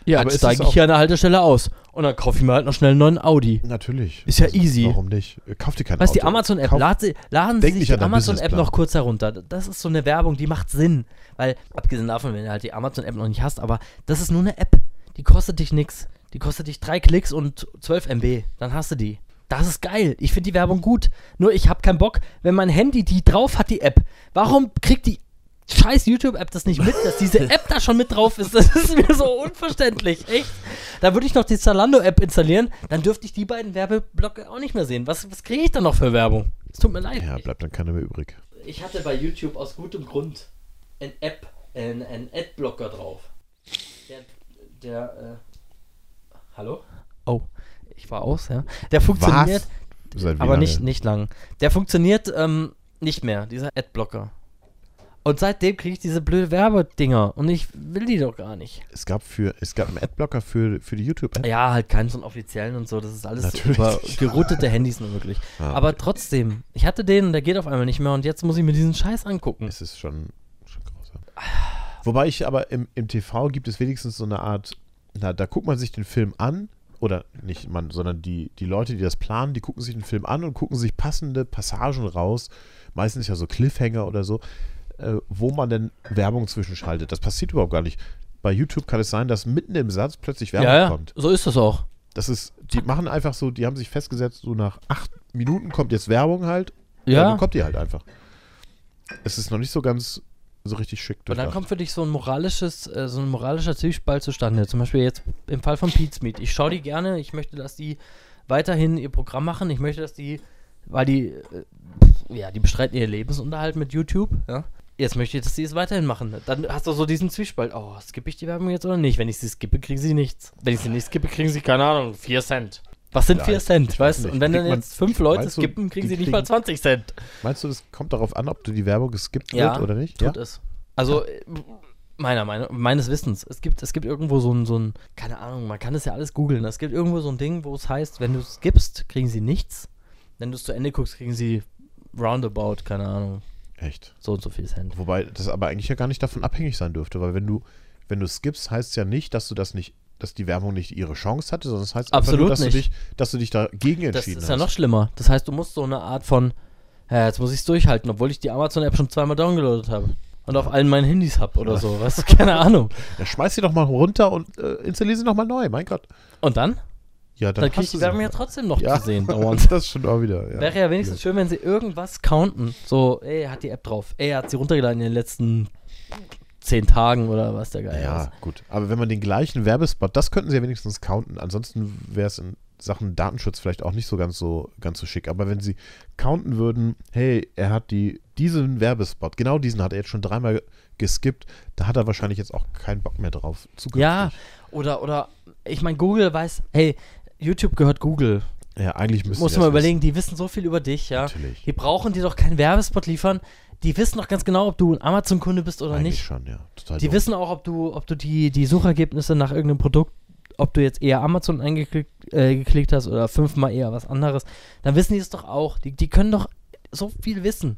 ja,
aber ist
jetzt
es
steige ich
auch-
hier an der Haltestelle aus. Und dann kaufe ich mir halt noch schnell einen neuen Audi.
Natürlich.
Ist ja easy.
Warum nicht? Kauf dir kein
Weißt du, die
Auto.
Amazon-App,
Kauf-
laden Sie, laden Sie
Denk
sich
nicht
die
an deinen
Amazon-App
Businessplan.
noch kurz herunter. Das ist so eine Werbung, die macht Sinn. Weil, abgesehen davon, wenn du halt die Amazon-App noch nicht hast, aber das ist nur eine App. Die kostet dich nix. Die kostet dich drei Klicks und 12 MB. Dann hast du die. Das ist geil. Ich finde die Werbung gut. Nur ich habe keinen Bock, wenn mein Handy die drauf hat, die App. Warum kriegt die scheiß YouTube-App das nicht mit, dass diese App da schon mit drauf ist? Das ist mir so unverständlich. Echt? Da würde ich noch die Zalando-App installieren, dann dürfte ich die beiden Werbeblöcke auch nicht mehr sehen. Was, was kriege ich dann noch für Werbung? Es tut mir leid.
Ja, bleibt dann keiner mehr übrig.
Ich hatte bei YouTube aus gutem Grund ein App, einen, einen Adblocker drauf. Der, der, äh, hallo? Oh, ich war aus, ja. Der funktioniert,
Seit wie
aber
lange?
nicht, nicht lang. Der funktioniert ähm, nicht mehr, dieser Adblocker. Und seitdem kriege ich diese blöde Werbedinger und ich will die doch gar nicht.
Es gab, für, es gab einen Adblocker für, für die YouTube-App.
Ja, halt keinen so einen offiziellen und so, das ist alles
Natürlich
über
nicht.
geroutete Handys nur möglich.
Ah,
Aber trotzdem, ich hatte den und der geht auf einmal nicht mehr und jetzt muss ich mir diesen Scheiß angucken.
Es ist schon, schon grausam. Wobei ich aber im, im TV gibt es wenigstens so eine Art, na, da guckt man sich den Film an, oder nicht man, sondern die, die Leute, die das planen, die gucken sich den Film an und gucken sich passende Passagen raus, meistens ja so Cliffhanger oder so, äh, wo man denn Werbung zwischenschaltet. Das passiert überhaupt gar nicht. Bei YouTube kann es sein, dass mitten im Satz plötzlich Werbung
ja, ja,
kommt.
so ist das auch.
Das ist, die machen einfach so, die haben sich festgesetzt, so nach acht Minuten kommt jetzt Werbung halt.
Ja.
Dann kommt die halt einfach. Es ist noch nicht so ganz so richtig schick
Und dann
durchdacht.
kommt für dich so ein moralisches, äh, so ein moralischer Zwiespalt zustande. Zum Beispiel jetzt im Fall von Pete's Meat. Ich schaue die gerne, ich möchte, dass die weiterhin ihr Programm machen. Ich möchte, dass die, weil die, äh, ja, die bestreiten ihren Lebensunterhalt mit YouTube, ja. Jetzt möchte ich, dass die es weiterhin machen. Dann hast du so diesen Zwiespalt. Oh, skippe ich die Werbung jetzt oder nicht? Wenn ich sie skippe, kriegen sie nichts. Wenn ich sie nicht skippe, kriegen sie, keine Ahnung, 4 Cent. Was sind
Ja,
4
ich-
Cent,
ich
weißt
weiß
du?
nicht.
Und wenn dann
Kriegt man-
jetzt 5 Leute
meinst du,
skippen, kriegen
die
sie nicht mal
kriegen-
20 Cent.
Meinst du, das kommt darauf an, ob du die Werbung geskippt
Ja,
wird oder nicht?
Tut es. Also äh, meiner Meinung, meines Wissens. Es gibt, es gibt irgendwo so ein, so ein, keine Ahnung, man kann es ja alles googeln. Es gibt irgendwo so ein Ding, wo es heißt, wenn du es gibst, kriegen sie nichts. Wenn du es zu Ende guckst, kriegen sie roundabout, keine Ahnung,
Echt.
so und so viel Cent.
Wobei das aber eigentlich ja gar nicht davon abhängig sein dürfte, weil wenn du, wenn du skippst, heißt es ja nicht, dass du das nicht, dass die Werbung nicht ihre Chance hatte, sondern es heißt einfach
Absolut
nur, dass
nicht.
du dich, dass du dich dagegen entschieden
Das ist
hast.
ja noch schlimmer. Das heißt, du musst so eine Art von, ja, jetzt muss ich es durchhalten, obwohl ich die Amazon-App schon zweimal downgeloadet habe. Und auf allen meinen Handys hab oder so. Weißt du, keine Ahnung.
ja, schmeiß sie doch mal runter und äh, installier sie noch mal neu, mein Gott.
Und dann?
Ja, dann,
Dann krieg
hast
ich die
du sie
Werbung ja
noch.
trotzdem noch
ja.
zu sehen. Oh, Dauernd.
Das ist schon auch wieder. Ja.
Wäre ja wenigstens schön, wenn sie irgendwas counten. So, ey, er hat die App drauf. Ey, er hat sie runtergeladen in den letzten zehn Tagen oder was der Geier
ja,
ist.
gut. Aber wenn man den gleichen Werbespot, das könnten sie ja wenigstens counten. Ansonsten wäre es in Sachen Datenschutz vielleicht auch nicht so ganz so ganz so schick. Aber wenn sie counten würden, hey, er hat die, diesen Werbespot, genau diesen hat er jetzt schon dreimal geskippt, da hat er wahrscheinlich jetzt auch keinen Bock mehr drauf. Zukünftig.
Ja, oder, oder ich meine, Google weiß, hey, YouTube gehört Google.
Ja, eigentlich müssen
Muss
sie
man
das
überlegen, die wissen so viel über dich, ja.
wissen. Natürlich.
Die brauchen dir doch keinen Werbespot liefern. Die wissen doch ganz genau, ob du ein Amazon-Kunde bist oder
eigentlich
nicht.
schon, ja. Total
Die
doof.
wissen auch, ob du, ob du die, die Suchergebnisse nach irgendeinem Produkt, ob du jetzt eher Amazon eingeklickt äh, geklickt hast oder fünfmal eher was anderes, dann wissen die es doch auch. Die, die können doch so viel wissen.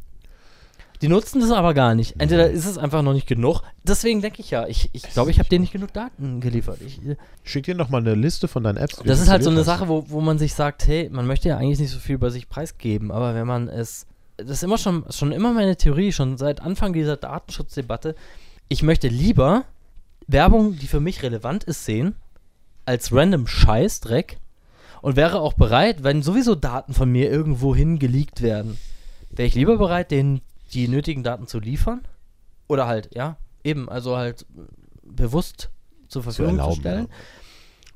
Die nutzen das aber gar nicht. Entweder ist es einfach noch nicht genug. Deswegen denke ich ja, ich glaube, ich, glaub, ich habe denen Mhm. nicht genug Daten geliefert. Ich, äh,
Schick dir noch mal eine Liste von deinen Apps. die du
das ist halt so eine
installiert hast.
Sache, wo, wo man sich sagt, hey, man möchte ja eigentlich nicht so viel über sich preisgeben, aber wenn man es, das ist immer schon, schon immer meine Theorie, schon seit Anfang dieser Datenschutzdebatte, ich möchte lieber Werbung, die für mich relevant ist, sehen, als random Scheißdreck und wäre auch bereit, wenn sowieso Daten von mir irgendwohin geleakt werden, wäre ich lieber bereit, denen die nötigen Daten zu liefern oder halt, ja, eben, also halt bewusst zur Verfügung zu,
erlauben,
stellen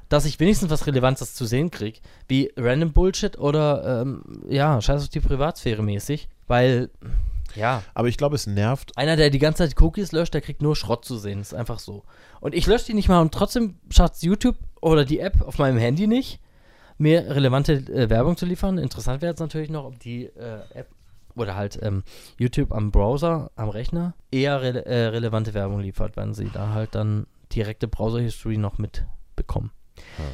dass ich wenigstens was Relevantes zu sehen kriege, wie random Bullshit oder ähm, ja, scheiß auf die Privatsphäre mäßig, weil ja,
Aber ich glaube, es nervt
einer, der die ganze Zeit Cookies löscht, der kriegt nur Schrott zu sehen, ist einfach so. Und ich lösche die nicht mal und trotzdem schafft YouTube oder die App auf meinem Handy nicht, mir relevante äh, Werbung zu liefern. Interessant wäre jetzt natürlich noch, ob die äh, App oder halt ähm, YouTube am Browser, am Rechner eher rele äh, relevante Werbung liefert, wenn sie da halt dann direkte Browser-History noch mitbekommen.
Ja.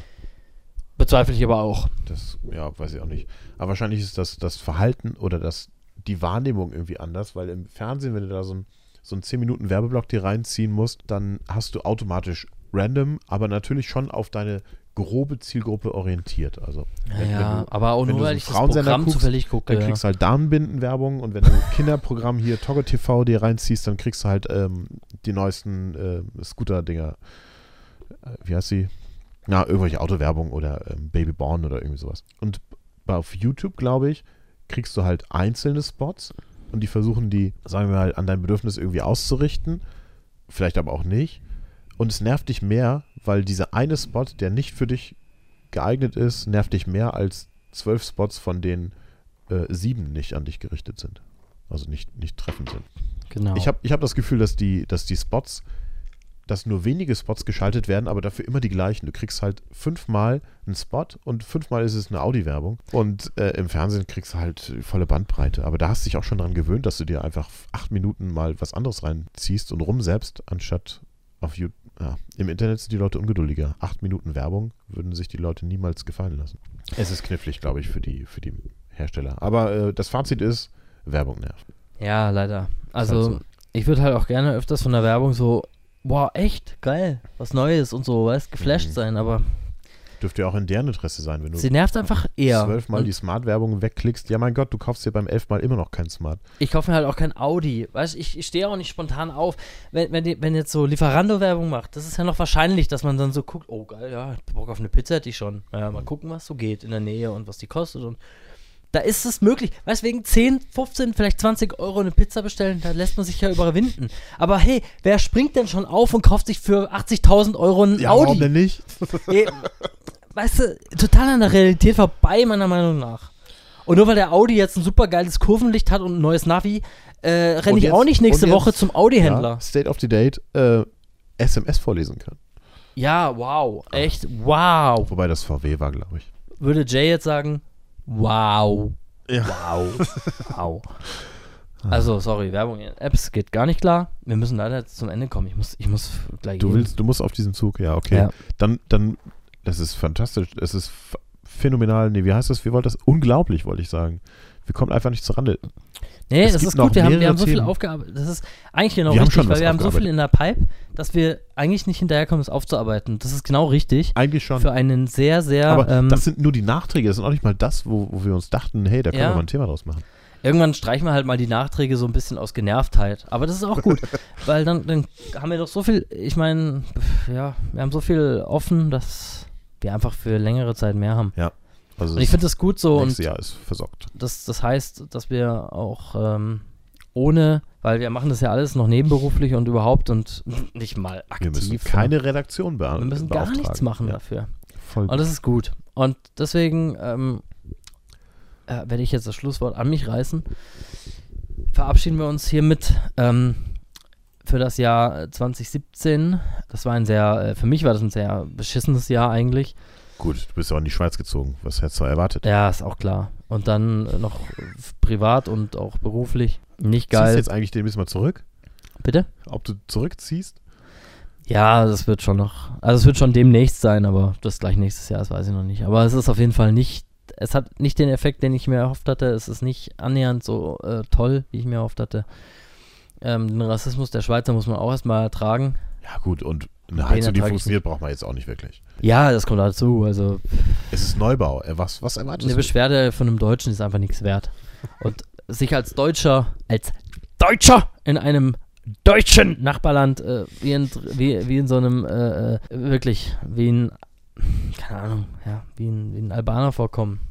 Bezweifle ich aber auch.
Das, ja, weiß ich auch nicht. Aber wahrscheinlich ist das, das Verhalten oder das, die Wahrnehmung irgendwie anders, weil im Fernsehen, wenn du da so, ein, so einen 10-Minuten-Werbeblock dir reinziehen musst, dann hast du automatisch random, aber natürlich schon auf deine grobe Zielgruppe orientiert. Also, wenn,
Ja,
wenn du,
aber auch
wenn
nur,
du so
weil ich das
Frauensender
Programm
guckst,
zufällig gucke.
dann
ja.
kriegst du halt Damenbindenwerbung und wenn du Kinderprogramm hier Toggle TV dir reinziehst, dann kriegst du halt ähm, die neuesten äh, Scooter-Dinger. Äh, wie heißt sie? Na, irgendwelche Autowerbung oder ähm, Babyborn oder irgendwie sowas. Und bei- auf YouTube, glaube ich, kriegst du halt einzelne Spots und die versuchen die, sagen wir mal, an dein Bedürfnis irgendwie auszurichten. Vielleicht aber auch nicht. Und es nervt dich mehr, weil dieser eine Spot, der nicht für dich geeignet ist, nervt dich mehr als zwölf Spots, von denen äh, sieben nicht an dich gerichtet sind. Also nicht, nicht treffend sind.
Genau.
Ich habe ich hab das Gefühl, dass die, dass die Spots, dass nur wenige Spots geschaltet werden, aber dafür immer die gleichen. Du kriegst halt fünfmal einen Spot und fünfmal ist es eine Audi-Werbung. Und äh, im Fernsehen kriegst du halt volle Bandbreite. Aber da hast du dich auch schon dran gewöhnt, dass du dir einfach acht Minuten mal was anderes reinziehst und rumsäbst, anstatt auf YouTube. Ja, Im Internet sind die Leute ungeduldiger. Acht Minuten Werbung würden sich die Leute niemals gefallen lassen. Es ist knifflig, glaube ich, für die, für die Hersteller. Aber äh, das Fazit ist, Werbung nervt.
ja, leider.
Ist
Also,
halt so.
ich würde halt auch gerne öfters von der Werbung so, boah, echt, geil, was Neues und so, weißt, geflasht
Mhm.
sein, aber
Dürfte ja auch in deren Interesse sein, wenn du
sie nervt einfach eher.
zwölfmal
Und
die Smart-Werbung wegklickst. Ja, mein Gott, du kaufst dir beim elfmal immer noch kein Smart.
ich kaufe mir halt auch kein Audi, weißt, ich, ich stehe auch nicht spontan auf. Wenn, wenn, die, wenn jetzt so Lieferando-Werbung macht, das ist ja noch wahrscheinlich, dass man dann so guckt, oh geil, ja, Bock auf eine Pizza hätte ich schon. Ja, mal gucken, was so geht in der Nähe und was die kostet und da ist es möglich. Weißt wegen 10, 15, vielleicht 20 Euro eine Pizza bestellen, da lässt man sich ja überwinden. Aber hey, wer springt denn schon auf und kauft sich für 80.000 Euro ein Audi?
warum denn nicht?
Eh, weißt du, total an der Realität vorbei, meiner Meinung nach. Und nur weil der Audi jetzt ein super geiles Kurvenlicht hat und ein neues Navi, äh,
Und
renne ich
jetzt-
auch nicht nächste
und jetzt-
Woche zum Audi-Händler.
Ja, State of the Date, äh, SMS vorlesen kann.
Ja. wow. Echt, wow.
Wobei das VW war, glaube ich.
Würde Jay jetzt sagen, wow.
Ja.
Wow. wow. Also, sorry, Werbung in Apps geht gar nicht klar. Wir müssen leider jetzt zum Ende kommen. Ich muss, ich muss gleich
Du
gehen.
willst, du musst auf diesen Zug, ja, okay.
Ja.
Dann, dann, das ist fantastisch, es ist ph- phänomenal, nee, wie heißt das? Wie wollt das? Unglaublich, wollte ich sagen. Wir kommen einfach nicht zurande.
Nee,
Es
das
gibt
ist
noch
gut, wir haben, wir
mehrere
haben so viel
Themen.
aufgearbeitet. Das ist eigentlich genau
Wir haben
richtig,
schon was
weil wir haben so viel
aufgearbeitet.
in der Pipe, dass wir eigentlich nicht hinterherkommen, das aufzuarbeiten. Das ist genau richtig.
Eigentlich schon.
Für einen sehr, sehr.
aber
ähm,
das sind nur die Nachträge, das sind auch nicht mal das, wo, wo wir uns dachten, hey, da können
Ja.
wir mal ein Thema draus machen.
irgendwann streichen wir halt mal die Nachträge so ein bisschen aus Genervtheit. Aber das ist auch gut, weil dann, dann haben wir doch so viel. Ich meine, pf, ja, wir haben so viel offen, dass wir einfach für längere Zeit mehr haben.
Also
Und ich finde das gut so und
nächstes Jahr ist versorgt.
das, das heißt, dass wir auch ähm, ohne, weil wir machen das ja alles noch nebenberuflich und überhaupt und nicht mal aktiv. ne?
Wir müssen keine Redaktion
wir
beantragen.
müssen gar nichts machen
Ja,
dafür.
voll
Und das ist gut. Und deswegen ähm, äh, werde ich jetzt das Schlusswort an mich reißen. Verabschieden wir uns hiermit ähm, für das Jahr äh, 2017. Das war ein sehr, äh, für mich war das ein sehr beschissenes Jahr eigentlich.
gut. Du bist ja auch in die Schweiz gezogen. Was hättest du erwartet?
Ja, ist auch klar. Und dann äh, noch äh, privat und auch beruflich. Nicht
Ziehst du
geil.
jetzt eigentlich demnächst mal zurück?
Bitte?
Ob du zurückziehst?
Ja, das wird schon noch. Also es wird schon demnächst sein, aber das gleich nächstes Jahr, das weiß ich noch nicht. Aber es ist auf jeden Fall nicht. Es hat nicht den Effekt, den ich mir erhofft hatte. Es ist nicht annähernd so äh, toll, wie ich mir erhofft hatte. Ähm, den Rassismus der Schweizer muss man auch erstmal ertragen.
Ja, gut. Und eine Heizung, die
ertrag ich
funktioniert, braucht man jetzt auch nicht wirklich.
Ja, das kommt dazu. Also
Es ist Neubau. Äh, Was, was erwartest
eine
du?
Beschwerde von einem Deutschen ist einfach nichts wert. Und sich als Deutscher, als Deutscher in einem deutschen Nachbarland, äh, wie, in, wie, wie in so einem, äh, äh, wirklich, wie in, keine Ahnung, ja, wie in, wie in Albaner vorkommen.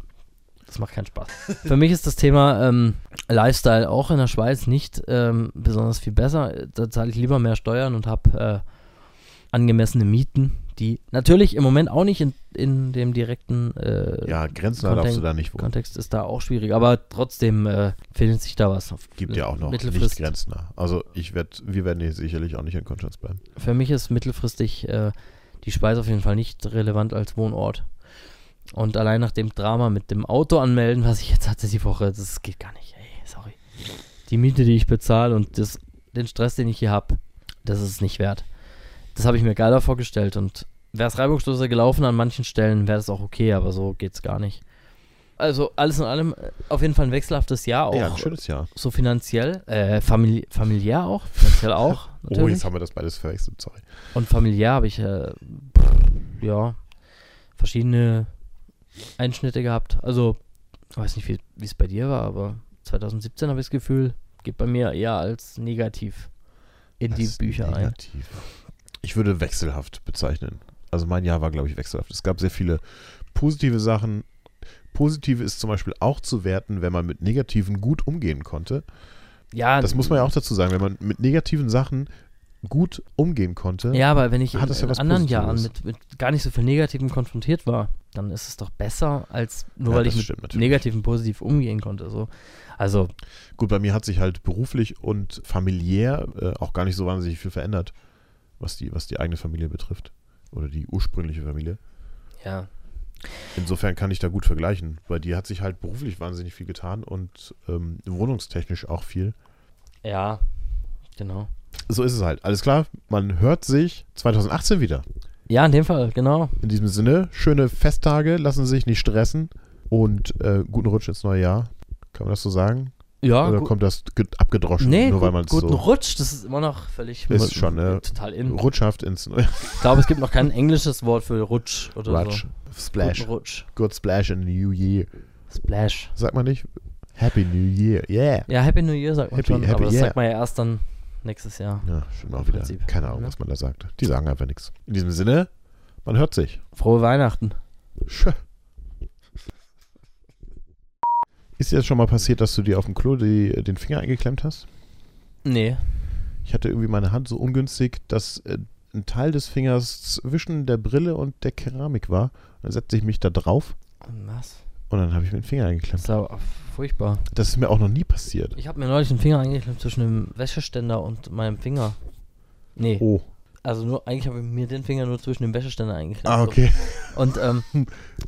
Das macht keinen Spaß. Für mich ist das Thema ähm, Lifestyle auch in der Schweiz nicht ähm, besonders viel besser. Da zahle ich lieber mehr Steuern und habe äh, angemessene Mieten, die natürlich im Moment auch nicht in, in dem direkten äh,
Ja, grenznah
Content-
darfst du da nicht wohnen.
Kontext ist da auch schwierig, aber trotzdem äh, findet sich da was. Auf
Gibt ja auch noch nicht
Mittelfrist,
grenznah. Also ich werd, wir werden hier sicherlich auch nicht in Konstanz bleiben.
für mich ist mittelfristig äh, die Schweiz auf jeden Fall nicht relevant als Wohnort. Und allein nach dem Drama mit dem Auto anmelden, was ich jetzt hatte die Woche, das geht gar nicht. Ey, sorry. Die Miete, die ich bezahle und das, den Stress, den ich hier habe, das ist es nicht wert. Das habe ich mir geiler vorgestellt und wäre es reibungsloser gelaufen an manchen Stellen, wäre das auch okay, aber so geht's gar nicht. Also alles in allem äh, auf jeden Fall ein wechselhaftes Jahr auch.
ja, ein schönes Jahr.
so finanziell, äh, famili familiär auch, finanziell auch.
Oh,
natürlich.
jetzt haben wir das beides verwechselt, sorry.
Und familiär habe ich, äh, pff, ja, verschiedene Einschnitte gehabt. Also, ich weiß nicht, wie wie es bei dir war, aber 2017 habe ich das Gefühl, geht bei mir eher als negativ in die
Das ist
Bücher ein.
negativ. Ich würde wechselhaft bezeichnen. Also mein Jahr war, glaube ich, wechselhaft. Es gab sehr viele positive Sachen. Positive ist zum Beispiel auch zu werten, wenn man mit Negativen gut umgehen konnte.
Ja,
Das muss man ja auch dazu sagen. Wenn man mit negativen Sachen gut umgehen konnte,
Ja, aber wenn ich
Hat
in,
das ja
in
was
anderen
Positives?
Jahren mit, mit gar nicht so viel Negativem konfrontiert war, dann ist es doch besser, als nur
Ja,
weil
das
ich mit
stimmt natürlich.
Negativen positiv umgehen konnte. So. Also,
Gut, bei mir hat sich halt beruflich und familiär äh, auch gar nicht so wahnsinnig viel verändert, was die, was die eigene Familie betrifft. Oder die ursprüngliche Familie.
ja,
Insofern kann ich da gut vergleichen. Bei dir hat sich halt beruflich wahnsinnig viel getan und ähm, wohnungstechnisch auch viel.
ja, genau.
So ist es halt. Alles klar, man hört sich 2018 wieder.
Ja, in dem Fall, genau.
In diesem Sinne, schöne Festtage, lassen Sie sich nicht stressen und äh, guten Rutsch ins neue Jahr. Kann man das so sagen?
Ja,
Oder
gu-
kommt das ge- abgedroschen,
Ah, nee,
nur weil
gut-
man es
guten
so
Rutsch, das ist immer noch völlig
Ist schon, ne?
total in.
rutschhaft ins neue
Ich glaube, es gibt noch kein englisches Wort für Rutsch oder
Rutsch.
so.
Splash.
Guten Rutsch.
Good Splash in the New Year.
Splash.
Sagt man nicht? Happy New Year. Yeah.
Ja, Happy New Year sagt man
Happy-
schon,
Happy
aber das
Year.
sagt man ja erst dann nächstes Jahr.
Ja, schon mal wieder.
Prinzip. ne?
Keine Ahnung,
Ja.
was man da sagt. Die sagen einfach nichts. In diesem Sinne, man hört sich.
Frohe Weihnachten.
Schö. Ist dir das schon mal passiert, dass du dir auf dem Klo die, den Finger eingeklemmt hast?
Nee.
Ich hatte irgendwie meine Hand so ungünstig, dass äh, ein Teil des Fingers zwischen der Brille und der Keramik war. Dann setzte ich mich da drauf
Was?
und dann habe ich mir den Finger
Das
eingeklemmt.
ist aber furchtbar.
Das ist mir auch noch nie passiert.
Ich habe mir neulich einen Finger eingeklemmt zwischen dem Wäscheständer und meinem Finger. Nee,
Oh.
also nur eigentlich habe ich mir den Finger nur zwischen dem Wäscheständer eingeklemmt.
Ah,
So.
okay.
Und ähm,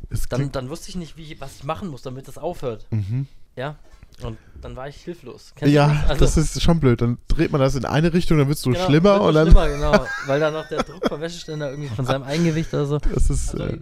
Es
dann,
klingt,
dann wusste ich nicht, wie, was ich machen muss, damit das aufhört.
mhm.
Ja. Und dann war ich hilflos. Kennst du
Ja,
Also-
das ist schon blöd. Dann dreht man das in eine Richtung, dann wird es so
Genau,
schlimmer
wird
und dann.
Schlimmer, genau. Weil dann noch der Druck vom Wäscheständer irgendwie von seinem Eigengewicht oder so.
Das ist.
Also,
äh,